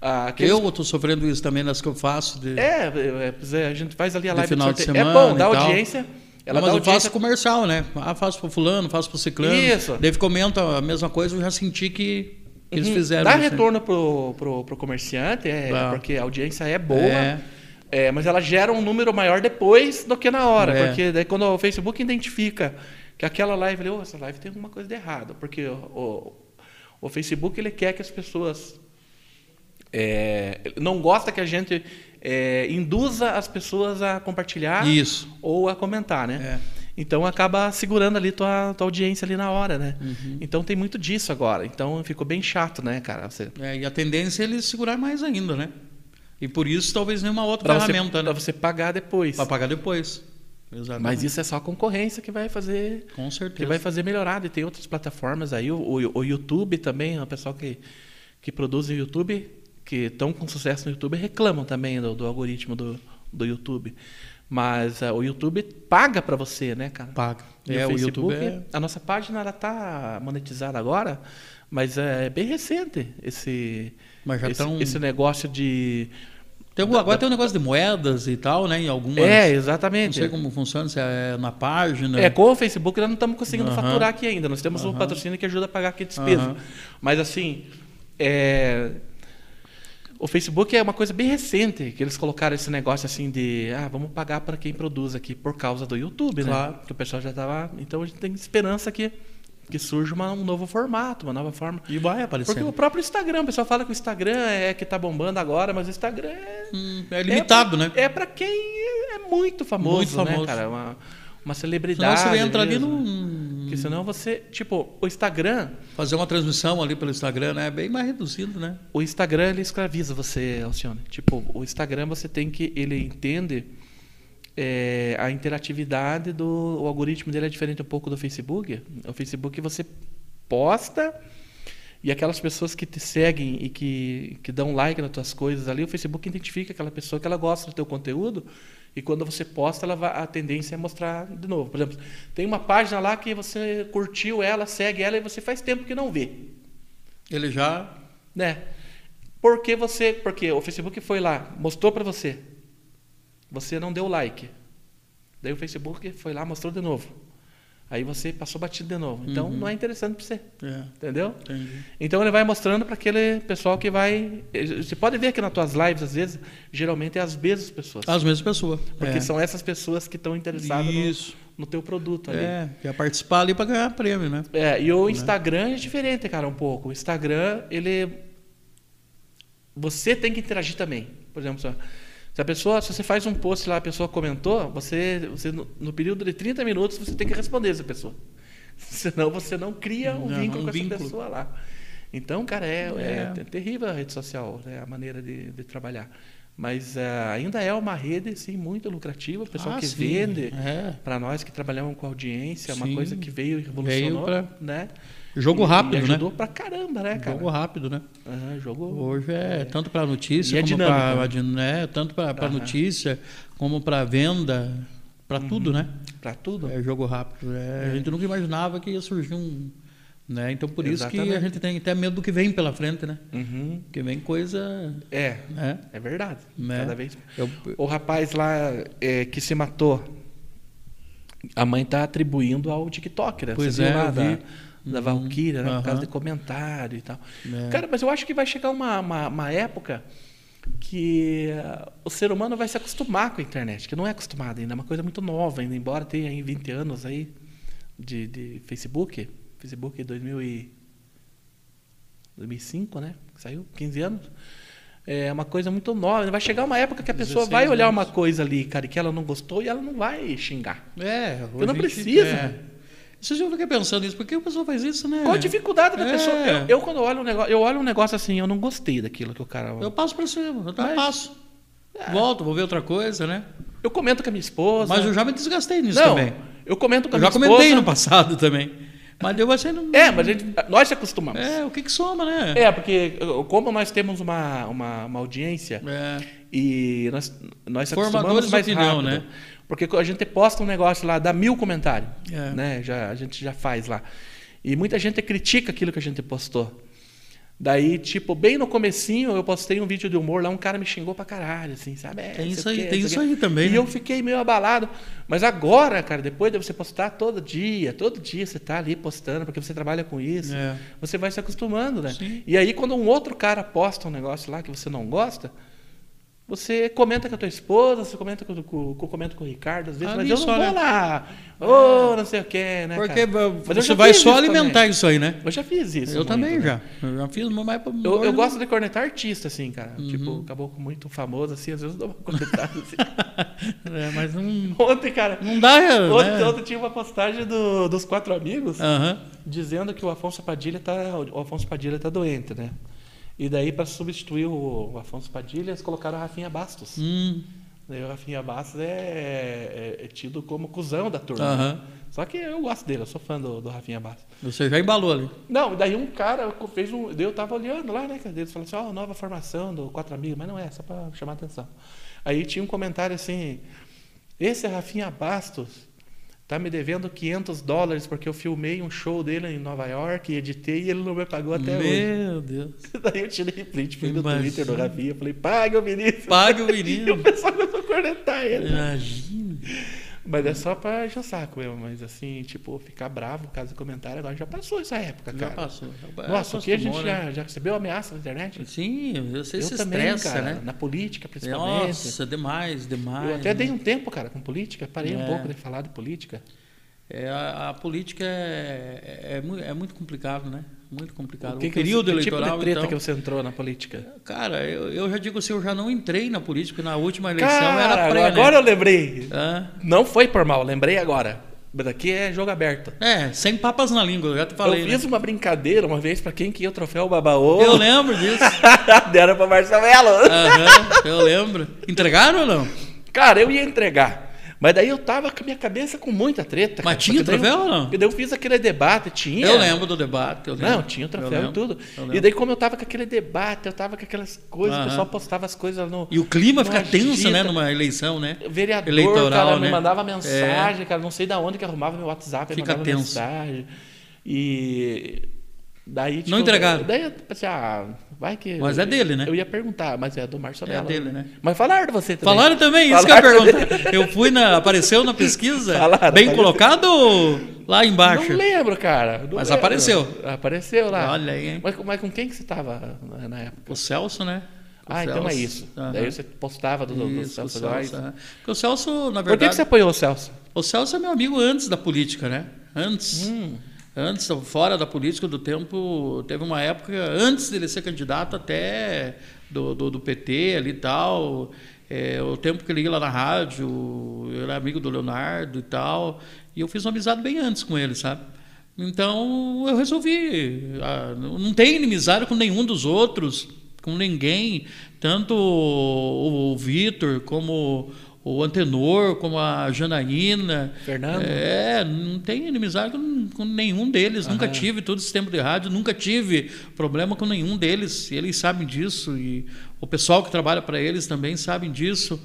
Speaker 1: Ah, aqueles-
Speaker 2: Eu estou sofrendo isso também nas que eu faço. De...
Speaker 1: É, é, é, pois é, a gente faz ali a
Speaker 2: De
Speaker 1: live
Speaker 2: final de
Speaker 1: sorteio.
Speaker 2: semana
Speaker 1: é bom, dá
Speaker 2: e tal.
Speaker 1: audiência. Ela
Speaker 2: Não, mas
Speaker 1: dá
Speaker 2: eu faço
Speaker 1: audiência.
Speaker 2: comercial, né? Ah, faço pro fulano, faço pro ciclano.
Speaker 1: Isso.
Speaker 2: Daí comenta a mesma coisa, eu já senti que eles
Speaker 1: Uhum.
Speaker 2: fizeram
Speaker 1: Dá
Speaker 2: isso, né?
Speaker 1: retorno pro, pro, pro comerciante, é,
Speaker 2: Dá.
Speaker 1: porque a audiência é boa.
Speaker 2: É.
Speaker 1: É, mas ela gera um número maior depois do que na hora.
Speaker 2: É.
Speaker 1: Porque daí quando o Facebook identifica que aquela live, ele, "Ô, essa live tem alguma coisa de errado. Porque o, o, o Facebook ele quer que as pessoas. é, ele não gosta que a gente é, induza as pessoas a compartilhar
Speaker 2: Isso.
Speaker 1: ou a comentar, né?
Speaker 2: É.
Speaker 1: Então acaba segurando ali tua, tua audiência ali na hora, né?
Speaker 2: Uhum.
Speaker 1: Então tem muito disso agora. Então ficou bem chato, né, cara? Você,
Speaker 2: É, e a tendência é eles segurar mais ainda, né? E por isso talvez nenhuma outra
Speaker 1: pra, você, pra
Speaker 2: ferramenta, né?
Speaker 1: você pagar depois.
Speaker 2: Para pagar depois. Exatamente.
Speaker 1: Mas isso é só a concorrência que vai fazer
Speaker 2: Com
Speaker 1: que
Speaker 2: certeza.
Speaker 1: vai fazer melhorado. E tem outras plataformas aí, o, o, o YouTube também, o pessoal que, que produz no YouTube, que estão com sucesso no YouTube, reclamam também do, do algoritmo do, do YouTube. Mas ah, o YouTube paga para você, né, cara?
Speaker 2: Paga.
Speaker 1: E
Speaker 2: é,
Speaker 1: o
Speaker 2: o
Speaker 1: Facebook,
Speaker 2: YouTube é...
Speaker 1: a nossa página ela tá monetizada agora, mas é bem recente esse
Speaker 2: Mas já
Speaker 1: esse,
Speaker 2: tão-
Speaker 1: esse negócio de
Speaker 2: Tem algum- agora tem um negócio de moedas e tal, né? Em algumas...
Speaker 1: é
Speaker 2: Não
Speaker 1: exatamente.
Speaker 2: sei como funciona, se é na página.
Speaker 1: É, com o Facebook nós não estamos conseguindo
Speaker 2: Aham.
Speaker 1: faturar aqui ainda. Nós temos um
Speaker 2: Aham.
Speaker 1: patrocínio que ajuda a pagar aqui despesa.
Speaker 2: Aham.
Speaker 1: Mas assim, é, o Facebook é uma coisa bem recente que eles colocaram esse negócio assim de, ah, vamos pagar para quem produz aqui por causa do YouTube,
Speaker 2: Claro.
Speaker 1: né? Que o pessoal já estava, então a gente tem esperança que que surja uma- um novo formato, uma nova forma.
Speaker 2: E vai aparecer.
Speaker 1: Porque o próprio Instagram, o pessoal fala que o Instagram é que tá bombando agora, mas o Instagram é
Speaker 2: Hum, é limitado,
Speaker 1: é
Speaker 2: né?
Speaker 1: pra- É pra quem é muito famoso,
Speaker 2: Muito famoso.
Speaker 1: né, cara? Uma, uma
Speaker 2: Senão
Speaker 1: celebridade.
Speaker 2: você entra ali
Speaker 1: mesmo, né?
Speaker 2: num...
Speaker 1: Porque senão você... Tipo, o Instagram...
Speaker 2: Fazer uma transmissão ali pelo Instagram né? é bem mais reduzido, né?
Speaker 1: O Instagram, ele escraviza você, Alcione. Tipo, o Instagram, você tem que... Ele entende é, a interatividade do... O algoritmo dele é diferente um pouco do Facebook. O Facebook, você posta... E aquelas pessoas que te seguem e que, que dão like nas tuas coisas ali, o Facebook identifica aquela pessoa que ela gosta do teu conteúdo e quando você posta, ela vai, a tendência é mostrar de novo. Por exemplo, tem uma página lá que você curtiu ela, segue ela e você faz tempo que não vê,
Speaker 2: Ele já...
Speaker 1: né? Porque você, porque o Facebook foi lá, mostrou para você. Você não deu like. Daí o Facebook foi lá, mostrou de novo. Aí você passou batido de novo. Então
Speaker 2: Uhum.
Speaker 1: não é interessante para você.
Speaker 2: É,
Speaker 1: Entendeu?
Speaker 2: entendi.
Speaker 1: Então ele vai mostrando para aquele pessoal que vai. eh, Você pode ver que nas tuas lives, às vezes, geralmente é as mesmas pessoas.
Speaker 2: As mesmas pessoas.
Speaker 1: Porque
Speaker 2: Ah, é.
Speaker 1: são essas pessoas que estão interessadas no,
Speaker 2: Isso.
Speaker 1: no teu produto ali.
Speaker 2: É, quer participar ali para ganhar prêmio, né?
Speaker 1: É, e o Instagram é diferente, cara, um pouco. O Instagram, ele. Você tem que interagir também. Por exemplo, se a- se a pessoa, se você faz um post lá, a pessoa comentou, você, você no, no período de 30 minutos, você tem que responder essa pessoa. Senão você não cria um
Speaker 2: Não,
Speaker 1: vínculo
Speaker 2: um
Speaker 1: com
Speaker 2: vínculo.
Speaker 1: essa pessoa lá. Então, cara, é, é
Speaker 2: É.
Speaker 1: terrível a rede social, né, a maneira de, de trabalhar. Mas ah, ainda é uma rede assim, muito lucrativa, o pessoal
Speaker 2: Ah,
Speaker 1: que
Speaker 2: sim.
Speaker 1: vende.
Speaker 2: É.
Speaker 1: Para nós que trabalhamos com audiência, é uma
Speaker 2: Sim.
Speaker 1: coisa que veio e revolucionou,
Speaker 2: Veio pra-
Speaker 1: né?
Speaker 2: Jogo
Speaker 1: E-
Speaker 2: rápido,
Speaker 1: e
Speaker 2: né?
Speaker 1: ajudou pra caramba, né, cara?
Speaker 2: Jogo rápido, né?
Speaker 1: Aham, jogo...
Speaker 2: Hoje é, tanto para
Speaker 1: E
Speaker 2: notícia
Speaker 1: é
Speaker 2: como
Speaker 1: dinâmico, né?
Speaker 2: para né? tanto para
Speaker 1: Aham.
Speaker 2: notícia como para venda, para tudo,
Speaker 1: Uhum.
Speaker 2: né?
Speaker 1: pra tudo.
Speaker 2: É jogo rápido. né? A gente nunca imaginava que ia surgir um, né? Então por isso que a
Speaker 1: Exatamente.
Speaker 2: gente tem até medo do que vem pela frente, né?
Speaker 1: Uhum.
Speaker 2: Porque vem coisa,
Speaker 1: É,
Speaker 2: né?
Speaker 1: é verdade.
Speaker 2: Né?
Speaker 1: Cada vez...
Speaker 2: Eu,
Speaker 1: O rapaz lá é, que se matou, a mãe tá atribuindo ao TikTok, né?
Speaker 2: Pois
Speaker 1: Você
Speaker 2: é,
Speaker 1: viu lá
Speaker 2: eu
Speaker 1: da,
Speaker 2: vi.
Speaker 1: da
Speaker 2: Uhum.
Speaker 1: Valkyria, né? Por causa
Speaker 2: Aham.
Speaker 1: de comentário e tal.
Speaker 2: né?
Speaker 1: Cara, mas eu acho que vai chegar uma, uma, uma época que ah, o ser humano vai se acostumar com a internet, que não é acostumado ainda, é uma coisa muito nova ainda, embora tenha aí 20 anos aí de, de Facebook, Facebook 2000 e 2005, né? que Saiu 15 anos. É uma coisa muito nova. Vai chegar uma época que a pessoa
Speaker 2: 16
Speaker 1: vai olhar
Speaker 2: anos.
Speaker 1: uma coisa ali, cara, que ela não gostou e ela não vai xingar.
Speaker 2: É,
Speaker 1: não
Speaker 2: hoje a gente-
Speaker 1: precisa.
Speaker 2: é. Vocês já ficam pensando nisso, por que o pessoal faz isso, né?
Speaker 1: Qual a dificuldade da
Speaker 2: É.
Speaker 1: pessoa? Eu, eu quando olho um negócio, eu olho um negócio assim, eu não gostei daquilo que o cara.
Speaker 2: Eu passo para cima, eu
Speaker 1: Mas-
Speaker 2: passo. Volto, vou ver outra coisa, né?
Speaker 1: Eu comento com a minha esposa.
Speaker 2: Mas eu já me desgastei nisso
Speaker 1: não,
Speaker 2: também.
Speaker 1: eu comento com a
Speaker 2: Eu
Speaker 1: minha
Speaker 2: já comentei
Speaker 1: esposa.
Speaker 2: no passado também. Mas deu você não.
Speaker 1: É, mas a gente, nós se acostumamos. É,
Speaker 2: É, o que que soma, né?
Speaker 1: porque eu- como nós temos uma, uma, uma audiência
Speaker 2: É.
Speaker 1: e nós, nós se
Speaker 2: Formadores
Speaker 1: acostumamos
Speaker 2: de
Speaker 1: mais
Speaker 2: opinião,
Speaker 1: rápido.
Speaker 2: né?
Speaker 1: Porque a gente posta um negócio lá, dá mil comentários.
Speaker 2: É.
Speaker 1: Né? Já, a gente já faz lá. E muita gente critica aquilo que a gente postou. Daí, tipo, bem no comecinho, eu postei um vídeo de humor lá, um cara me xingou pra caralho, assim, sabe? É,
Speaker 2: Tem
Speaker 1: não sei
Speaker 2: isso
Speaker 1: o
Speaker 2: aí,
Speaker 1: quê,
Speaker 2: tem
Speaker 1: não sei o
Speaker 2: isso
Speaker 1: quê.
Speaker 2: aí também,
Speaker 1: E
Speaker 2: né?
Speaker 1: eu fiquei meio abalado. Mas agora, cara, depois de você postar todo dia, todo dia você tá ali postando, porque você trabalha com isso,
Speaker 2: É.
Speaker 1: você vai se acostumando, né?
Speaker 2: Sim.
Speaker 1: E aí, quando um outro cara posta um negócio lá que você não gosta, você comenta com a tua esposa, você comenta com, com, com- comenta com o Ricardo, às vezes,
Speaker 2: Ali
Speaker 1: mas eu não
Speaker 2: só,
Speaker 1: vou
Speaker 2: né?
Speaker 1: lá. Ô, não sei o que, né?
Speaker 2: Porque
Speaker 1: cara?
Speaker 2: uh,
Speaker 1: Mas eu
Speaker 2: você
Speaker 1: já
Speaker 2: vai
Speaker 1: fiz
Speaker 2: só
Speaker 1: isso também.
Speaker 2: alimentar isso aí, né?
Speaker 1: Eu já fiz isso.
Speaker 2: eu
Speaker 1: muito,
Speaker 2: também
Speaker 1: né?
Speaker 2: já. Eu já fiz, mas.
Speaker 1: Eu,
Speaker 2: né?
Speaker 1: eu gosto de cornetar artista, assim, cara.
Speaker 2: Uhum.
Speaker 1: Tipo, acabou com muito famoso, assim, às vezes eu dou uma cornetada. Assim.
Speaker 2: É, mas não.
Speaker 1: Ontem, cara,
Speaker 2: Não dá.
Speaker 1: ontem,
Speaker 2: Né?
Speaker 1: ontem tinha uma postagem do- dos quatro amigos
Speaker 2: Aham.
Speaker 1: dizendo que o Afonso Padilha tá, o Afonso Padilha tá doente, né? E daí, para substituir o, o Afonso Padilha, eles colocaram a Rafinha Bastos.
Speaker 2: Hum.
Speaker 1: Daí o Rafinha Bastos é, é- é tido como cuzão da turma.
Speaker 2: Aham.
Speaker 1: né? Só que eu gosto dele, eu sou fã do, do Rafinha Bastos.
Speaker 2: Você já embalou ali.
Speaker 1: Não, daí um cara fez um. daí Eu tava olhando lá, né? Cadê? Eles falaram assim: ó, nova formação do Quatro Amigos, mas não é, só pra chamar atenção. Aí tinha um comentário assim: esse Rafinha Bastos tá me devendo 500 dólares porque eu filmei um show dele em Nova York e editei e ele não me pagou até hoje.
Speaker 2: Meu Deus.
Speaker 1: Daí eu tirei print, fui no
Speaker 2: Imagina.
Speaker 1: Twitter do Rafinha, falei: paga o ministro.
Speaker 2: Pague o
Speaker 1: E o
Speaker 2: menino.
Speaker 1: pessoal começou a cornetar ele.
Speaker 2: Imagina.
Speaker 1: Mas é só pra encher o saco mesmo. Mas assim, tipo, ficar bravo, caso comentário, agora já passou essa época,
Speaker 2: Já
Speaker 1: cara.
Speaker 2: passou. Já
Speaker 1: Nossa, o que a gente
Speaker 2: acostumou, né?
Speaker 1: já, já recebeu ameaça na internet?
Speaker 2: Sim, você
Speaker 1: eu
Speaker 2: se
Speaker 1: também,
Speaker 2: estressa,
Speaker 1: cara.
Speaker 2: né?
Speaker 1: Na política, principalmente.
Speaker 2: Nossa, demais, demais.
Speaker 1: eu até
Speaker 2: né?
Speaker 1: dei um tempo, cara, com política. Parei
Speaker 2: É.
Speaker 1: um pouco de falar de política.
Speaker 2: É, a, a política é, é, mu- é muito complicado, né? Muito complicado. O,
Speaker 1: que que
Speaker 2: período
Speaker 1: você- que
Speaker 2: eleitoral,
Speaker 1: tipo de treta
Speaker 2: então...
Speaker 1: que você entrou na política?
Speaker 2: Cara, eu, eu já digo assim, eu já não entrei na política, porque na última eleição
Speaker 1: Cara,
Speaker 2: era pré,
Speaker 1: agora
Speaker 2: né?
Speaker 1: eu lembrei.
Speaker 2: Hã?
Speaker 1: Não foi por mal, lembrei agora. Mas aqui é jogo aberto.
Speaker 2: É, sem papas na língua, eu já te falei.
Speaker 1: eu
Speaker 2: né?
Speaker 1: fiz uma brincadeira uma vez pra quem que ia o troféu Babaô.
Speaker 2: Eu lembro Ah, disso.
Speaker 1: Deram pra Marcelo.
Speaker 2: Aham, eu lembro. Entregaram ou não?
Speaker 1: Cara, eu ia entregar. Mas daí eu tava com a minha cabeça com muita treta.
Speaker 2: Mas
Speaker 1: cara,
Speaker 2: tinha
Speaker 1: porque daí
Speaker 2: troféu
Speaker 1: eu-
Speaker 2: ou não?
Speaker 1: porque daí eu fiz aquele debate, tinha.
Speaker 2: Eu lembro do debate. Eu lembro.
Speaker 1: é. Não, tinha o
Speaker 2: Eu
Speaker 1: troféu
Speaker 2: lembro,
Speaker 1: e tudo.
Speaker 2: eu lembro.
Speaker 1: E daí, como eu tava com aquele debate, eu tava com aquelas coisas,
Speaker 2: Aham.
Speaker 1: o pessoal postava as coisas no.
Speaker 2: E o clima
Speaker 1: no
Speaker 2: fica tenso,
Speaker 1: agita.
Speaker 2: né, numa eleição, né?
Speaker 1: Vereador,
Speaker 2: eleitoral,
Speaker 1: cara,
Speaker 2: né?
Speaker 1: me mandava mensagem, cara, não sei da onde que arrumava meu WhatsApp, me
Speaker 2: Fica
Speaker 1: mandava
Speaker 2: tenso.
Speaker 1: mensagem. E. Daí, tipo,
Speaker 2: Não entregaram.
Speaker 1: Daí eu pensei, ah, Vai que.
Speaker 2: Mas é dele, né?
Speaker 1: Eu ia perguntar, mas é do Márcio
Speaker 2: É
Speaker 1: Mello.
Speaker 2: dele, né?
Speaker 1: Mas falaram de você também.
Speaker 2: Falaram também, isso que eu
Speaker 1: Falaram
Speaker 2: pergunto. Eu fui na. Apareceu na pesquisa?
Speaker 1: Falaram,
Speaker 2: bem
Speaker 1: apareceu.
Speaker 2: colocado ou lá embaixo?
Speaker 1: Não lembro, cara. não
Speaker 2: Mas
Speaker 1: lembro.
Speaker 2: apareceu.
Speaker 1: Apareceu lá.
Speaker 2: Olha aí, hein?
Speaker 1: Mas, com- mas com quem que você tava na- na época?
Speaker 2: O Celso, né? O
Speaker 1: ah, então é
Speaker 2: Celso.
Speaker 1: isso.
Speaker 2: Aham.
Speaker 1: Daí você postava do, do- do
Speaker 2: Isso, o
Speaker 1: Celso Góes.
Speaker 2: Celso, aham. Porque o Celso, na
Speaker 1: Por que, que
Speaker 2: verdade.
Speaker 1: você apoiou o Celso?
Speaker 2: O Celso é meu amigo antes da política, né? Antes. Antes, fora da política do tempo, teve uma época, antes dele ser candidato até do, do, do PT ali e tal, é, o tempo que ele ia lá na rádio, eu era amigo do Leonardo e tal, e eu fiz uma amizade bem antes com ele, sabe? Então eu resolvi. ah, não não tem inimizade com nenhum dos outros com ninguém, tanto o, o Vitor como o Antenor, como a Janaína.
Speaker 1: Fernando?
Speaker 2: É, não tem inimizade com, com nenhum deles. Nunca tive todo esse tempo de rádio, nunca tive problema com nenhum deles. E eles sabem disso e o pessoal que trabalha para eles também sabem disso.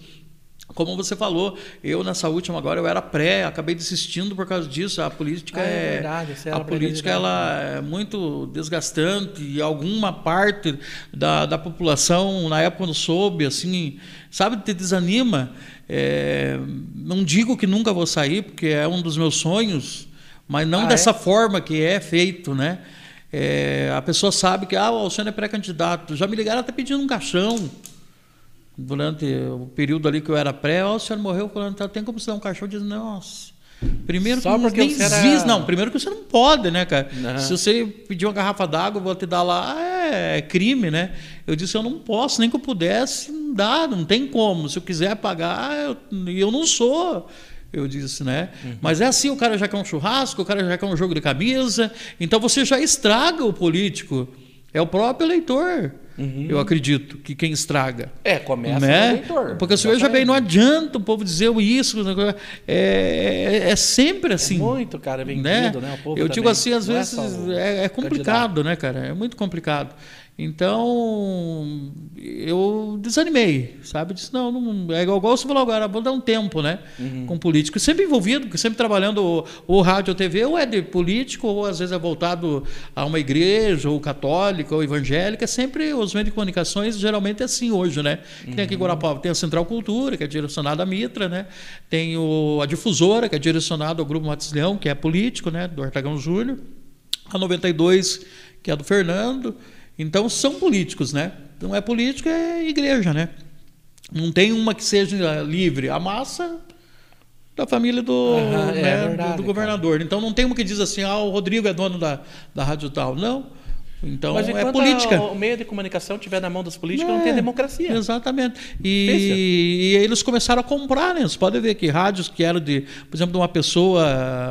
Speaker 2: Como você falou, eu nessa última agora eu era pré, acabei desistindo por causa disso. A política
Speaker 1: Ah, é
Speaker 2: é,
Speaker 1: verdade, você era
Speaker 2: a
Speaker 1: pré
Speaker 2: política
Speaker 1: candidato.
Speaker 2: ela ela é muito desgastante e alguma parte da, da população na época não soube, assim, sabe, te desanima. É, não digo que nunca vou sair, porque é um dos meus sonhos, mas não
Speaker 1: Ah, é?
Speaker 2: dessa forma que é feito, né? É, a pessoa sabe que ah, o Alcione é pré-candidato. Já me ligaram até pedindo um caixão. Durante o período ali que eu era pré, ó, o senhor morreu, falando, tá, tem como você dar um caixão? Eu disse, nossa. Primeiro
Speaker 1: Só
Speaker 2: que não-
Speaker 1: porque
Speaker 2: nem
Speaker 1: você era-
Speaker 2: existe, não. Primeiro que você não pode, né, cara?
Speaker 1: Não.
Speaker 2: Se você pedir uma garrafa d'água, eu vou te dar lá, ah, é crime, né? Eu disse, eu não posso, nem que eu pudesse, não dá, não tem como. Se eu quiser pagar, eu, e eu não sou. Eu disse, né? Mas é assim, o cara já quer um churrasco, o cara já quer um jogo de camisa. Então você já estraga o político. É o próprio eleitor, eu acredito, que quem estraga
Speaker 1: É, começa
Speaker 2: né?
Speaker 1: com o leitor.
Speaker 2: Porque se veja bem, não é adianta o povo dizer isso, é, é, é sempre assim.
Speaker 1: Muito, cara, vendido,
Speaker 2: né?
Speaker 1: né? O povo
Speaker 2: Eu digo
Speaker 1: também.
Speaker 2: assim, às
Speaker 1: Não é
Speaker 2: vezes
Speaker 1: só o
Speaker 2: é, é complicado, né, cara? É muito complicado. Então, eu desanimei, sabe? Disse, não, não é igual igual você falou agora, vou dar um tempo, né? Com político. Sempre envolvido, porque sempre trabalhando ou, ou rádio ou TV, ou é de político, ou às vezes é voltado a uma igreja, ou católica, ou evangélica. é Sempre os meios de comunicações, geralmente é assim hoje, né? Que Tem aqui em Guarapava, tem a Central Cultura, que é direcionada à Mitra, né? Tem o, a Difusora, que é direcionada ao Grupo Matos Leão, que é político, né? Do Artagão Júlio a 92, que é a do Fernando. Então são políticos, né? Não é político, é igreja, né? Não tem uma que seja livre. A massa da família do,
Speaker 1: Aham, é
Speaker 2: né,
Speaker 1: verdade,
Speaker 2: do,
Speaker 1: cara.
Speaker 2: do governador. Então não tem uma que diz assim, ah, o Rodrigo é dono da, da rádio tal. Não. Então
Speaker 1: Mas
Speaker 2: é
Speaker 1: enquanto
Speaker 2: política.
Speaker 1: a- o meio de comunicação estiver na mão dos políticos, não
Speaker 2: É,
Speaker 1: tem democracia.
Speaker 2: Exatamente.
Speaker 1: Difícil.
Speaker 2: E, e aí eles começaram a comprar, né? Você pode ver que rádios que eram de, por exemplo, de uma pessoa,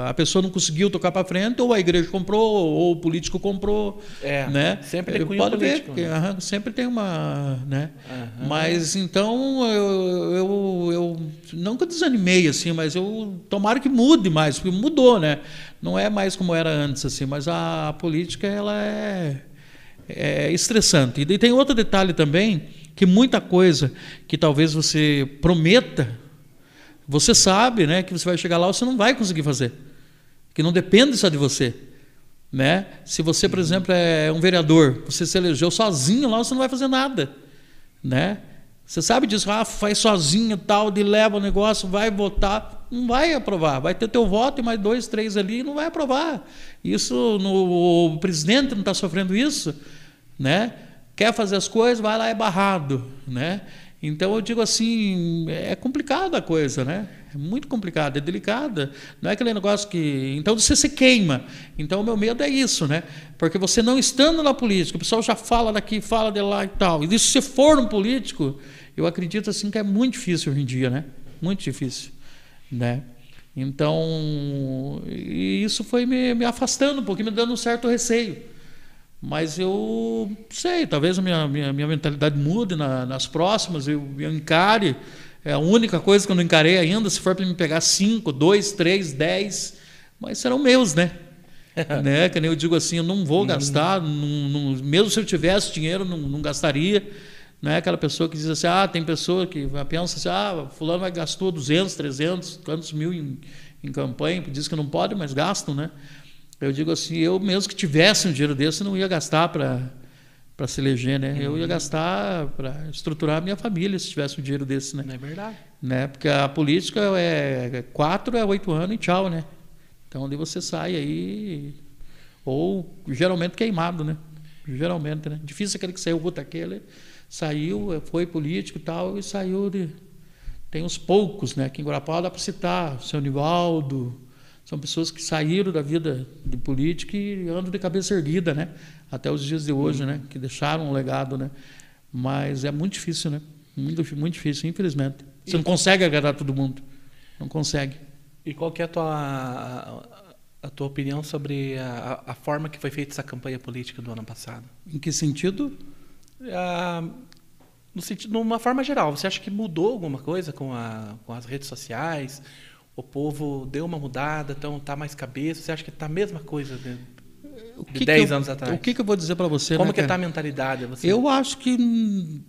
Speaker 2: a pessoa não conseguiu tocar para frente, ou a igreja comprou, ou o político comprou.
Speaker 1: É,
Speaker 2: né?
Speaker 1: sempre tem
Speaker 2: Eh,
Speaker 1: cunho
Speaker 2: pode
Speaker 1: político,
Speaker 2: ver que,
Speaker 1: né?
Speaker 2: aham, sempre tem uma. Né? Mas então eu, eu, eu não que eu desanimei, assim, mas eu tomara que mude mais, porque mudou, né? Não é mais como era antes, assim, mas a política ela é é estressante. E tem outro detalhe também, que muita coisa que talvez você prometa, você sabe, né, que você vai chegar lá, você não vai conseguir fazer. Que não depende só de você, né? Se você, por exemplo, é um vereador, você se elegeu sozinho lá, você não vai fazer nada, né? Você sabe disso, ah, faz sozinho tal, de leva o negócio, vai votar, não vai aprovar. Vai ter teu voto e mais dois, três ali, não vai aprovar. Isso, no, o presidente não está sofrendo isso né? Quer fazer as coisas, vai lá é barrado, né? Então eu digo assim, é complicada a coisa, né? É muito complicada, é delicada. Não é aquele negócio que então você se queima. Então o meu medo é isso, né? Porque você não estando na política, o pessoal já fala daqui, fala de lá e tal. E se for um político, eu acredito assim que é muito difícil hoje em dia, né? Muito difícil, né? Então, e isso foi me, me afastando um pouquinho, me dando um certo receio. Mas eu sei, talvez a minha, minha, minha mentalidade mude na- nas próximas, eu, eu encare. É a única coisa que eu não encarei ainda, se for para me pegar 5, 2, 3, 10, mas serão meus, né? né? Que nem eu digo assim, eu não vou gastar, não- não- mesmo se eu tivesse dinheiro, não, não gastaria. Não é aquela pessoa que diz assim, ah, tem pessoa que pensa assim, ah, fulano vai gastou 200, 300, quantos mil em, em campanha, diz que não pode, mas gastam, né? Eu digo assim, eu mesmo que tivesse um dinheiro desse, não ia gastar para para se eleger, né? Eu ia gastar para estruturar a minha família se tivesse um dinheiro desse, né?
Speaker 1: Não é verdade.
Speaker 2: né? Porque a política é quatro a oito anos e tchau, né? Então ali você sai aí ou geralmente queimado, né? Geralmente, né? Difícil aquele que saiu, puta aquele saiu, eh, foi político e tal e saiu de tem uns poucos, né? Aqui em Guarapau dá para citar, o seu Nivaldo, são pessoas que saíram da vida de política e andam de cabeça erguida, né? Até os dias de hoje, né? Que deixaram um legado, né? Mas é muito difícil, né? Muito, dif- muito difícil, infelizmente. Você não consegue agradar todo mundo. Não consegue.
Speaker 1: E qual que é a tua, a tua opinião sobre a, a forma que foi feita essa campanha política do ano passado?
Speaker 2: Em que sentido?
Speaker 1: Ah, no sentido, numa forma geral, você acha que mudou alguma coisa com, a, com as redes sociais? O povo deu uma mudada, então tá mais cabeça? Você acha que tá a mesma coisa? né?
Speaker 2: O
Speaker 1: De 10
Speaker 2: eu-
Speaker 1: anos atrás.
Speaker 2: O que, que eu vou dizer para você?
Speaker 1: Como
Speaker 2: né,
Speaker 1: que tá a
Speaker 2: cara?
Speaker 1: mentalidade? Você...
Speaker 2: Eu acho que hum,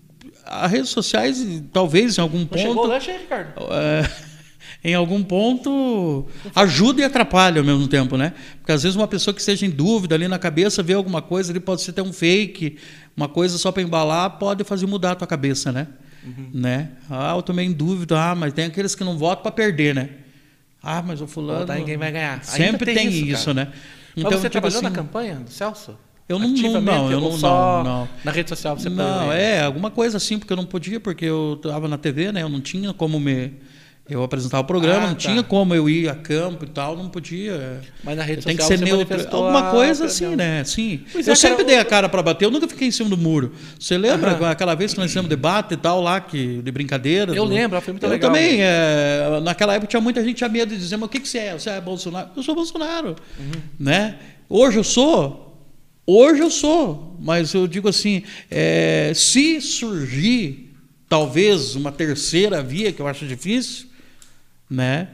Speaker 2: as redes sociais, talvez em algum
Speaker 1: Não chegou o
Speaker 2: ponto,
Speaker 1: lanche aí, Ricardo?
Speaker 2: é, em algum ponto ajuda e atrapalha ao mesmo tempo, né? Porque às vezes uma pessoa que esteja em dúvida ali na cabeça vê alguma coisa, ele pode ser até um fake, uma coisa só para embalar, pode fazer mudar a tua cabeça, né?
Speaker 1: Uhum.
Speaker 2: né? Ah, eu tomei em dúvida, ah, mas tem aqueles que não votam para perder, né? Ah, mas o fulano.
Speaker 1: Votar tá, ninguém vai ganhar. Ainda
Speaker 2: Sempre
Speaker 1: tem
Speaker 2: tem,
Speaker 1: isso,
Speaker 2: isso,
Speaker 1: cara.
Speaker 2: né?
Speaker 1: Mas você
Speaker 2: tipo
Speaker 1: trabalhou na
Speaker 2: assim,
Speaker 1: campanha do Celso?
Speaker 2: Eu não- não-
Speaker 1: Ativamente?
Speaker 2: não, eu
Speaker 1: Ou
Speaker 2: não-
Speaker 1: só
Speaker 2: não, não.
Speaker 1: Na rede social você
Speaker 2: não,
Speaker 1: foi-
Speaker 2: é, alguma coisa assim, porque eu não podia, porque eu estava na TV, né? Eu não tinha como me. Eu apresentar o programa,
Speaker 1: Ah,
Speaker 2: não
Speaker 1: tá.
Speaker 2: tinha como eu ir a campo e tal, não podia. é.
Speaker 1: Mas na rede
Speaker 2: Tem que
Speaker 1: social
Speaker 2: ser
Speaker 1: você
Speaker 2: neutro.
Speaker 1: manifestou
Speaker 2: Alguma
Speaker 1: a
Speaker 2: coisa
Speaker 1: opinião.
Speaker 2: assim, né? Sim.
Speaker 1: Pois é,
Speaker 2: eu
Speaker 1: cara,
Speaker 2: sempre
Speaker 1: o-
Speaker 2: dei a cara para bater, eu nunca fiquei em cima do muro. Você lembra
Speaker 1: Aham.
Speaker 2: aquela vez que nós fizemos debate e tal lá, que, de brincadeira?
Speaker 1: Eu lembro, foi muito
Speaker 2: eu
Speaker 1: legal.
Speaker 2: também. é, naquela época tinha muita gente que tinha medo de dizer, mas o que, que você é? Você é Bolsonaro? Eu sou Bolsonaro.
Speaker 1: Uhum.
Speaker 2: Né? Hoje eu sou. Hoje eu sou. Mas eu digo assim: é, se surgir talvez uma terceira via, que eu acho difícil, né?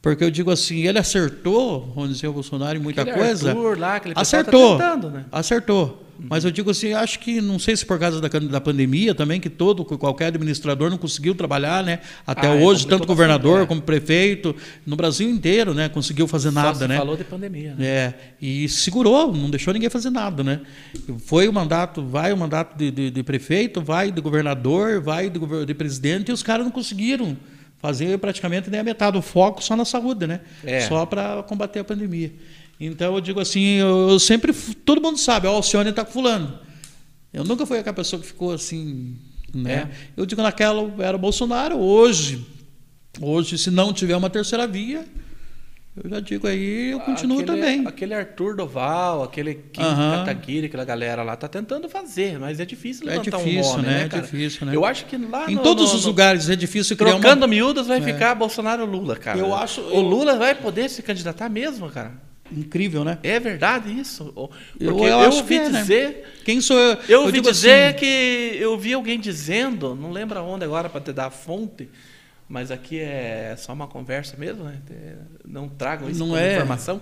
Speaker 2: Porque eu digo assim, ele acertou, vamos dizer, o Bolsonaro em muita
Speaker 1: Aquele
Speaker 2: coisa.
Speaker 1: Arthur lá, aquele pessoal tá
Speaker 2: acertou.
Speaker 1: tentando, né?
Speaker 2: Acertou. Mas eu digo assim, acho que não sei se por causa da, can- da pandemia também, que todo, qualquer administrador não conseguiu trabalhar, né? Até
Speaker 1: Ah, é,
Speaker 2: hoje,
Speaker 1: complicou
Speaker 2: tanto
Speaker 1: bastante,
Speaker 2: governador
Speaker 1: é.
Speaker 2: como prefeito, no Brasil inteiro, né? Conseguiu fazer
Speaker 1: Só se
Speaker 2: nada, né?
Speaker 1: falou de pandemia. né?
Speaker 2: É, e segurou, não deixou ninguém fazer nada, né? Foi o mandato, vai o mandato de, de- de prefeito, vai de governador, vai de, gover- de presidente, e os caras não conseguiram fazer praticamente nem a metade. O foco só na saúde, né?
Speaker 1: É.
Speaker 2: Só para combater a pandemia. Então eu digo assim, eu, eu sempre. f- Todo mundo sabe, ó, o Alcione tá com fulano. Eu nunca fui aquela pessoa que ficou assim,
Speaker 1: É.
Speaker 2: né? Eu digo naquela, eu era Bolsonaro, hoje. Hoje, se não tiver uma terceira via, eu já digo aí, eu continuo
Speaker 1: Aquele-
Speaker 2: também.
Speaker 1: Aquele Arthur Doval, aquele Kim
Speaker 2: Aham.
Speaker 1: Kataguiri, aquela galera lá, tá tentando fazer, mas é difícil
Speaker 2: É
Speaker 1: levantar um
Speaker 2: difícil,
Speaker 1: nome, né,
Speaker 2: né? É
Speaker 1: cara?
Speaker 2: difícil, né?
Speaker 1: Eu acho que lá
Speaker 2: Em
Speaker 1: no-
Speaker 2: todos
Speaker 1: no-
Speaker 2: os
Speaker 1: no-
Speaker 2: lugares é difícil criar
Speaker 1: Trocando
Speaker 2: uma.
Speaker 1: miúdas vai
Speaker 2: É.
Speaker 1: ficar Bolsonaro Lula, cara.
Speaker 2: Eu acho-
Speaker 1: O Lula vai poder se candidatar mesmo, cara.
Speaker 2: Incrível, né?
Speaker 1: É verdade isso? O- Porque
Speaker 2: Eu-
Speaker 1: eu,
Speaker 2: eu acho
Speaker 1: ouvi
Speaker 2: que é, né?
Speaker 1: dizer.
Speaker 2: Quem sou eu?
Speaker 1: Eu ouvi
Speaker 2: digo
Speaker 1: dizer
Speaker 2: assim,
Speaker 1: que eu vi alguém dizendo, não lembro aonde agora para te dar a fonte, mas aqui é só uma conversa mesmo, né? Te- Não tragam isso
Speaker 2: Não
Speaker 1: como
Speaker 2: é.
Speaker 1: informação.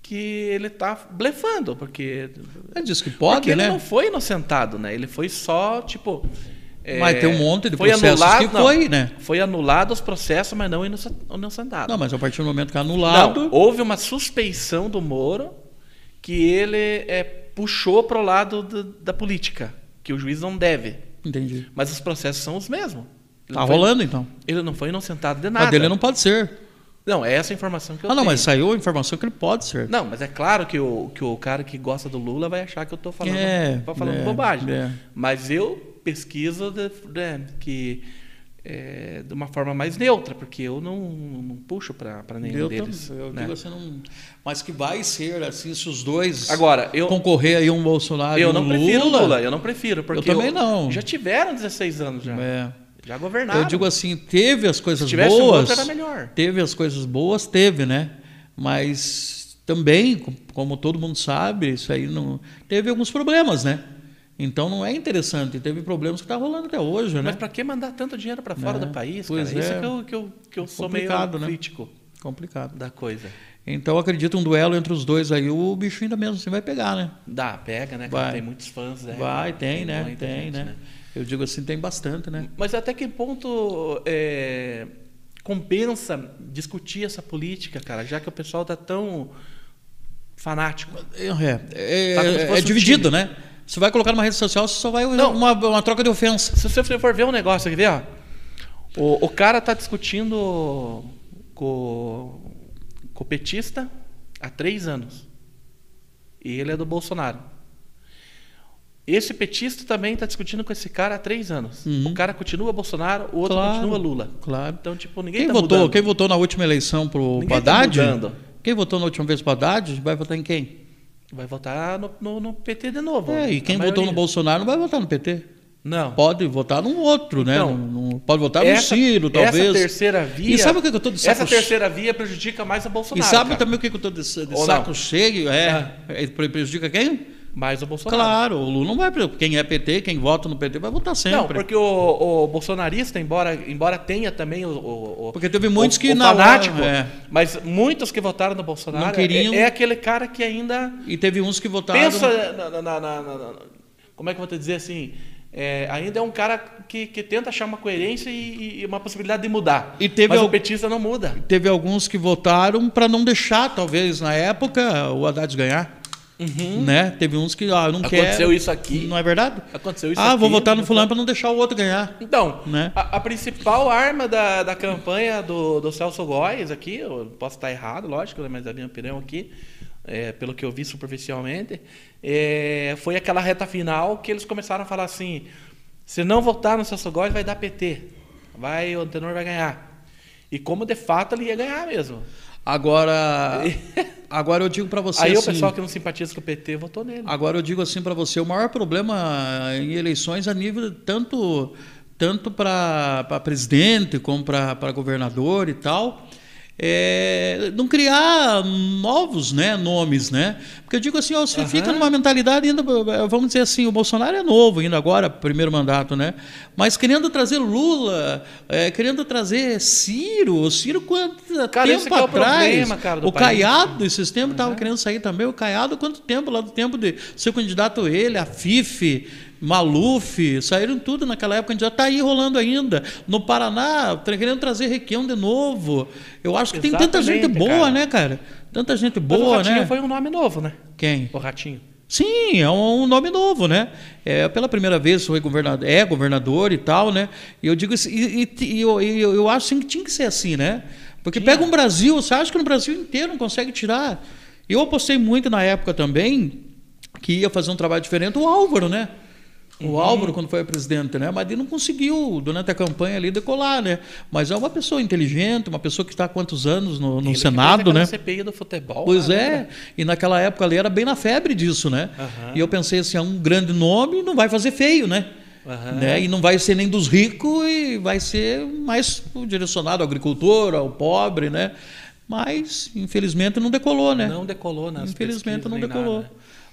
Speaker 1: Que ele tá blefando, porque.
Speaker 2: Ele diz que
Speaker 1: porque
Speaker 2: pode,
Speaker 1: ele
Speaker 2: né?
Speaker 1: não foi inocentado, né? Ele foi só, tipo.
Speaker 2: Mas
Speaker 1: é,
Speaker 2: tem um monte de processos que
Speaker 1: não.
Speaker 2: foi, né?
Speaker 1: Foi anulado os processos, mas não inocen- inocentado.
Speaker 2: Não, mas a partir do momento que é
Speaker 1: Não,
Speaker 2: anulado.
Speaker 1: houve uma suspeição do Moro que ele é, puxou para o lado do- da política, que o juiz não deve.
Speaker 2: Entendi.
Speaker 1: Mas os processos são os mesmos. Ele
Speaker 2: Tá
Speaker 1: não foi-
Speaker 2: rolando então.
Speaker 1: Ele não foi inocentado de
Speaker 2: A
Speaker 1: nada.
Speaker 2: dele não pode ser.
Speaker 1: Não, é essa a informação que eu
Speaker 2: Ah, não,
Speaker 1: tenho.
Speaker 2: mas saiu a informação que ele pode ser.
Speaker 1: Não, mas é claro que o, que o cara que gosta do Lula vai achar que eu tô falando,
Speaker 2: É,
Speaker 1: tô falando
Speaker 2: é,
Speaker 1: bobagem.
Speaker 2: é.
Speaker 1: Mas eu pesquiso de, de- que, é, de uma forma mais neutra, porque eu não, não puxo para nenhum
Speaker 2: Eu,
Speaker 1: deles.
Speaker 2: tam- eu
Speaker 1: né?
Speaker 2: digo assim, não- Mas que vai ser, assim, se os dois
Speaker 1: Agora, eu,
Speaker 2: concorrer aí um Bolsonaro e
Speaker 1: Eu
Speaker 2: um
Speaker 1: não prefiro
Speaker 2: Lula.
Speaker 1: Lula. eu não prefiro, porque
Speaker 2: Eu também não.
Speaker 1: Já tiveram 16 anos já.
Speaker 2: É.
Speaker 1: Já governaram.
Speaker 2: Eu digo assim, teve as coisas
Speaker 1: se tivesse um
Speaker 2: boas.
Speaker 1: outro era melhor.
Speaker 2: Teve as coisas boas, teve, né? Mas também, com- como todo mundo sabe, isso aí não teve alguns problemas, né? Então não é interessante. Teve problemas que tá rolando até hoje,
Speaker 1: Mas
Speaker 2: né?
Speaker 1: para que mandar tanto dinheiro para fora
Speaker 2: Né?
Speaker 1: do país,
Speaker 2: Pois
Speaker 1: cara? Isso
Speaker 2: é.
Speaker 1: é que eu, que eu, que eu sou meio
Speaker 2: Complicado, né?
Speaker 1: crítico
Speaker 2: Complicado.
Speaker 1: da coisa.
Speaker 2: Então eu acredito um duelo entre os dois aí, o bichinho ainda mesmo assim vai pegar, né?
Speaker 1: Dá, pega, né?
Speaker 2: Vai.
Speaker 1: Cara? Tem muitos fãs, né?
Speaker 2: Vai, tem, né?
Speaker 1: muita
Speaker 2: Tem,
Speaker 1: gente,
Speaker 2: né? Eu digo assim, tem bastante, né?
Speaker 1: Mas até que ponto é, compensa discutir essa política, cara? Já que o pessoal tá tão fanático.
Speaker 2: É, é,
Speaker 1: Tá como se
Speaker 2: é
Speaker 1: fosse um
Speaker 2: dividido,
Speaker 1: time.
Speaker 2: né? Você vai colocar numa rede social, você só vai uma, uma troca de ofensa.
Speaker 1: Se você for ver um negócio aqui, vê, ó. O, o cara tá discutindo com, com o petista há três anos. E ele é do Bolsonaro. Esse petista também está discutindo com esse cara há três anos.
Speaker 2: Uhum.
Speaker 1: O cara continua Bolsonaro, o outro
Speaker 2: Claro.
Speaker 1: continua Lula.
Speaker 2: Claro.
Speaker 1: Então, tipo, ninguém
Speaker 2: Quem
Speaker 1: tá
Speaker 2: votou,
Speaker 1: mudando.
Speaker 2: quem votou na última eleição pro, pro
Speaker 1: Ninguém tá
Speaker 2: Haddad?
Speaker 1: mudando.
Speaker 2: quem votou na última vez pro Haddad vai votar em quem?
Speaker 1: Vai votar no, no- no PT de novo.
Speaker 2: É, e
Speaker 1: a
Speaker 2: quem votou no
Speaker 1: maioria.
Speaker 2: Bolsonaro não vai votar no PT.
Speaker 1: Não.
Speaker 2: Pode votar num outro, né?
Speaker 1: Então,
Speaker 2: Num- num- pode votar no
Speaker 1: Essa-
Speaker 2: Ciro, talvez.
Speaker 1: Essa terceira via.
Speaker 2: E sabe o que que eu tô de saco
Speaker 1: Essa
Speaker 2: che-
Speaker 1: terceira via prejudica mais a Bolsonaro.
Speaker 2: e sabe
Speaker 1: cara.
Speaker 2: também o que que eu estou de, de
Speaker 1: Ou
Speaker 2: saco
Speaker 1: não?
Speaker 2: cheio? É, é, pre- prejudica quem?
Speaker 1: Mais o Bolsonaro.
Speaker 2: Claro, o Lula não vai. pre- Quem é PT, quem vota no PT, vai votar sempre.
Speaker 1: Não, porque o, o bolsonarista, embora, embora tenha também o, o- o-
Speaker 2: Porque teve muitos
Speaker 1: o-
Speaker 2: que
Speaker 1: o
Speaker 2: na hora-
Speaker 1: fanático,
Speaker 2: é.
Speaker 1: mas muitos que votaram no Bolsonaro
Speaker 2: Não queriam. Tá,
Speaker 1: é, é aquele cara que ainda
Speaker 2: E teve uns que votaram.
Speaker 1: pensa na, na- na- na- na- na- como é que eu vou te dizer assim, é, ainda é um cara que, que tenta achar uma coerência e, e uma possibilidade de mudar.
Speaker 2: E teve
Speaker 1: mas
Speaker 2: al-
Speaker 1: o petista não muda.
Speaker 2: Teve alguns que votaram para não deixar, talvez, na época, o Haddad ganhar. Né? Teve uns que, ah, eu não quero.
Speaker 1: Uhum. Aconteceu isso aqui.
Speaker 2: Não é verdade?
Speaker 1: Aconteceu isso
Speaker 2: Ah, vou
Speaker 1: aqui,
Speaker 2: votar no
Speaker 1: não-
Speaker 2: fulano para não deixar o outro ganhar.
Speaker 1: Então,
Speaker 2: Né?
Speaker 1: a, a principal arma da, da campanha do, do Celso Góes aqui, eu posso estar errado, lógico, né, mas é a minha opinião aqui, é, pelo que eu vi superficialmente, é, foi aquela reta final que eles começaram a falar assim: se não votar no Celso Góes, vai dar PT. Vai, o Antenor vai ganhar. E como de fato ele ia ganhar mesmo.
Speaker 2: Agora, agora eu digo para você
Speaker 1: Aí
Speaker 2: assim,
Speaker 1: o pessoal que não simpatiza com o PT votou nele.
Speaker 2: Agora eu digo assim para você, o maior problema em eleições a nível tanto tanto para presidente como para governador e tal, é não criar novos né, nomes, né? Porque eu digo assim, ó, você fica numa mentalidade ainda, vamos dizer assim, o Bolsonaro é novo ainda agora, primeiro mandato, né? Mas querendo trazer Lula, é, querendo trazer Ciro, o Ciro quanto
Speaker 1: Cara, esse
Speaker 2: tempo
Speaker 1: que é o
Speaker 2: atrás,
Speaker 1: problema, cara, do
Speaker 2: o
Speaker 1: país. né?
Speaker 2: Caiado Caiado, esses tempos
Speaker 1: Uhum.
Speaker 2: estava querendo sair também. O Caiado, quanto tempo? Lá do tempo de ser candidato ele, a Fife, Maluf, saíram tudo naquela época, já está aí rolando ainda. No Paraná, tra- querendo trazer Requião de novo. Eu acho que tem tanta gente
Speaker 1: Exatamente,
Speaker 2: boa,
Speaker 1: cara.
Speaker 2: né, cara? Tanta gente
Speaker 1: Mas o
Speaker 2: boa,
Speaker 1: Ratinho
Speaker 2: né?
Speaker 1: foi um nome novo, né?
Speaker 2: Quem?
Speaker 1: O Ratinho.
Speaker 2: Sim, é um nome novo, né? É, pela primeira vez foi governador, é governador e tal, né? E eu digo assim, e, e- e eu, e eu, eu acho assim que tinha que ser assim, né? Porque pega um Brasil, você acha que no Brasil inteiro não consegue tirar. Eu apostei muito na época também que ia fazer um trabalho diferente, o Álvaro, né? O
Speaker 1: Uhum.
Speaker 2: Álvaro, quando foi presidente, né? Mas ele não conseguiu, durante a campanha ali, decolar, né? Mas é uma pessoa inteligente, uma pessoa que está há quantos anos no, no
Speaker 1: Ele que fez
Speaker 2: Senado,
Speaker 1: aquela
Speaker 2: né?
Speaker 1: CPI do futebol.
Speaker 2: Pois
Speaker 1: né?
Speaker 2: é, e naquela época ali era bem na febre disso, né?
Speaker 1: Aham.
Speaker 2: E eu pensei assim, é um grande nome, não vai fazer feio, né?
Speaker 1: Aham.
Speaker 2: né? E não vai ser nem dos ricos e vai ser mais direcionado ao agricultor, ao pobre, né? Mas, infelizmente, não decolou, né?
Speaker 1: Não decolou, né?
Speaker 2: infelizmente, não decolou.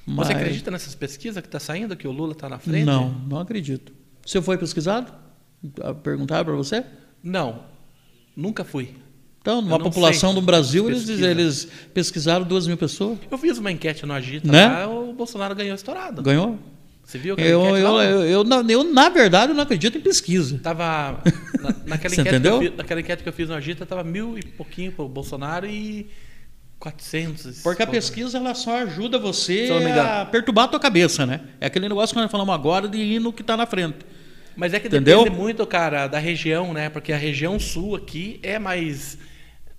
Speaker 1: Você
Speaker 2: Mas-
Speaker 1: acredita nessas pesquisas que está saindo, que o Lula está na frente?
Speaker 2: Não, não acredito. Você foi pesquisado? Ah, Perguntaram para você?
Speaker 1: Não. Nunca fui.
Speaker 2: Então, numa
Speaker 1: não
Speaker 2: população
Speaker 1: sei.
Speaker 2: do Brasil, eles,
Speaker 1: Pesquisa.
Speaker 2: eles pesquisaram duas mil pessoas.
Speaker 1: Eu fiz uma enquete no Agita
Speaker 2: Né?
Speaker 1: lá, o Bolsonaro ganhou estourado.
Speaker 2: Ganhou?
Speaker 1: Você viu aquela
Speaker 2: Eu, eu,
Speaker 1: enquete
Speaker 2: eu,
Speaker 1: lá?
Speaker 2: eu, na- eu, na verdade, eu não acredito em pesquisa.
Speaker 1: Tava. na- naquela, enquete que
Speaker 2: Você
Speaker 1: eu
Speaker 2: entendeu?
Speaker 1: fiz, naquela enquete que eu fiz no Agita, tava mil e pouquinho pro Bolsonaro e 400.
Speaker 2: Porque a
Speaker 1: pro-
Speaker 2: pesquisa ela só ajuda você
Speaker 1: Se eu não me engano.
Speaker 2: a perturbar a tua cabeça, né? É aquele negócio que nós falamos agora de ir no que está na frente.
Speaker 1: Mas é que
Speaker 2: Entendeu?
Speaker 1: depende muito, cara, da região, né? Porque a região sul aqui é mais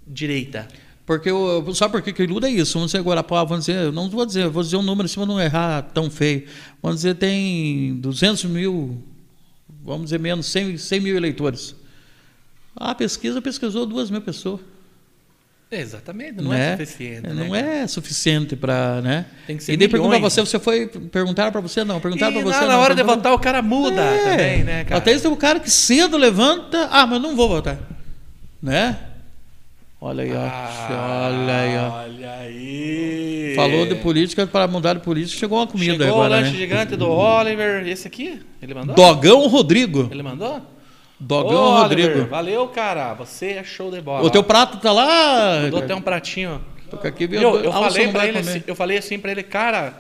Speaker 1: direita.
Speaker 2: Porque eu, sabe por que que iluda é isso? Vamos dizer Guarapó, vamos dizer, eu não vou dizer, eu vou dizer um número em cima não errar tão feio. Vamos dizer, tem 200 mil, vamos dizer menos, 100, 100 mil eleitores. A pesquisa pesquisou duas mil pessoas.
Speaker 1: Exatamente, não é
Speaker 2: né?
Speaker 1: suficiente. né,
Speaker 2: Não
Speaker 1: cara?
Speaker 2: é suficiente para, né?
Speaker 1: Tem que ser
Speaker 2: e daí perguntar pra
Speaker 1: milhões.
Speaker 2: você, você foi perguntaram para você não, perguntaram para
Speaker 1: E
Speaker 2: você
Speaker 1: na,
Speaker 2: não.
Speaker 1: na hora de
Speaker 2: perguntaram-
Speaker 1: votar o cara muda
Speaker 2: É.
Speaker 1: também, né, cara?
Speaker 2: Até isso tem um cara que cedo levanta, ah, mas não vou votar. Né? Olha aí, ó.
Speaker 1: Ah,
Speaker 2: olha aí, ó.
Speaker 1: Olha aí.
Speaker 2: Falou de política para mudar de política, chegou uma comida
Speaker 1: Chegou o
Speaker 2: agora,
Speaker 1: lanche
Speaker 2: né?
Speaker 1: gigante do Oliver. Esse aqui? Ele mandou?
Speaker 2: Dogão Rodrigo.
Speaker 1: Ele mandou?
Speaker 2: Dogão
Speaker 1: Ô, Oliver,
Speaker 2: Rodrigo.
Speaker 1: Valeu, cara. Você é show de bola.
Speaker 2: O teu prato tá lá.
Speaker 1: Mandou até um pratinho.
Speaker 2: Toca aqui,
Speaker 1: Eu,
Speaker 2: meu
Speaker 1: eu,
Speaker 2: Deus, ah, você
Speaker 1: falei
Speaker 2: não
Speaker 1: pra
Speaker 2: vai
Speaker 1: ele
Speaker 2: comer.
Speaker 1: assim, eu falei assim pra ele, cara,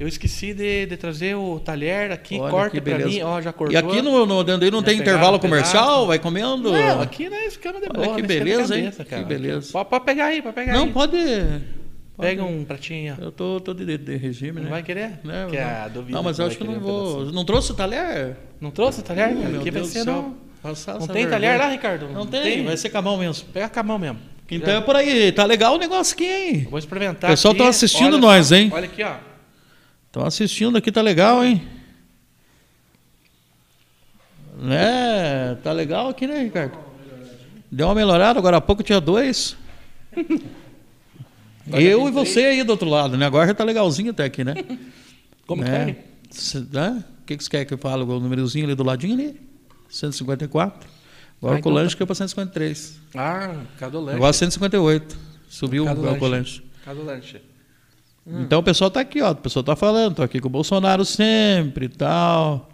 Speaker 1: eu esqueci de, de trazer o talher aqui,
Speaker 2: Olha
Speaker 1: corta
Speaker 2: que
Speaker 1: pra
Speaker 2: beleza.
Speaker 1: mim. Ó, já cortou.
Speaker 2: E aqui no, no dentro aí não
Speaker 1: Já
Speaker 2: tem
Speaker 1: pegaram
Speaker 2: intervalo
Speaker 1: um pedaço.
Speaker 2: comercial? Vai comendo?
Speaker 1: Não, aqui nós ficamos de
Speaker 2: Olha
Speaker 1: boa. né?
Speaker 2: que
Speaker 1: Esquenta a
Speaker 2: beleza, hein?
Speaker 1: cabeça,
Speaker 2: Que
Speaker 1: cara.
Speaker 2: beleza.
Speaker 1: Pode, pode pegar aí, pode pegar
Speaker 2: Não,
Speaker 1: aí.
Speaker 2: pode. Pode.
Speaker 1: Pega um pratinho. ó.
Speaker 2: Eu tô, tô de, de regime,
Speaker 1: Não
Speaker 2: né?
Speaker 1: vai querer?
Speaker 2: Né?
Speaker 1: que é
Speaker 2: não.
Speaker 1: a dúvida
Speaker 2: não, mas
Speaker 1: que
Speaker 2: eu
Speaker 1: vai
Speaker 2: acho que eu
Speaker 1: querer
Speaker 2: não
Speaker 1: um pedaço.
Speaker 2: vou. Não trouxe o talher?
Speaker 1: Não trouxe o talher?
Speaker 2: Meu
Speaker 1: Aqui vai
Speaker 2: Deus
Speaker 1: ser
Speaker 2: do céu.
Speaker 1: no-
Speaker 2: Passar
Speaker 1: Não
Speaker 2: essa
Speaker 1: tem
Speaker 2: vergonha.
Speaker 1: talher né? lá, Ricardo?
Speaker 2: Não tem, vai ser com a mão mesmo.
Speaker 1: Pega com a mão mesmo.
Speaker 2: Então é por aí, tá legal o negócio aqui, hein?
Speaker 1: Eu Vou experimentar.
Speaker 2: O pessoal
Speaker 1: aqui.
Speaker 2: tá assistindo
Speaker 1: Olha
Speaker 2: nós,
Speaker 1: só.
Speaker 2: hein?
Speaker 1: Olha aqui, ó.
Speaker 2: Estão assistindo aqui, tá legal, hein? Né? Tá legal aqui, né, Ricardo? Deu uma melhorada, agora há pouco tinha dois. Eu e você aí do outro lado, né? Agora já tá legalzinho até aqui, né?
Speaker 1: Como
Speaker 2: né?
Speaker 1: que é?
Speaker 2: Cê- né? O que, que você quer que eu fale? O númerozinho ali do ladinho ali? 154. Agora
Speaker 1: Ah,
Speaker 2: com
Speaker 1: então
Speaker 2: o
Speaker 1: tá.
Speaker 2: lanche caiu para 153.
Speaker 1: Ah, cadê o lanche?
Speaker 2: Agora 158. Subiu
Speaker 1: Cada
Speaker 2: o
Speaker 1: lanche.
Speaker 2: com o lanche.
Speaker 1: Cadê o lanche?
Speaker 2: Então o pessoal tá aqui, ó. O pessoal tá falando, tô aqui com o Bolsonaro sempre e tal.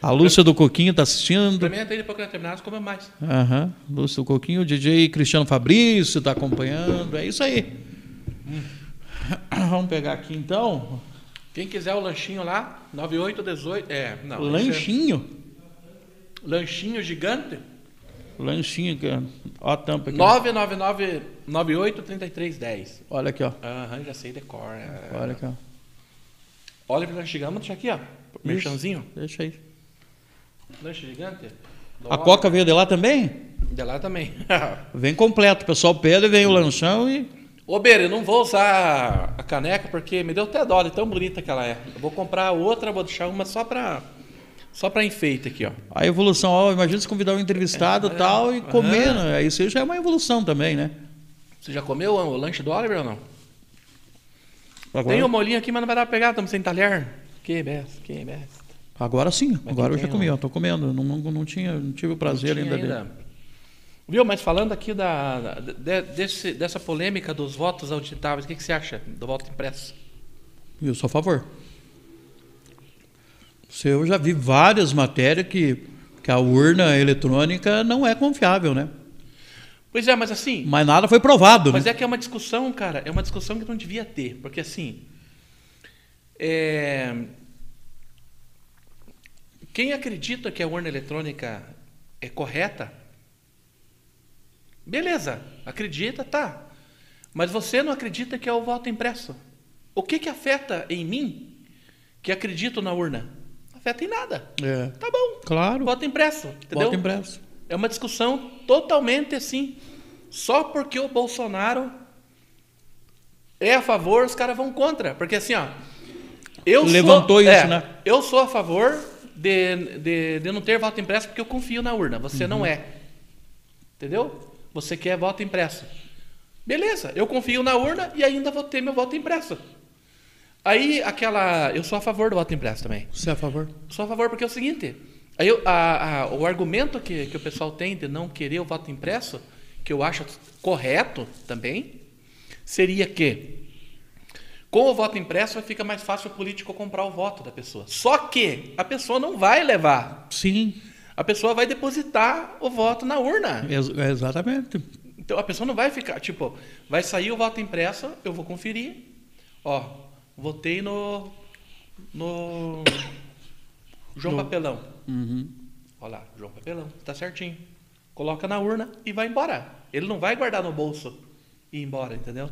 Speaker 2: A Lúcia do Coquinho tá assistindo.
Speaker 1: Experimenta aí depois que nós terminarmos, come mais.
Speaker 2: Aham. Lúcia do Coquinho, o DJ Cristiano Fabrício tá acompanhando. É isso aí. Vamos pegar aqui então.
Speaker 1: Quem quiser o lanchinho lá, 9818. É, não. esse
Speaker 2: lanchinho.
Speaker 1: é- lanchinho gigante?
Speaker 2: Lanchinho, cara. Ó a tampa aqui.
Speaker 1: 999-983310.
Speaker 2: Olha aqui, ó.
Speaker 1: Aham, já sei decor. é.
Speaker 2: Olha aqui, ó.
Speaker 1: Olha pro lanche gigante, vamos deixar aqui, ó. Merchanzinho.
Speaker 2: Deixa aí.
Speaker 1: Lanche gigante.
Speaker 2: A Coca veio de lá também?
Speaker 1: De lá também.
Speaker 2: Vem completo. O pessoal pede, vem o lanchão e.
Speaker 1: Ô, Beira, eu não vou usar a caneca porque me deu até dó, de tão bonita que ela é. Eu vou comprar outra, vou deixar uma só pra, só pra enfeite aqui, ó.
Speaker 2: A evolução, ó, imagina se convidar um entrevistado e tal e
Speaker 1: aham.
Speaker 2: comer, né? Aí isso já é uma evolução também, né?
Speaker 1: Você já comeu o lanche do Oliver ou não? Tem uma molinha aqui, mas não vai dar pra pegar, estamos sem talher. Que besta, que besta.
Speaker 2: Agora sim,
Speaker 1: Mas
Speaker 2: agora eu
Speaker 1: tem
Speaker 2: já
Speaker 1: um.
Speaker 2: comi, ó, tô comendo. Não, não, não tinha, não tive o prazer
Speaker 1: Tinha
Speaker 2: ainda, dele.
Speaker 1: Viu, mas falando aqui da, da- de- desse- dessa polêmica dos votos auditáveis, o que, que você acha do voto impresso?
Speaker 2: Eu sou a favor. Se Eu já vi várias matérias que, que a urna eletrônica não é confiável, né?
Speaker 1: Pois é, mas assim,
Speaker 2: Mas nada foi provado,
Speaker 1: Mas
Speaker 2: né?
Speaker 1: é que é uma discussão, cara, é uma discussão que não devia ter, porque assim. é, Quem acredita que a urna eletrônica é correta, beleza, acredita, tá. Mas você não acredita que é o voto impresso. O que, que afeta em mim que acredito na urna? Afeta em nada.
Speaker 2: É.
Speaker 1: Tá bom,
Speaker 2: Claro,
Speaker 1: voto impresso, entendeu?
Speaker 2: voto impresso.
Speaker 1: É uma discussão totalmente assim. Só porque o Bolsonaro é a favor, os caras vão contra. Porque assim, ó. Eu sou,
Speaker 2: Levantou isso,
Speaker 1: é,
Speaker 2: né?
Speaker 1: Eu sou a favor de, de, de não ter voto impresso porque eu confio na urna. Você
Speaker 2: Uhum.
Speaker 1: não é. Entendeu? Você quer voto impresso. Beleza, eu confio na urna e ainda vou ter meu voto impresso. Aí aquela. Eu sou a favor do voto impresso também.
Speaker 2: Você é a favor?
Speaker 1: Sou a favor, porque é o seguinte. Aí eu- a- a- o argumento que, que o pessoal tem de não querer o voto impresso, que eu acho correto também, seria que com o voto impresso fica mais fácil o político comprar o voto da pessoa. Só que a pessoa não vai levar.
Speaker 2: Sim,
Speaker 1: A pessoa vai depositar o voto na urna.
Speaker 2: ex- exatamente.
Speaker 1: Então a pessoa não vai ficar, tipo, vai sair o voto impresso, eu vou conferir. Ó, votei no. No. João Papelão.
Speaker 2: Uhum.
Speaker 1: Olha lá, João Papelão, tá certinho. Coloca na urna e vai embora. Ele não vai guardar no bolso e ir embora, entendeu?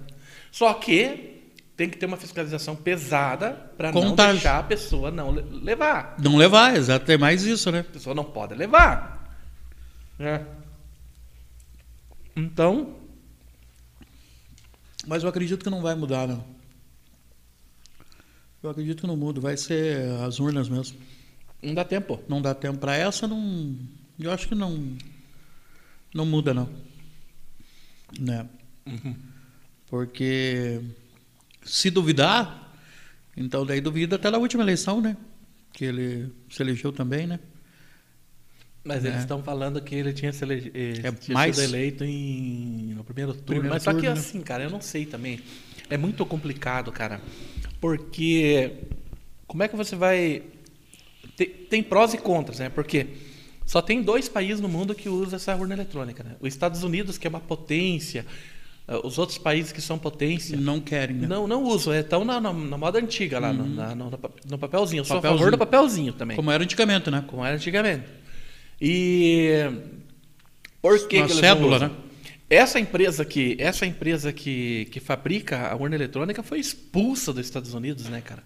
Speaker 1: Só que tem que ter uma fiscalização pesada para não
Speaker 2: Contágio.
Speaker 1: deixar a pessoa não le- levar.
Speaker 2: Não levar, exato, é mais isso, né?
Speaker 1: A pessoa não pode levar. né? Então,
Speaker 2: Mas eu acredito que não vai mudar, não. Eu acredito que não muda, vai ser as urnas mesmo.
Speaker 1: não dá tempo.
Speaker 2: Não dá tempo para essa, não. Eu acho que não. Não muda, não. Né?
Speaker 1: Uhum.
Speaker 2: Porque se duvidar, então daí duvida até na última eleição, né? Que ele se elegeu também, né?
Speaker 1: Mas
Speaker 2: né?
Speaker 1: eles estão falando que ele tinha, se elege... eh,
Speaker 2: É
Speaker 1: tinha
Speaker 2: mais-
Speaker 1: sido eleito em... no primeiro turno.
Speaker 2: Primeiro
Speaker 1: Mas só que
Speaker 2: turno, né?
Speaker 1: assim, cara, eu não sei também. É muito complicado, cara. Porque como é que você vai. Tem, tem prós e contras, né? Porque só tem dois países no mundo que usam essa urna eletrônica, né? Os Estados Unidos, que é uma potência, ah, os outros países que são potência.
Speaker 2: Não querem, né?
Speaker 1: Não, não usam. É tão na, na- na moda antiga lá, no- na- no, no papelzinho. Eu sou a favor
Speaker 2: Uhum. Papelzinho.
Speaker 1: do papelzinho também
Speaker 2: Como era antigamente, né?
Speaker 1: como era antigamente. E por que,
Speaker 2: Uma
Speaker 1: que eles
Speaker 2: cédula,
Speaker 1: não usam?
Speaker 2: né?
Speaker 1: Essa empresa que, essa empresa que, que fabrica a urna eletrônica foi expulsa dos Estados Unidos, né, cara?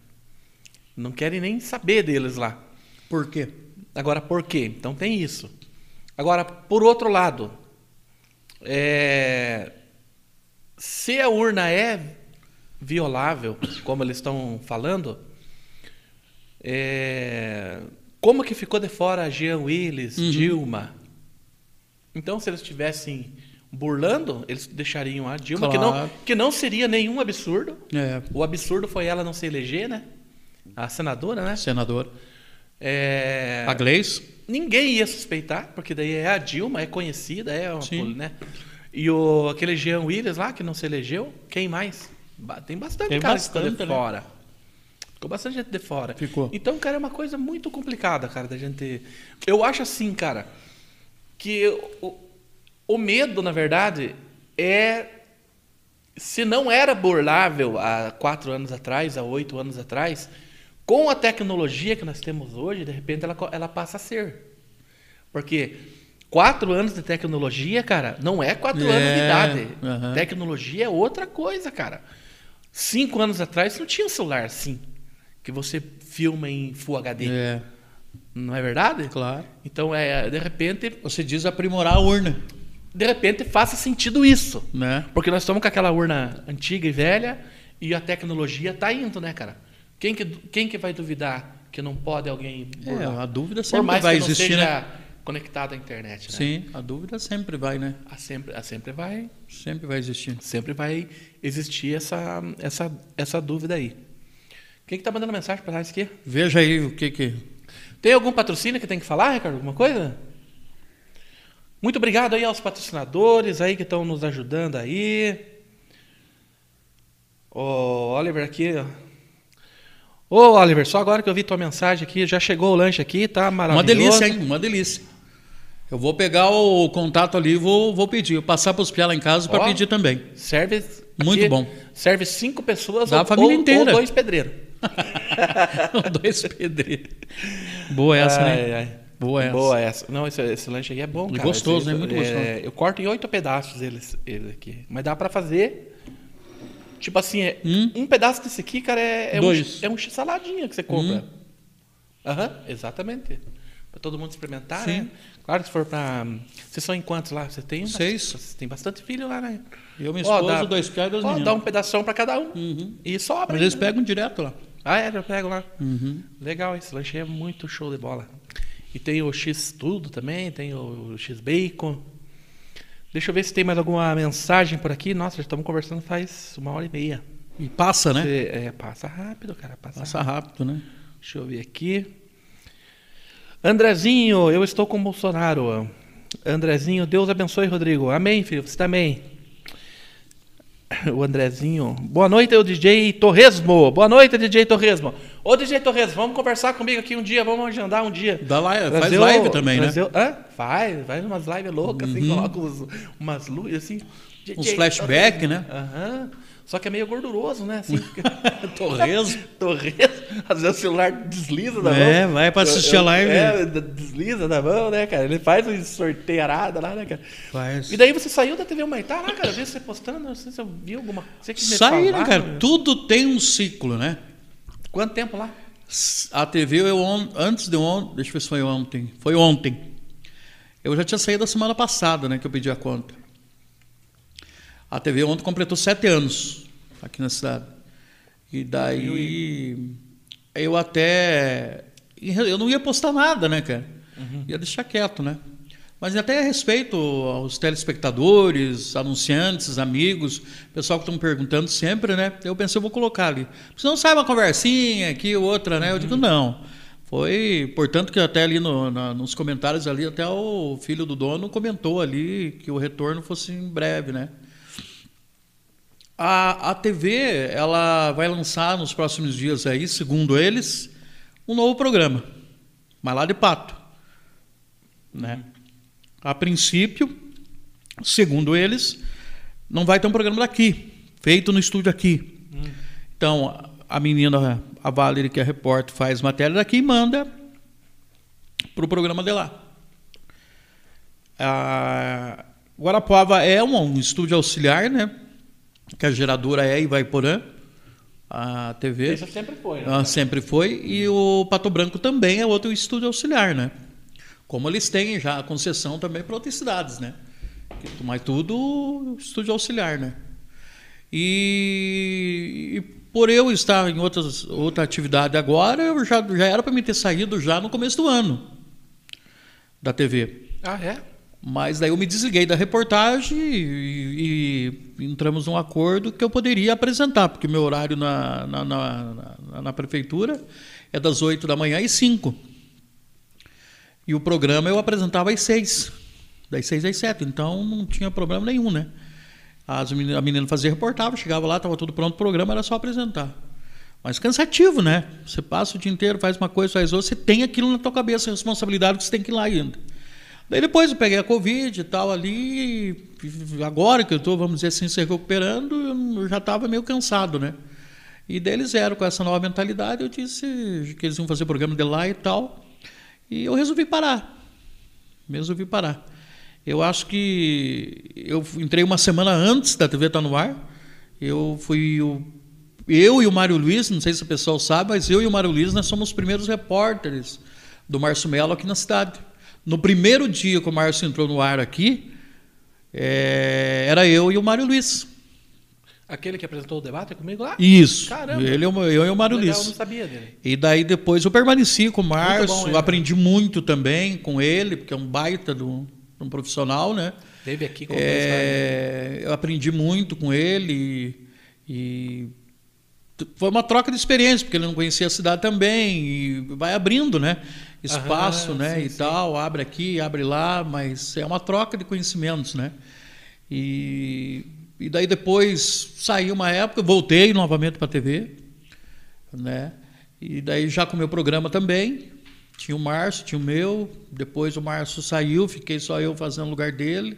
Speaker 1: Não querem nem saber deles lá.
Speaker 2: Por quê?
Speaker 1: Agora, por quê? Então tem isso. Agora, por outro lado, é, se a urna é violável, como eles estão falando, é, como que ficou de fora Jean Willis,
Speaker 2: Uhum.
Speaker 1: Dilma? Então, se eles estivessem burlando, eles deixariam a Dilma, que,
Speaker 2: Claro.
Speaker 1: não, que não seria nenhum absurdo.
Speaker 2: É,
Speaker 1: O absurdo foi ela não se eleger, né? A senadora, né?
Speaker 2: senador.
Speaker 1: É,
Speaker 2: A Gleice?
Speaker 1: Ninguém ia suspeitar, porque daí é a Dilma, é conhecida, é uma,
Speaker 2: Sim.
Speaker 1: poli- né? E o, aquele Jean Willis lá, que não se elegeu, quem mais? Ba- Tem bastante
Speaker 2: Tem
Speaker 1: cara que ficou de
Speaker 2: bastante, né?
Speaker 1: fora. Ficou bastante gente de fora.
Speaker 2: Ficou.
Speaker 1: Então, cara, é uma coisa muito complicada, cara, da gente... Eu acho assim, cara, que o, o medo, na verdade, é... Se não era burlável há quatro anos atrás, há oito anos atrás, com a tecnologia que nós temos hoje, de repente ela, co- ela passa a ser. Porque quatro anos de tecnologia, cara, não é quatro
Speaker 2: É,
Speaker 1: anos de idade.
Speaker 2: aham.
Speaker 1: Tecnologia é outra coisa, cara. Cinco anos atrás não tinha um celular assim, que você filma em Full HD.
Speaker 2: É,
Speaker 1: Não é verdade?
Speaker 2: claro.
Speaker 1: Então, é, de repente,
Speaker 2: Você diz aprimorar a urna,
Speaker 1: de repente faça sentido isso.
Speaker 2: né?
Speaker 1: Porque nós estamos com aquela urna antiga e velha e a tecnologia tá indo, né, cara? Quem que, quem que vai duvidar que não pode alguém
Speaker 2: É,
Speaker 1: burlar?
Speaker 2: a dúvida
Speaker 1: Por
Speaker 2: sempre
Speaker 1: mais
Speaker 2: vai
Speaker 1: que não
Speaker 2: existir, né?
Speaker 1: seja conectado à internet, né?
Speaker 2: Sim, a dúvida sempre vai, né?
Speaker 1: A sempre, a sempre vai,
Speaker 2: Sempre vai existir.
Speaker 1: sempre vai existir essa, essa, essa dúvida aí. Quem que tá mandando mensagem para nós aqui?
Speaker 2: Veja aí o que que...
Speaker 1: Tem algum patrocínio que tem que falar, Ricardo? Alguma coisa? Muito obrigado aí aos patrocinadores aí que estão nos ajudando aí. Ô, Oliver aqui, ó. Ô, Oliver, só agora que eu vi tua mensagem aqui, já chegou o lanche aqui, tá maravilhoso.
Speaker 2: Uma delícia, hein? Uma delícia. Eu vou pegar o contato ali e vou, vou pedir. Eu passar para os piá lá em casa para
Speaker 1: Ó.
Speaker 2: pedir também.
Speaker 1: Serve aqui-
Speaker 2: Muito bom.
Speaker 1: Serve cinco pessoas
Speaker 2: Da
Speaker 1: ou,
Speaker 2: família
Speaker 1: ou-
Speaker 2: inteira.
Speaker 1: ou dois pedreiros.
Speaker 2: Dois pedreiros. Boa essa,
Speaker 1: Ai,
Speaker 2: né?
Speaker 1: ai.
Speaker 2: Boa essa.
Speaker 1: Boa essa. Não, esse, esse lanche aqui é bom,
Speaker 2: E
Speaker 1: cara.
Speaker 2: gostoso,
Speaker 1: Esse- é,
Speaker 2: né? Muito gostoso.
Speaker 1: Eu corto em oito pedaços eles, eles aqui. Mas dá pra fazer. Tipo assim, é-
Speaker 2: Hum?
Speaker 1: um pedaço desse aqui, cara, é, é um,
Speaker 2: Dois. Hum.
Speaker 1: x- é um x saladinha que você compra. Aham, exatamente. Pra todo mundo experimentar,
Speaker 2: Sim.
Speaker 1: né? Claro que se for pra. Vocês são em quantos lá? Você tem?
Speaker 2: Seis.
Speaker 1: Você tem bastante filho lá, né?
Speaker 2: Eu, minha
Speaker 1: Ó,
Speaker 2: esposa,
Speaker 1: dá-
Speaker 2: dois piá e dois
Speaker 1: Ó,
Speaker 2: meninos.
Speaker 1: dá um pedação pra cada um.
Speaker 2: Uhum.
Speaker 1: E sobra.
Speaker 2: Mas eles
Speaker 1: ainda, né?
Speaker 2: pegam direto lá.
Speaker 1: Ah, é, eu pego lá.
Speaker 2: Uhum.
Speaker 1: Legal, esse lanche é muito show de bola. E tem o X tudo também, tem o X bacon. Deixa eu ver se tem mais alguma mensagem por aqui. Nossa, já estamos conversando faz uma hora e meia.
Speaker 2: E passa, né?
Speaker 1: Você, é, passa rápido, cara. Passa,
Speaker 2: Passa rápido, né?
Speaker 1: rápido. Deixa eu ver aqui. Andrezinho, eu estou com Bolsonaro. Andrezinho, Deus abençoe, Rodrigo. Amém, filho. Você também. O Andrezinho. Boa noite, o DJ Torresmo. Boa noite, DJ Torresmo. Ô, DJ Torresmo, vamos conversar comigo aqui um dia, vamos agendar um dia.
Speaker 2: Dá live, faz
Speaker 1: Trazer o-
Speaker 2: live também,
Speaker 1: trazer
Speaker 2: né? Uhum.
Speaker 1: o- hã? Faz, faz umas lives loucas, assim, coloca uns- umas luzes, assim.
Speaker 2: Uns flashback, né?
Speaker 1: Aham. Só que é meio gorduroso, né? Assim,
Speaker 2: Torresmo.
Speaker 1: Torresmo. Às vezes o celular desliza da mão.
Speaker 2: É, vai pra assistir a live.
Speaker 1: É, d- desliza da mão, né, cara? Ele faz um sorteirada lá, né, cara?
Speaker 2: Faz.
Speaker 1: E daí você saiu da TV Humaitá Tá lá, cara? Eu vi você postando, não sei se eu vi alguma coisa. que me
Speaker 2: Sai, né,
Speaker 1: falaram,
Speaker 2: cara? Tudo tem um ciclo, né?
Speaker 1: Quanto tempo lá?
Speaker 2: A TV, eu on- antes de ontem, deixa eu ver se foi ontem. Foi ontem. Eu já tinha saído a semana passada, né, que eu pedi a conta. A TV ontem completou sete anos aqui na cidade. E daí eu até. Eu não ia postar nada, né, cara? Ia deixar quieto, né? Mas até a respeito aos telespectadores, anunciantes, amigos, pessoal que estão perguntando sempre, né? Eu pensei, eu vou colocar ali. Porque não sai uma conversinha aqui, outra, né? Eu digo, não. Foi, portanto, que até ali no- na- nos comentários ali, até o filho do dono comentou ali que o retorno fosse em breve, né? A, a TV ela vai lançar nos próximos dias aí, segundo eles, um novo programa, mas lá de pato, né? A princípio, segundo eles, não vai ter um programa daqui, feito no estúdio aqui. Então a menina, a Valerie que é repórter, faz matéria daqui e manda pro programa de lá. Ah, Guarapuava é um, um estúdio auxiliar, né? Que a geradora é Ivaiporã, a TV.
Speaker 1: Isso sempre foi. Né?
Speaker 2: Ah, sempre foi. E o Pato Branco também é outro estúdio auxiliar, né? Como eles têm já a concessão também para outras cidades, né? Mas tudo estúdio auxiliar, né? E, e por eu estar em outras, outra atividade agora, eu já, já era para me ter saído já no começo do ano da TV.
Speaker 1: Ah, é?
Speaker 2: Mas daí eu me desliguei da reportagem e, e entramos num acordo que eu poderia apresentar, porque meu horário na, na, na- na- na prefeitura é das 8 da manhã às 5. E o programa eu apresentava às 6, das 6 às 7, então não tinha problema nenhum, né? As meni- a menina fazia reportagem, chegava lá, estava tudo pronto o programa, era só apresentar. Mas cansativo, né? Você passa o dia inteiro, faz uma coisa, faz outra, você tem aquilo na tua cabeça, a responsabilidade que você tem que ir lá ainda. Daí depois eu peguei a Covid e tal ali, e agora que eu estou, vamos dizer assim, se recuperando, eu já estava meio cansado, né? E daí eles vieram com essa nova mentalidade, eu disse que eles iam fazer programa de lá e tal, e eu resolvi parar resolvi parar. Eu acho que eu entrei uma semana antes da TV estar no ar. Eu fui o, eu e o Mário Luiz, não sei se o pessoal sabe, mas eu e o Mário Luiz nós somos os primeiros repórteres do Márcio Melo aqui na cidade. No primeiro dia que o Márcio entrou no ar aqui, eh, era eu e o Mário Luiz.
Speaker 1: Aquele que apresentou o debate comigo lá?
Speaker 2: Isso.
Speaker 1: Caramba.
Speaker 2: Ele, e o- eu e o Mário
Speaker 1: Legal, eu não
Speaker 2: Luiz.
Speaker 1: sabia dele.
Speaker 2: E daí depois eu permaneci com o
Speaker 1: bom
Speaker 2: Márcio,
Speaker 1: ele.
Speaker 2: aprendi muito também com ele, porque é um baita de um- de um profissional, né?
Speaker 1: Teve aqui com
Speaker 2: É, eu aprendi muito com ele e, e t- foi uma troca de experiência, porque ele não conhecia a cidade também e vai abrindo, né? Espaço,
Speaker 1: Aham,
Speaker 2: né?
Speaker 1: sim,
Speaker 2: e
Speaker 1: sim.
Speaker 2: tal, abre aqui, abre lá, mas é uma troca de conhecimentos, né? E, e daí depois saí uma época, voltei novamente para a TV, né? E daí já com o meu programa também. Tinha o Márcio, tinha o meu. Depois o Márcio saiu, fiquei só eu fazendo o lugar dele.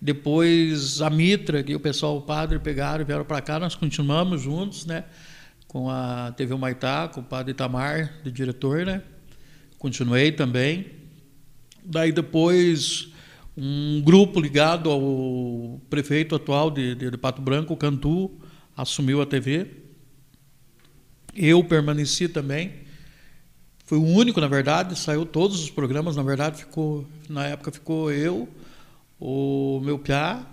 Speaker 2: Depois a Mitra, que o pessoal, o padre, pegaram e vieram para cá. Nós continuamos juntos, né? Com a TV Humaitá, com o padre Itamar, de diretor, né? Continuei também. Daí depois um grupo ligado ao prefeito atual de, de, de Pato Branco, o Cantu, assumiu a TV. Eu permaneci também. Fui o único, na verdade, saiu todos os programas, na verdade, ficou. Na época ficou eu, o meu Piá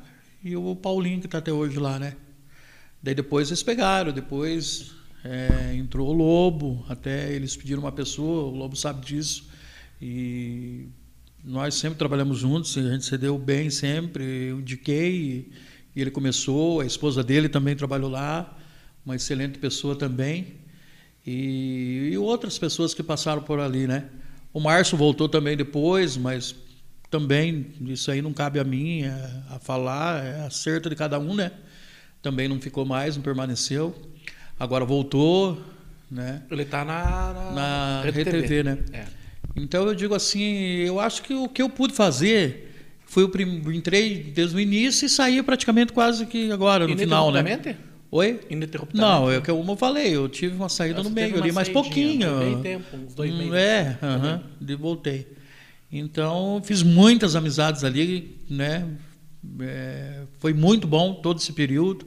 Speaker 2: e o Paulinho, que está até hoje lá, né? Daí depois eles pegaram, depois é, entrou o Lobo, até eles pediram uma pessoa, o Lobo sabe disso. E nós sempre trabalhamos juntos, a gente se deu bem sempre, eu indiquei, e ele começou, a esposa dele também trabalhou lá, uma excelente pessoa também. E, e outras pessoas que passaram por ali, né? O Márcio voltou também depois, mas também isso aí não cabe a mim é, a falar, é acerto de cada um, né? Também não ficou mais, não permaneceu. Agora voltou, né?
Speaker 1: Ele está na, na,
Speaker 2: Na RedeTV, né?
Speaker 1: É.
Speaker 2: Então eu digo assim, eu acho que o que eu pude fazer foi o prim... entrei desde o início e saí praticamente quase que agora no final, né?
Speaker 1: Ininterruptamente?
Speaker 2: Oi?
Speaker 1: Ininterruptamente.
Speaker 2: Não, é o que eu como eu falei, eu tive uma saída
Speaker 1: Você
Speaker 2: no
Speaker 1: teve
Speaker 2: meio
Speaker 1: uma
Speaker 2: ali, mas
Speaker 1: saidinha,
Speaker 2: pouquinho.
Speaker 1: foi bem tempo, uns dois
Speaker 2: Hum,
Speaker 1: meses. né?
Speaker 2: É, aham, de voltei. Então fiz muitas amizades ali, né? É, foi muito bom todo esse período.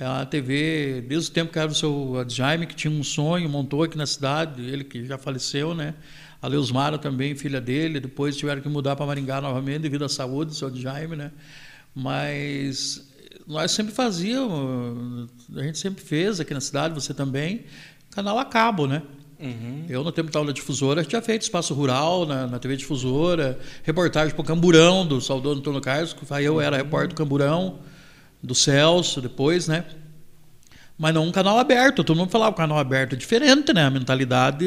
Speaker 2: A TV, desde o tempo que era o seu Jaime, que tinha um sonho, montou aqui na cidade, ele que já faleceu, né? A Leusmara também, filha dele, depois tiveram que mudar para Maringá novamente devido à saúde do seu Jaime, né? Mas nós sempre fazíamos, a gente sempre fez aqui na cidade, você também, canal a cabo, né?
Speaker 1: Uhum.
Speaker 2: Eu, no tempo da aula difusora, tinha feito espaço rural na, na TV difusora, reportagem para o Camburão, do saudoso Antônio Carlos, que aí eu era
Speaker 1: Uhum.
Speaker 2: repórter do Camburão, do Celso, depois, né? Mas não um canal aberto, todo mundo falava canal aberto é diferente, né? A mentalidade.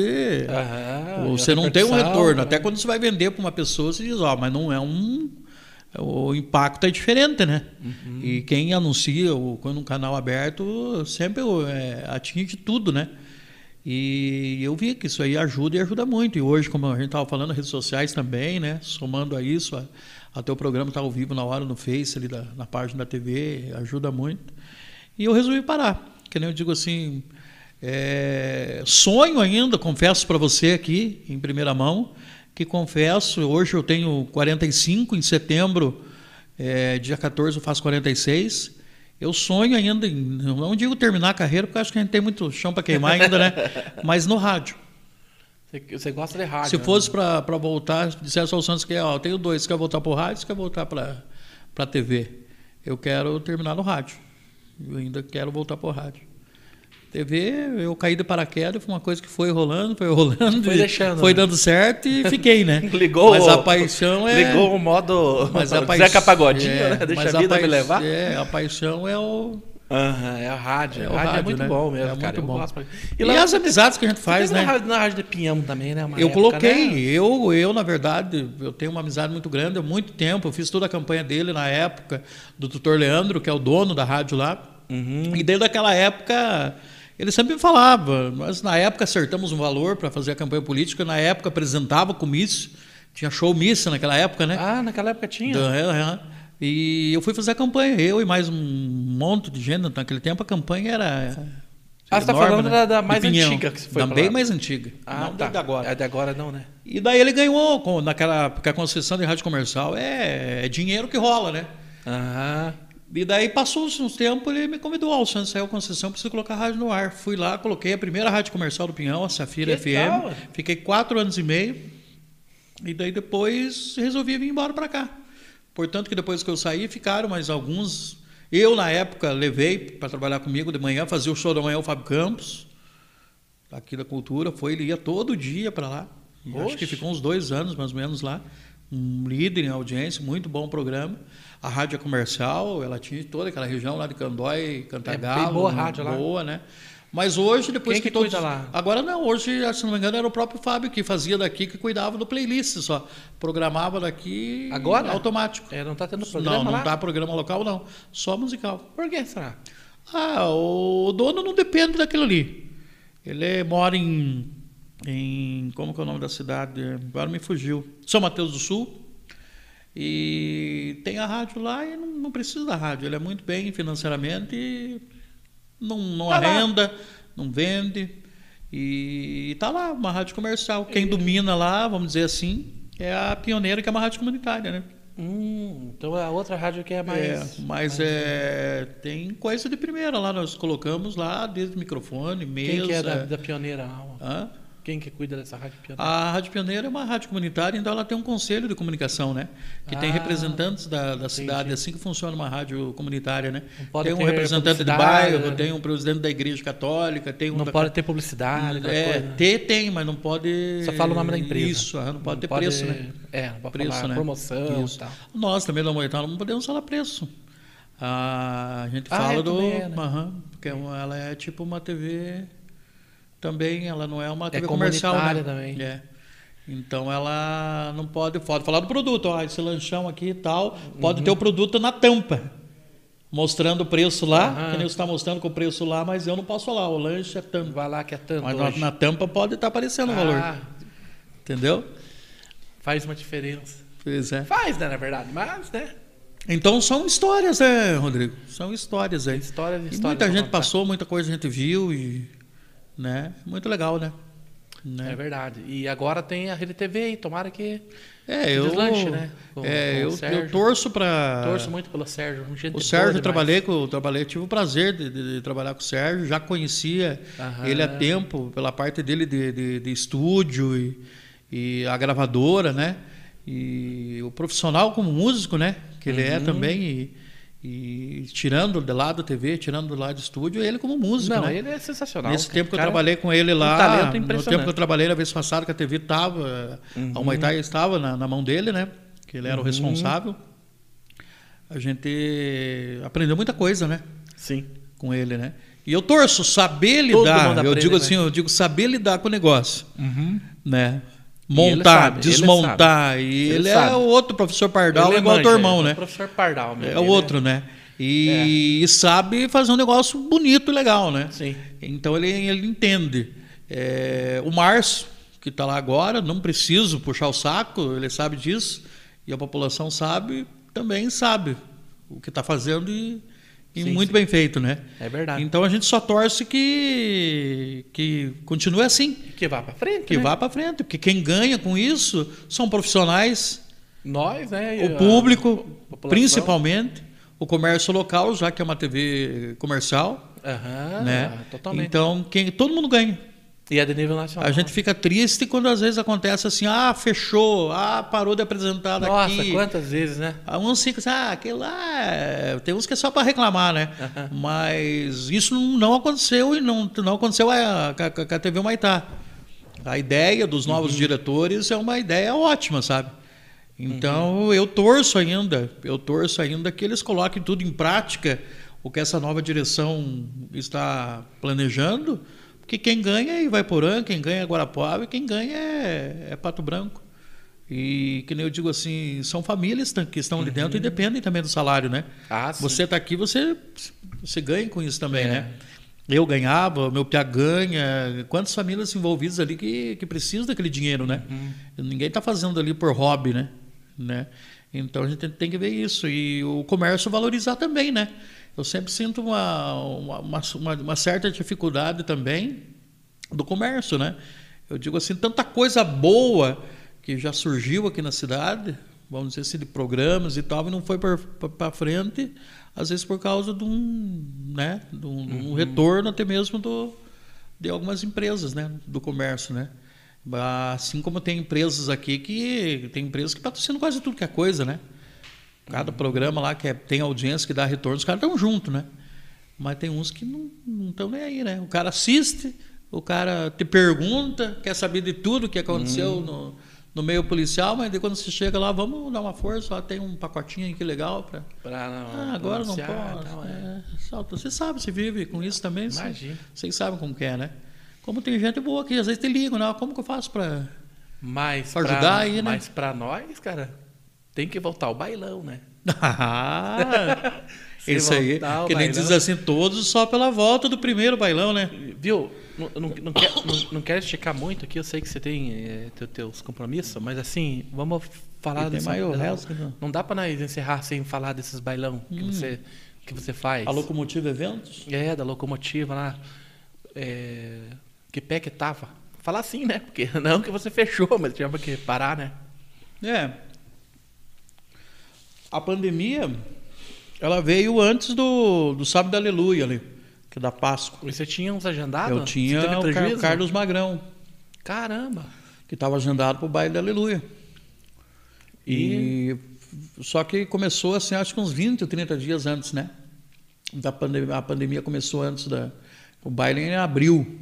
Speaker 1: Aham,
Speaker 2: você
Speaker 1: e a
Speaker 2: não tem um
Speaker 1: É, repercussão,
Speaker 2: retorno.
Speaker 1: né?
Speaker 2: Até quando você vai vender para uma pessoa, você diz, ó, mas não é um. O impacto é diferente, né? E quem anuncia o, quando um canal aberto sempre é, atinge tudo, né? E eu vi que isso aí ajuda e ajuda muito. E hoje, como a gente estava falando, redes sociais também, né? Somando a isso, a- até o programa está ao vivo na hora no Face, ali da- na página da TV, ajuda muito. E eu resolvi parar. Que nem eu digo assim, é, sonho ainda, confesso para você aqui, em primeira mão, que confesso, hoje eu tenho 45, em setembro É, dia 14 eu faço 46. Eu sonho ainda, em, não digo terminar a carreira, porque eu acho que a gente tem muito chão para queimar ainda, né? Mas no rádio.
Speaker 1: Você, você gosta de rádio.
Speaker 2: Se
Speaker 1: né?
Speaker 2: fosse para voltar, dissesse ao Santos que ó, eu tenho dois, você quer voltar para o rádio, você quer voltar para a TV. Eu quero terminar no rádio. Eu ainda quero voltar para o rádio. TV, eu caí de paraquedas, foi uma coisa que foi rolando, foi rolando,
Speaker 1: Foi
Speaker 2: e
Speaker 1: deixando,
Speaker 2: foi
Speaker 1: né?
Speaker 2: dando certo e fiquei, né?
Speaker 1: Ligou,
Speaker 2: Mas a paixão é.
Speaker 1: Ligou o modo
Speaker 2: mas a paixão, é,
Speaker 1: Zeca Pagodinho, né? Deixa
Speaker 2: mas
Speaker 1: a vida me
Speaker 2: paix-
Speaker 1: levar.
Speaker 2: É, a paixão é o.
Speaker 1: Aham, é a rádio.
Speaker 2: É
Speaker 1: a
Speaker 2: o
Speaker 1: rádio, é
Speaker 2: rádio,
Speaker 1: muito
Speaker 2: né?
Speaker 1: bom mesmo,
Speaker 2: É
Speaker 1: cara.
Speaker 2: muito
Speaker 1: eu
Speaker 2: bom.
Speaker 1: gosto. pra-
Speaker 2: E,
Speaker 1: lá-
Speaker 2: as amizades que a gente faz,
Speaker 1: teve
Speaker 2: né?
Speaker 1: Na rádio, na rádio de Pinhão também, né? Uma
Speaker 2: Eu
Speaker 1: época,
Speaker 2: coloquei,
Speaker 1: né?
Speaker 2: eu, eu, na verdade, eu tenho uma amizade muito grande há muito tempo. Eu fiz toda a campanha dele na época, do tutor Leandro, que é o dono da rádio lá.
Speaker 1: Uhum.
Speaker 2: E desde aquela época, ele sempre me falava, mas na época acertamos um valor para fazer a campanha política. Na época apresentava comício, tinha show missa naquela época, né?
Speaker 1: Ah, naquela época tinha.
Speaker 2: Da- é, é. E eu fui fazer a campanha, eu e mais um monte de gente naquele tempo. A campanha era.
Speaker 1: Ah, você tá
Speaker 2: enorme, né?
Speaker 1: falando da- da
Speaker 2: De
Speaker 1: mais
Speaker 2: Pinhão.
Speaker 1: antiga que você foi
Speaker 2: Também
Speaker 1: falar.
Speaker 2: mais antiga.
Speaker 1: Ah,
Speaker 2: não
Speaker 1: tá.
Speaker 2: da de agora.
Speaker 1: É de agora não, né?
Speaker 2: E daí ele ganhou com- naquela porque a concessão de rádio comercial é, é dinheiro que rola, né?
Speaker 1: Aham.
Speaker 2: E daí passou uns tempos, ele me convidou ao Santos, saiu a concessão, preciso colocar a rádio no ar. Fui lá, coloquei a primeira rádio comercial do Pinhão, a Safira
Speaker 1: Que
Speaker 2: FM.
Speaker 1: tal?
Speaker 2: Fiquei quatro anos e meio. E daí depois resolvi vir embora para cá. Portanto que depois que eu saí, ficaram mais alguns. Eu, na época, levei para trabalhar comigo de manhã, fazia o show da manhã o Fábio Campos, aqui da Cultura, foi, ele ia todo dia para lá. E Acho
Speaker 1: Oxe.
Speaker 2: que ficou uns dois anos, mais ou menos, lá. Um líder em audiência, muito bom programa. A rádio é comercial, ela tinha toda aquela região lá de Candói, Cantagalo.
Speaker 1: bem É, boa a rádio lá.
Speaker 2: Boa, né? Mas hoje, depois
Speaker 1: Quem que
Speaker 2: todos...
Speaker 1: cuida lá?
Speaker 2: Agora não, hoje, se não me engano, era o próprio Fábio que fazia daqui, que cuidava do playlist só. Programava daqui
Speaker 1: Agora?
Speaker 2: automático.
Speaker 1: É, não tá tendo programa
Speaker 2: Não, não
Speaker 1: lá?
Speaker 2: dá programa local, não. Só musical.
Speaker 1: Por que será?
Speaker 2: Ah, o dono não depende daquilo ali. Ele mora em. em como que é o nome da cidade? Agora me fugiu. São Mateus do Sul. E tem a rádio lá e não, não precisa da rádio. Ele é muito bem financeiramente e não, não
Speaker 1: Tá lá.
Speaker 2: arrenda, não vende. E está lá, uma rádio comercial. Quem domina lá, vamos dizer assim, é a pioneira que é uma rádio comunitária, né?
Speaker 1: Hum, então é a outra rádio que é mais.
Speaker 2: É, mas é, tem coisa de primeira lá, nós colocamos lá, desde microfone, mesa.
Speaker 1: Quem que é da, da pioneira? Alma?
Speaker 2: Hã?
Speaker 1: Quem que cuida dessa rádio pioneira?
Speaker 2: A Rádio Pioneira é uma rádio comunitária, então ela tem um conselho de comunicação, né? Que tem
Speaker 1: Ah,
Speaker 2: representantes da, da cidade,
Speaker 1: entendi.
Speaker 2: assim que funciona uma rádio comunitária, né?
Speaker 1: Não pode
Speaker 2: Tem um
Speaker 1: ter
Speaker 2: representante de
Speaker 1: publicidade,
Speaker 2: bairro,
Speaker 1: né?
Speaker 2: tem um presidente da igreja católica, tem um
Speaker 1: não
Speaker 2: da-
Speaker 1: pode ter publicidade, aquela
Speaker 2: é,
Speaker 1: coisa.
Speaker 2: ter tem, mas não pode.
Speaker 1: Só fala o nome da empresa.
Speaker 2: Isso, ah, não pode ter preço, né?
Speaker 1: É, não pode
Speaker 2: Preço,
Speaker 1: falar
Speaker 2: né?
Speaker 1: promoção e tal.
Speaker 2: Nós também da Moetal não podemos falar preço. Ah, a gente
Speaker 1: Ah,
Speaker 2: fala
Speaker 1: é,
Speaker 2: do.
Speaker 1: também é, né?
Speaker 2: Aham, porque é uma- ela é tipo uma TV. Também, ela não é uma
Speaker 1: É
Speaker 2: TV comercial.
Speaker 1: comunitária
Speaker 2: Né?
Speaker 1: também.
Speaker 2: É. Então ela não pode, pode falar do produto. Ó, ah, esse lanchão aqui e tal. Pode
Speaker 1: Uhum.
Speaker 2: ter o produto na tampa. Mostrando o preço lá.
Speaker 1: Aham.
Speaker 2: Que nem você está mostrando com o preço lá, mas eu não posso falar. O lanche é tampa.
Speaker 1: Vai lá que é tanto.
Speaker 2: Mas na,
Speaker 1: hoje.
Speaker 2: na tampa pode estar aparecendo o valor.
Speaker 1: Ah,
Speaker 2: Entendeu?
Speaker 1: faz uma diferença.
Speaker 2: Pois é.
Speaker 1: Faz, né, na verdade, mas, né?
Speaker 2: Então são histórias, né, Rodrigo? São histórias aí.
Speaker 1: Histórias e
Speaker 2: E
Speaker 1: histórias.
Speaker 2: muita
Speaker 1: pra
Speaker 2: gente
Speaker 1: contar.
Speaker 2: passou, muita coisa a gente viu e. Né? Muito legal, né?
Speaker 1: É
Speaker 2: Né?
Speaker 1: verdade. E agora tem a Rede TV e tomara que.
Speaker 2: É, eu.
Speaker 1: Deslanche, né? Com-
Speaker 2: é,
Speaker 1: com o
Speaker 2: eu,
Speaker 1: Sérgio.
Speaker 2: eu torço para.
Speaker 1: Torço muito pelo Sérgio. um gente
Speaker 2: Ah. O
Speaker 1: boa
Speaker 2: Sérgio, eu
Speaker 1: demais.
Speaker 2: trabalhei com, eu trabalhei, tive o prazer de, de- de trabalhar com o Sérgio, já conhecia
Speaker 1: Aham.
Speaker 2: ele há tempo, pela parte dele de, de- de estúdio e, e a gravadora, né? E o profissional como músico, né? Que ele
Speaker 1: Uhum.
Speaker 2: é também, e, e tirando de lado a TV, tirando do lado do estúdio, ele como músico,
Speaker 1: Não,
Speaker 2: né?
Speaker 1: ele é sensacional.
Speaker 2: Nesse
Speaker 1: cara.
Speaker 2: tempo que eu
Speaker 1: Cara, um
Speaker 2: trabalhei com ele lá,
Speaker 1: talento
Speaker 2: no
Speaker 1: impressionante. Uhum.
Speaker 2: tempo que eu trabalhei na vez passada, que a TV estava, a Humaitá estava na, na mão dele, né? Que ele era o responsável. A gente aprendeu muita coisa, né?
Speaker 1: Sim.
Speaker 2: Com ele, né? E eu torço, saber
Speaker 1: Todo
Speaker 2: lidar.
Speaker 1: mundo
Speaker 2: Eu
Speaker 1: aprende,
Speaker 2: digo
Speaker 1: né? Uhum.
Speaker 2: assim, eu digo saber lidar com o negócio, né?
Speaker 1: ele
Speaker 2: Montar,
Speaker 1: sabe, ele
Speaker 2: desmontar. E
Speaker 1: Ele
Speaker 2: ele,
Speaker 1: sabe.
Speaker 2: é o outro professor Pardal,
Speaker 1: Ele
Speaker 2: igual ao
Speaker 1: manja,
Speaker 2: teu irmão,
Speaker 1: ele
Speaker 2: né?
Speaker 1: é o professor É. Pardal, meu.
Speaker 2: É
Speaker 1: Ele
Speaker 2: o outro, né? E, e sabe fazer um negócio bonito e legal, né?
Speaker 1: Sim.
Speaker 2: Então ele, ele entende. É, o Márcio, que está lá agora, não preciso puxar o saco, ele sabe disso. E a população sabe, também sabe o que está fazendo e, e
Speaker 1: Sim,
Speaker 2: muito
Speaker 1: sim.
Speaker 2: bem feito, né?
Speaker 1: É verdade.
Speaker 2: Então a gente só torce que, que continue assim
Speaker 1: Que vá pra frente.
Speaker 2: que
Speaker 1: né?
Speaker 2: vá para frente, porque quem ganha com isso são profissionais
Speaker 1: Nós, né? e
Speaker 2: O
Speaker 1: a
Speaker 2: público,
Speaker 1: população.
Speaker 2: principalmente, o comércio local, já que é uma TV comercial,
Speaker 1: Aham,
Speaker 2: né?
Speaker 1: Ah, totalmente.
Speaker 2: Então, quem, todo mundo ganha.
Speaker 1: E é de nível nacional.
Speaker 2: A gente fica triste quando às vezes acontece assim, ah, fechou, ah, parou de apresentar
Speaker 1: Nossa,
Speaker 2: daqui.
Speaker 1: quantas vezes, né?
Speaker 2: Há uns ficam assim, ah, aquele lá, é, tem uns que é só para reclamar, né? Mas isso não- não aconteceu e não, não aconteceu a- com a, com a TV Maitá. A ideia dos novos diretores é uma ideia ótima, sabe? Então eu torço ainda, eu torço ainda que eles coloquem tudo em prática o que essa nova direção está planejando, porque quem ganha é Ivaiporã, quem ganha é Guarapuava e quem ganha é- é Pato Branco. E que nem eu digo assim, são famílias tam- que estão ali dentro e dependem também do salário, né?
Speaker 1: Ah, sim.
Speaker 2: Você está aqui, você, você ganha com isso também, né? Eu ganhava, meu piá ganha, quantas famílias envolvidas ali que, que precisam daquele dinheiro, né? Ninguém está fazendo ali por hobby, né? né? Então a gente tem- tem que ver isso. E o comércio valorizar também, né? Eu sempre sinto uma, uma, uma, uma- uma certa dificuldade também do comércio, né? Eu digo assim, tanta coisa boa que já surgiu aqui na cidade, vamos dizer assim, de programas e tal, e não foi para frente, às vezes por causa de um, né, de um, de um retorno até mesmo do, de algumas empresas, né, do comércio, né? Assim como tem empresas aqui que tem empresas que patrocinam quase tudo que é coisa, né? Cada programa lá que é- tem audiência que dá retorno, os caras estão juntos, né? Mas tem uns que não estão nem aí, né? O cara assiste, o cara te pergunta, quer saber de tudo que
Speaker 1: Uhum.
Speaker 2: aconteceu no, no meio policial, mas daí quando você chega lá, vamos dar uma força, ó, tem um pacotinho aí que legal para.
Speaker 1: Pra não,
Speaker 2: Ah, agora não
Speaker 1: anunciar e
Speaker 2: pode.
Speaker 1: tal, é.
Speaker 2: é, só- Você sabe, você vive com isso também. você-
Speaker 1: Imagina.
Speaker 2: Vocês sabem como que é, né? Como tem gente boa que às vezes te ligam, né? Como que eu faço para
Speaker 1: Mas
Speaker 2: Pra
Speaker 1: pra,
Speaker 2: ajudar aí, né?
Speaker 1: Mas pra nós, cara, tem que voltar o bailão, né?
Speaker 2: Ah,
Speaker 1: Se
Speaker 2: isso aí.
Speaker 1: voltar o
Speaker 2: Que nem
Speaker 1: bailão.
Speaker 2: diz assim, todos só pela volta do primeiro bailão, né?
Speaker 1: Viu? Não, não, não, quer- não- não quero esticar muito aqui, eu sei que você tem eh, teu- teus compromissos, mas assim, vamos
Speaker 2: E
Speaker 1: falar
Speaker 2: tem
Speaker 1: dessa-
Speaker 2: mais o
Speaker 1: dessa-
Speaker 2: resto, né?
Speaker 1: Não dá pra nós encerrar sem falar desses bailão que,
Speaker 2: Hum.
Speaker 1: você, que você faz.
Speaker 2: A Locomotiva Eventos?
Speaker 1: É, da locomotiva lá. É, que pé que tava? Falar assim, né? Porque não que você fechou, mas tinha que parar, né?
Speaker 2: É. A pandemia, ela veio antes do, do Sábado da Aleluia ali, que é da Páscoa.
Speaker 1: E você tinha uns agendados?
Speaker 2: Eu tinha
Speaker 1: Você teve
Speaker 2: o Car-
Speaker 1: prejuízo?
Speaker 2: Carlos Magrão,
Speaker 1: Caramba!
Speaker 2: que estava agendado para o baile da Aleluia. E só que começou assim, acho que uns 20 ou 30 dias antes, né? Da pandemia, a pandemia começou antes da o baile em abril.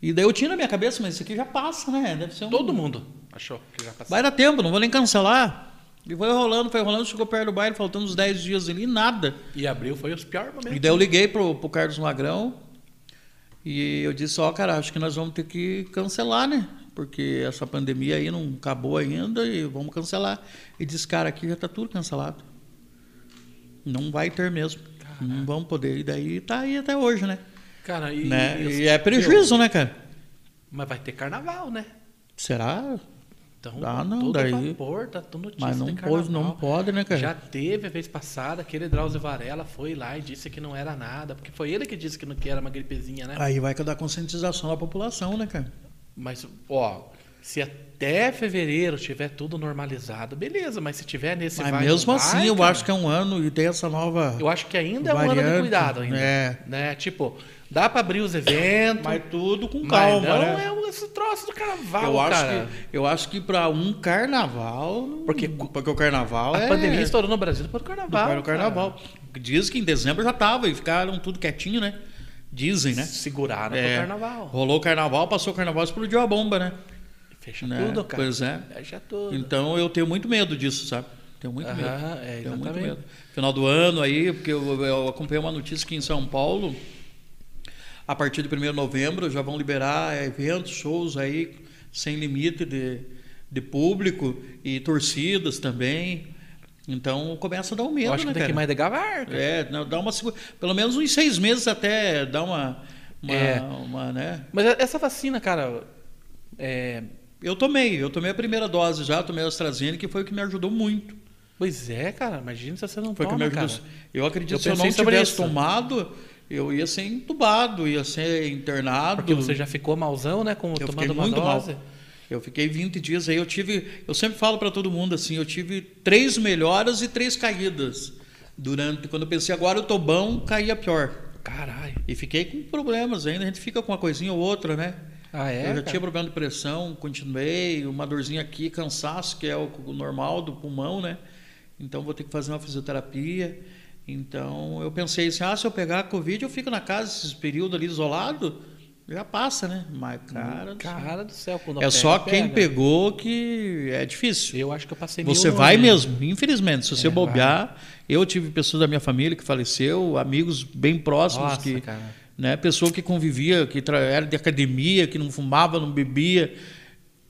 Speaker 2: E daí eu tinha na minha cabeça, mas isso aqui já passa, né? Deve ser um
Speaker 1: Todo mundo achou que já passou.
Speaker 2: Vai dar tempo, não vou nem cancelar. E foi rolando, foi rolando, chegou perto do baile, faltando uns 10 dias ali, nada.
Speaker 1: E abril foi os piores
Speaker 2: E
Speaker 1: momentos.
Speaker 2: daí eu liguei pro, pro Carlos Magrão e eu disse, ó, cara, acho que nós vamos ter que cancelar, né? Porque essa pandemia aí não acabou ainda e vamos cancelar. E disse, cara, aqui já tá tudo cancelado. Não vai ter mesmo. Não vamos poder. E daí tá aí até hoje, né?
Speaker 1: Cara, e,
Speaker 2: né?
Speaker 1: e os-
Speaker 2: e é prejuízo, né, cara?
Speaker 1: Mas vai ter carnaval, né?
Speaker 2: Será?
Speaker 1: Então,
Speaker 2: Ah, não,
Speaker 1: todo
Speaker 2: daí-
Speaker 1: vapor, tá tudo notícia
Speaker 2: Mas não
Speaker 1: de
Speaker 2: pode,
Speaker 1: carnaval.
Speaker 2: não pode, né, cara?
Speaker 1: Já teve a vez passada, aquele Drauzio Varela foi lá e disse que não era nada, porque foi ele que disse que não que era uma gripezinha, né?
Speaker 2: Aí vai que dar conscientização à população, né, cara?
Speaker 1: Mas, ó, se até fevereiro tiver tudo normalizado, beleza, mas se tiver nesse
Speaker 2: Mas
Speaker 1: vai,
Speaker 2: mesmo
Speaker 1: não
Speaker 2: assim,
Speaker 1: vai,
Speaker 2: eu
Speaker 1: cara,
Speaker 2: acho que é um ano e tem essa nova.
Speaker 1: eu acho que ainda é um ano de
Speaker 2: variante,
Speaker 1: cuidado ainda,
Speaker 2: é.
Speaker 1: né? Tipo, dá pra abrir os eventos, mas,
Speaker 2: Mas tudo com
Speaker 1: não
Speaker 2: calma, né?
Speaker 1: é um- esse troço do carnaval,
Speaker 2: Eu acho,
Speaker 1: cara.
Speaker 2: que, eu acho que pra um carnaval. não-
Speaker 1: Porque-
Speaker 2: porque o carnaval
Speaker 1: A
Speaker 2: é.
Speaker 1: pandemia estourou no Brasil por causa do
Speaker 2: do
Speaker 1: carnaval.
Speaker 2: pai do carnaval. Diz que em dezembro já tava e ficaram tudo quietinho, né? Dizem, né?
Speaker 1: Cara. Seguraram
Speaker 2: É,
Speaker 1: pro carnaval.
Speaker 2: Rolou o carnaval, passou o carnaval, explodiu a bomba, né?
Speaker 1: Fecha
Speaker 2: Né?
Speaker 1: tudo, cara.
Speaker 2: Pois é.
Speaker 1: Fecha tudo.
Speaker 2: Então eu tenho muito medo disso, sabe? Tenho muito
Speaker 1: Aham,
Speaker 2: medo.
Speaker 1: é,
Speaker 2: tenho muito
Speaker 1: exatamente.
Speaker 2: medo. Final do ano aí, porque eu, eu acompanhei uma notícia que em São Paulo, a partir de 1 de novembro, já vão liberar é, eventos, shows aí, sem limite de, de público e torcidas também. Então começa a dar um medo,
Speaker 1: eu acho que
Speaker 2: né,
Speaker 1: tem
Speaker 2: cara?
Speaker 1: que mais de gavar, cara.
Speaker 2: É, não, dá uma segura- Pelo menos uns seis meses até dar uma. uma,
Speaker 1: É.
Speaker 2: uma, né?
Speaker 1: Mas essa vacina, cara, é...
Speaker 2: Eu tomei, eu tomei a primeira dose já, tomei a AstraZeneca, que foi o que me ajudou muito.
Speaker 1: Pois é, cara, imagina se você não
Speaker 2: Foi
Speaker 1: toma,
Speaker 2: que me
Speaker 1: cara.
Speaker 2: ajudou. Eu acredito
Speaker 1: Eu
Speaker 2: que se eu não
Speaker 1: pensei sobre
Speaker 2: tivesse
Speaker 1: isso.
Speaker 2: tomado, eu ia ser entubado, ia ser internado.
Speaker 1: Porque você já ficou malzão, né? Com,
Speaker 2: eu
Speaker 1: tomando
Speaker 2: fiquei
Speaker 1: uma
Speaker 2: muito
Speaker 1: dose.
Speaker 2: mal. Eu fiquei 20 dias aí, eu tive, eu sempre falo para todo mundo assim, eu tive três melhoras e três caídas. Durante quando eu pensei agora eu tô bom, caía pior.
Speaker 1: Caralho.
Speaker 2: E fiquei com problemas ainda, a gente fica com uma coisinha ou outra, né?
Speaker 1: Ah, é?
Speaker 2: eu já
Speaker 1: cara?
Speaker 2: tinha problema de pressão, continuei, uma dorzinha aqui, cansaço, que é o o normal do pulmão, né? Então vou ter que fazer uma fisioterapia. Então eu pensei assim, ah, se eu pegar a Covid, eu fico na casa esses períodos ali isolado, já passa, né? Mas, cara. do céu.
Speaker 1: Hum, Cara do céu. quando
Speaker 2: é
Speaker 1: pega, né?
Speaker 2: só quem
Speaker 1: pega.
Speaker 2: pegou que é difícil.
Speaker 1: Eu acho que eu passei
Speaker 2: Você
Speaker 1: meio
Speaker 2: vai
Speaker 1: longe.
Speaker 2: mesmo, infelizmente. Se você
Speaker 1: É,
Speaker 2: bobear, eu tive pessoas da minha família que faleceu, amigos bem próximos
Speaker 1: Nossa,
Speaker 2: que,
Speaker 1: cara.
Speaker 2: né, pessoa que convivia, que tra- era de academia, que não fumava, não bebia,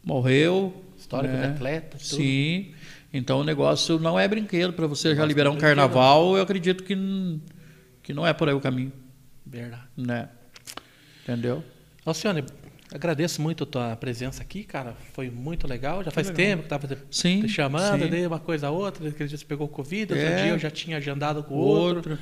Speaker 2: morreu.
Speaker 1: Histórico
Speaker 2: né?
Speaker 1: de atleta. tudo.
Speaker 2: Sim. Então o negócio não é brinquedo para você já
Speaker 1: Nossa,
Speaker 2: liberar
Speaker 1: não
Speaker 2: um
Speaker 1: é
Speaker 2: carnaval. Eu acredito que n- que não é por aí o caminho,
Speaker 1: Verdade.
Speaker 2: né? Entendeu?
Speaker 1: Alcione, agradeço muito a tua presença aqui, cara. Foi muito legal. Já faz tempo que tava te,
Speaker 2: Sim,
Speaker 1: te chamando,
Speaker 2: sim.
Speaker 1: dei uma coisa a outra. Aquele dia você pegou Covid, outro
Speaker 2: É.
Speaker 1: dia eu já tinha agendado com o outro.
Speaker 2: Outro.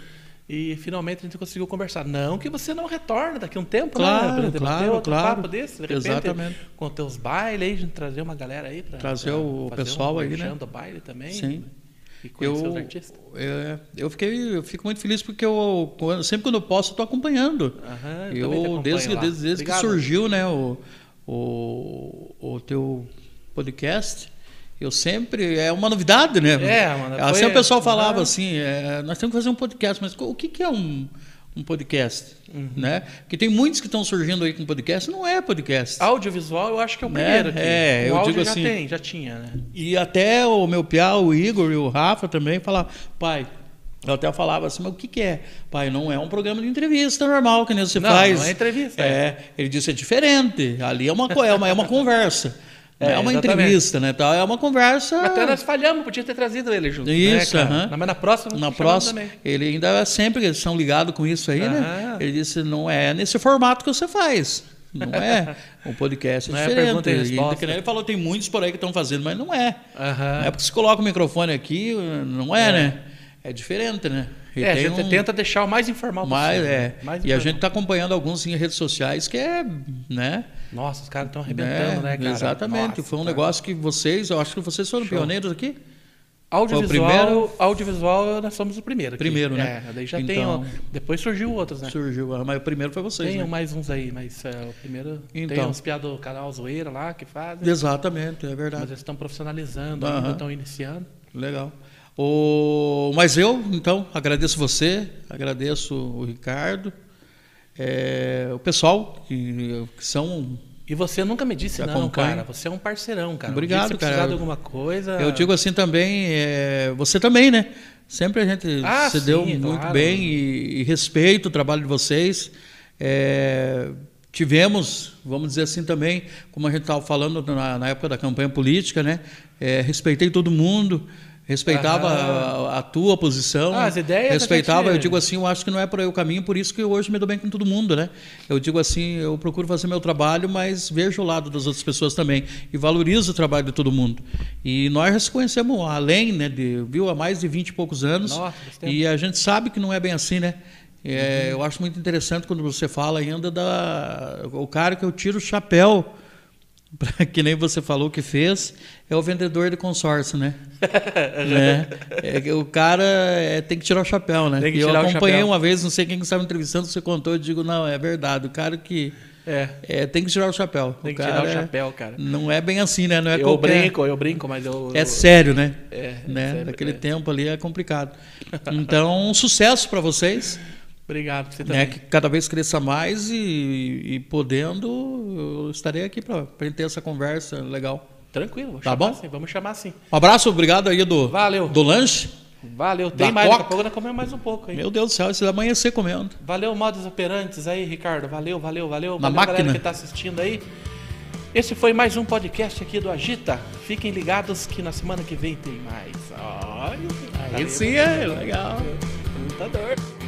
Speaker 1: E finalmente a gente conseguiu conversar. Não que você não retorne daqui a um tempo,
Speaker 2: Claro,
Speaker 1: né? Pra- pra
Speaker 2: claro,
Speaker 1: ter outro
Speaker 2: claro.
Speaker 1: papo desse, de repente,
Speaker 2: Exatamente.
Speaker 1: com teus bailes, aí, a gente trazer uma galera aí pra
Speaker 2: Trazer
Speaker 1: pra
Speaker 2: o
Speaker 1: fazer
Speaker 2: pessoal
Speaker 1: um
Speaker 2: aí, né?
Speaker 1: merchan do baile também.
Speaker 2: Sim.
Speaker 1: E conhecer os artistas.
Speaker 2: é, eu fiquei, eu fico muito feliz porque eu quando- sempre quando eu posso eu tô acompanhando.
Speaker 1: Aham, eu também te
Speaker 2: eu
Speaker 1: acompanho
Speaker 2: desde, que-
Speaker 1: lá.
Speaker 2: desde, desde que
Speaker 1: Obrigado.
Speaker 2: surgiu, né, o, o, o teu podcast, eu sempre é uma novidade, né?
Speaker 1: É, mano,
Speaker 2: Assim
Speaker 1: foi-
Speaker 2: o pessoal falava
Speaker 1: Ah.
Speaker 2: assim, é, nós temos que fazer um podcast, mas co- o que que é um um podcast,
Speaker 1: Uhum.
Speaker 2: né? Porque tem muitos que estão surgindo aí com podcast, não é podcast.
Speaker 1: Audiovisual, eu acho que é o
Speaker 2: Né?
Speaker 1: primeiro aqui.
Speaker 2: É,
Speaker 1: o
Speaker 2: eu
Speaker 1: áudio
Speaker 2: digo
Speaker 1: já
Speaker 2: assim-
Speaker 1: tem, já tinha, né?
Speaker 2: E até o meu piá, o Igor e o Rafa também falavam, pai, eu até falava assim, mas o que, que é? Pai, não é um programa de entrevista normal, que nem você
Speaker 1: Não,
Speaker 2: faz.
Speaker 1: não é entrevista,
Speaker 2: É, ele disse, é diferente. Ali é uma, co- é uma, é uma conversa. Não
Speaker 1: É,
Speaker 2: é, uma
Speaker 1: exatamente.
Speaker 2: entrevista, né? Tal, é uma conversa.
Speaker 1: Até nós falhamos, podia ter trazido ele junto.
Speaker 2: Isso,
Speaker 1: né, cara?
Speaker 2: aham.
Speaker 1: Mas na próxima.
Speaker 2: Na
Speaker 1: chamamos
Speaker 2: próxima,
Speaker 1: também.
Speaker 2: ele ainda é sempre eles são ligados com isso aí, né?
Speaker 1: Aham.
Speaker 2: Ele disse, não é nesse formato que você faz. Não é. Um podcast é
Speaker 1: Não é
Speaker 2: diferente.
Speaker 1: pergunta e resposta.
Speaker 2: que nem ele falou, tem muitos por aí que estão fazendo, mas não é.
Speaker 1: Aham.
Speaker 2: Não é porque você coloca o microfone aqui, não é, né? É diferente, né? E
Speaker 1: É, a
Speaker 2: tem
Speaker 1: gente
Speaker 2: um-
Speaker 1: tenta deixar o mais informal
Speaker 2: mais,
Speaker 1: possível.
Speaker 2: é.
Speaker 1: né? Mais
Speaker 2: e a
Speaker 1: informal.
Speaker 2: gente tá acompanhando alguns em redes sociais que é, né? É,
Speaker 1: Nossa, os caras estão arrebentando, né, cara?
Speaker 2: Exatamente.
Speaker 1: Nossa,
Speaker 2: Foi um
Speaker 1: cara.
Speaker 2: negócio que vocês, eu acho que vocês foram
Speaker 1: Show.
Speaker 2: pioneiros aqui.
Speaker 1: Audiovisual,
Speaker 2: Foi o primeiro?
Speaker 1: audiovisual, nós somos o primeiro. aqui.
Speaker 2: Primeiro, né?
Speaker 1: É, daí já tem.
Speaker 2: Então-
Speaker 1: ó, Depois surgiu outros, né?
Speaker 2: Surgiu, ah, mas o primeiro foi vocês,
Speaker 1: tem
Speaker 2: né?
Speaker 1: mais uns aí, mas é, o primeiro. Tem
Speaker 2: Então.
Speaker 1: uns piados do canal Zoeira lá que fazem.
Speaker 2: Exatamente, é
Speaker 1: Mas
Speaker 2: verdade.
Speaker 1: eles estão profissionalizando,
Speaker 2: Aham.
Speaker 1: ainda estão iniciando.
Speaker 2: Legal. O... Mas eu, então, agradeço você, agradeço o Ricardo, é, o pessoal, que, que são
Speaker 1: E você nunca me disse,
Speaker 2: Te
Speaker 1: não,
Speaker 2: acompanho.
Speaker 1: cara. Você é um parceirão, cara.
Speaker 2: Obrigado,
Speaker 1: um dia que você precisar
Speaker 2: cara.
Speaker 1: de alguma coisa.
Speaker 2: Eu digo assim também, é, você também, né? Sempre a gente
Speaker 1: Ah,
Speaker 2: se
Speaker 1: sim,
Speaker 2: deu
Speaker 1: claro.
Speaker 2: muito bem e, e respeito o trabalho de vocês. É, tivemos, vamos dizer assim também, como a gente estava falando na, na época da campanha política, né? É, respeitei todo mundo, respeitava
Speaker 1: Aham.
Speaker 2: a, a tua posição.
Speaker 1: Ah, as ideias a
Speaker 2: Respeitava,
Speaker 1: gente-
Speaker 2: eu digo assim, eu acho que não é por aí o caminho, por isso que eu hoje me dou bem com todo mundo, né? Eu digo assim, eu procuro fazer meu trabalho, mas vejo o lado das outras pessoas também e valorizo o trabalho de todo mundo. E nós já se conhecemos além, né, de, viu, há mais de 20 e poucos anos.
Speaker 1: Nossa, faz tempo. Uhum.
Speaker 2: e a gente sabe que não é bem assim, né? É, Eu acho muito interessante quando você fala ainda da o cara que eu tiro o chapéu pra- que nem você falou que fez, é o vendedor de consórcio, né? né? É que o cara é, tem que tirar o chapéu, né?
Speaker 1: Tem que
Speaker 2: E eu
Speaker 1: tirar o
Speaker 2: acompanhei
Speaker 1: chapéu.
Speaker 2: uma vez, não sei quem que estava entrevistando, você contou, eu digo, não, é verdade, o cara que
Speaker 1: É.
Speaker 2: é, tem que tirar o chapéu.
Speaker 1: Tem que
Speaker 2: cara
Speaker 1: tirar o
Speaker 2: é-
Speaker 1: chapéu, cara.
Speaker 2: Não é bem assim, né? Não é
Speaker 1: eu
Speaker 2: qualquer-
Speaker 1: brinco, eu brinco, mas eu.
Speaker 2: É sério, né?
Speaker 1: É,
Speaker 2: né?
Speaker 1: sempre,
Speaker 2: Daquele
Speaker 1: é.
Speaker 2: tempo ali é complicado. Então, um sucesso para vocês,
Speaker 1: Obrigado pra você também.
Speaker 2: né? Que cada vez cresça mais e, e podendo, eu estarei aqui para ter essa conversa legal.
Speaker 1: Tranquilo, vou
Speaker 2: Tá
Speaker 1: chamar
Speaker 2: bom?
Speaker 1: assim, vamos chamar assim.
Speaker 2: Um abraço, obrigado aí do,
Speaker 1: Valeu.
Speaker 2: do lanche.
Speaker 1: Valeu, tem
Speaker 2: Da
Speaker 1: mais, daqui a
Speaker 2: Coca?
Speaker 1: pouco nós comemos mais um pouco aí.
Speaker 2: Meu Deus do céu, você vai amanhecer comendo.
Speaker 1: Valeu, modos operantes aí, Ricardo. Valeu, valeu, valeu.
Speaker 2: Na
Speaker 1: valeu, galera
Speaker 2: máquina.
Speaker 1: que tá assistindo aí. Esse foi mais um podcast aqui do Agita. Fiquem ligados que na semana que vem tem mais. Olha,
Speaker 2: Aí sim é legal.
Speaker 1: computador.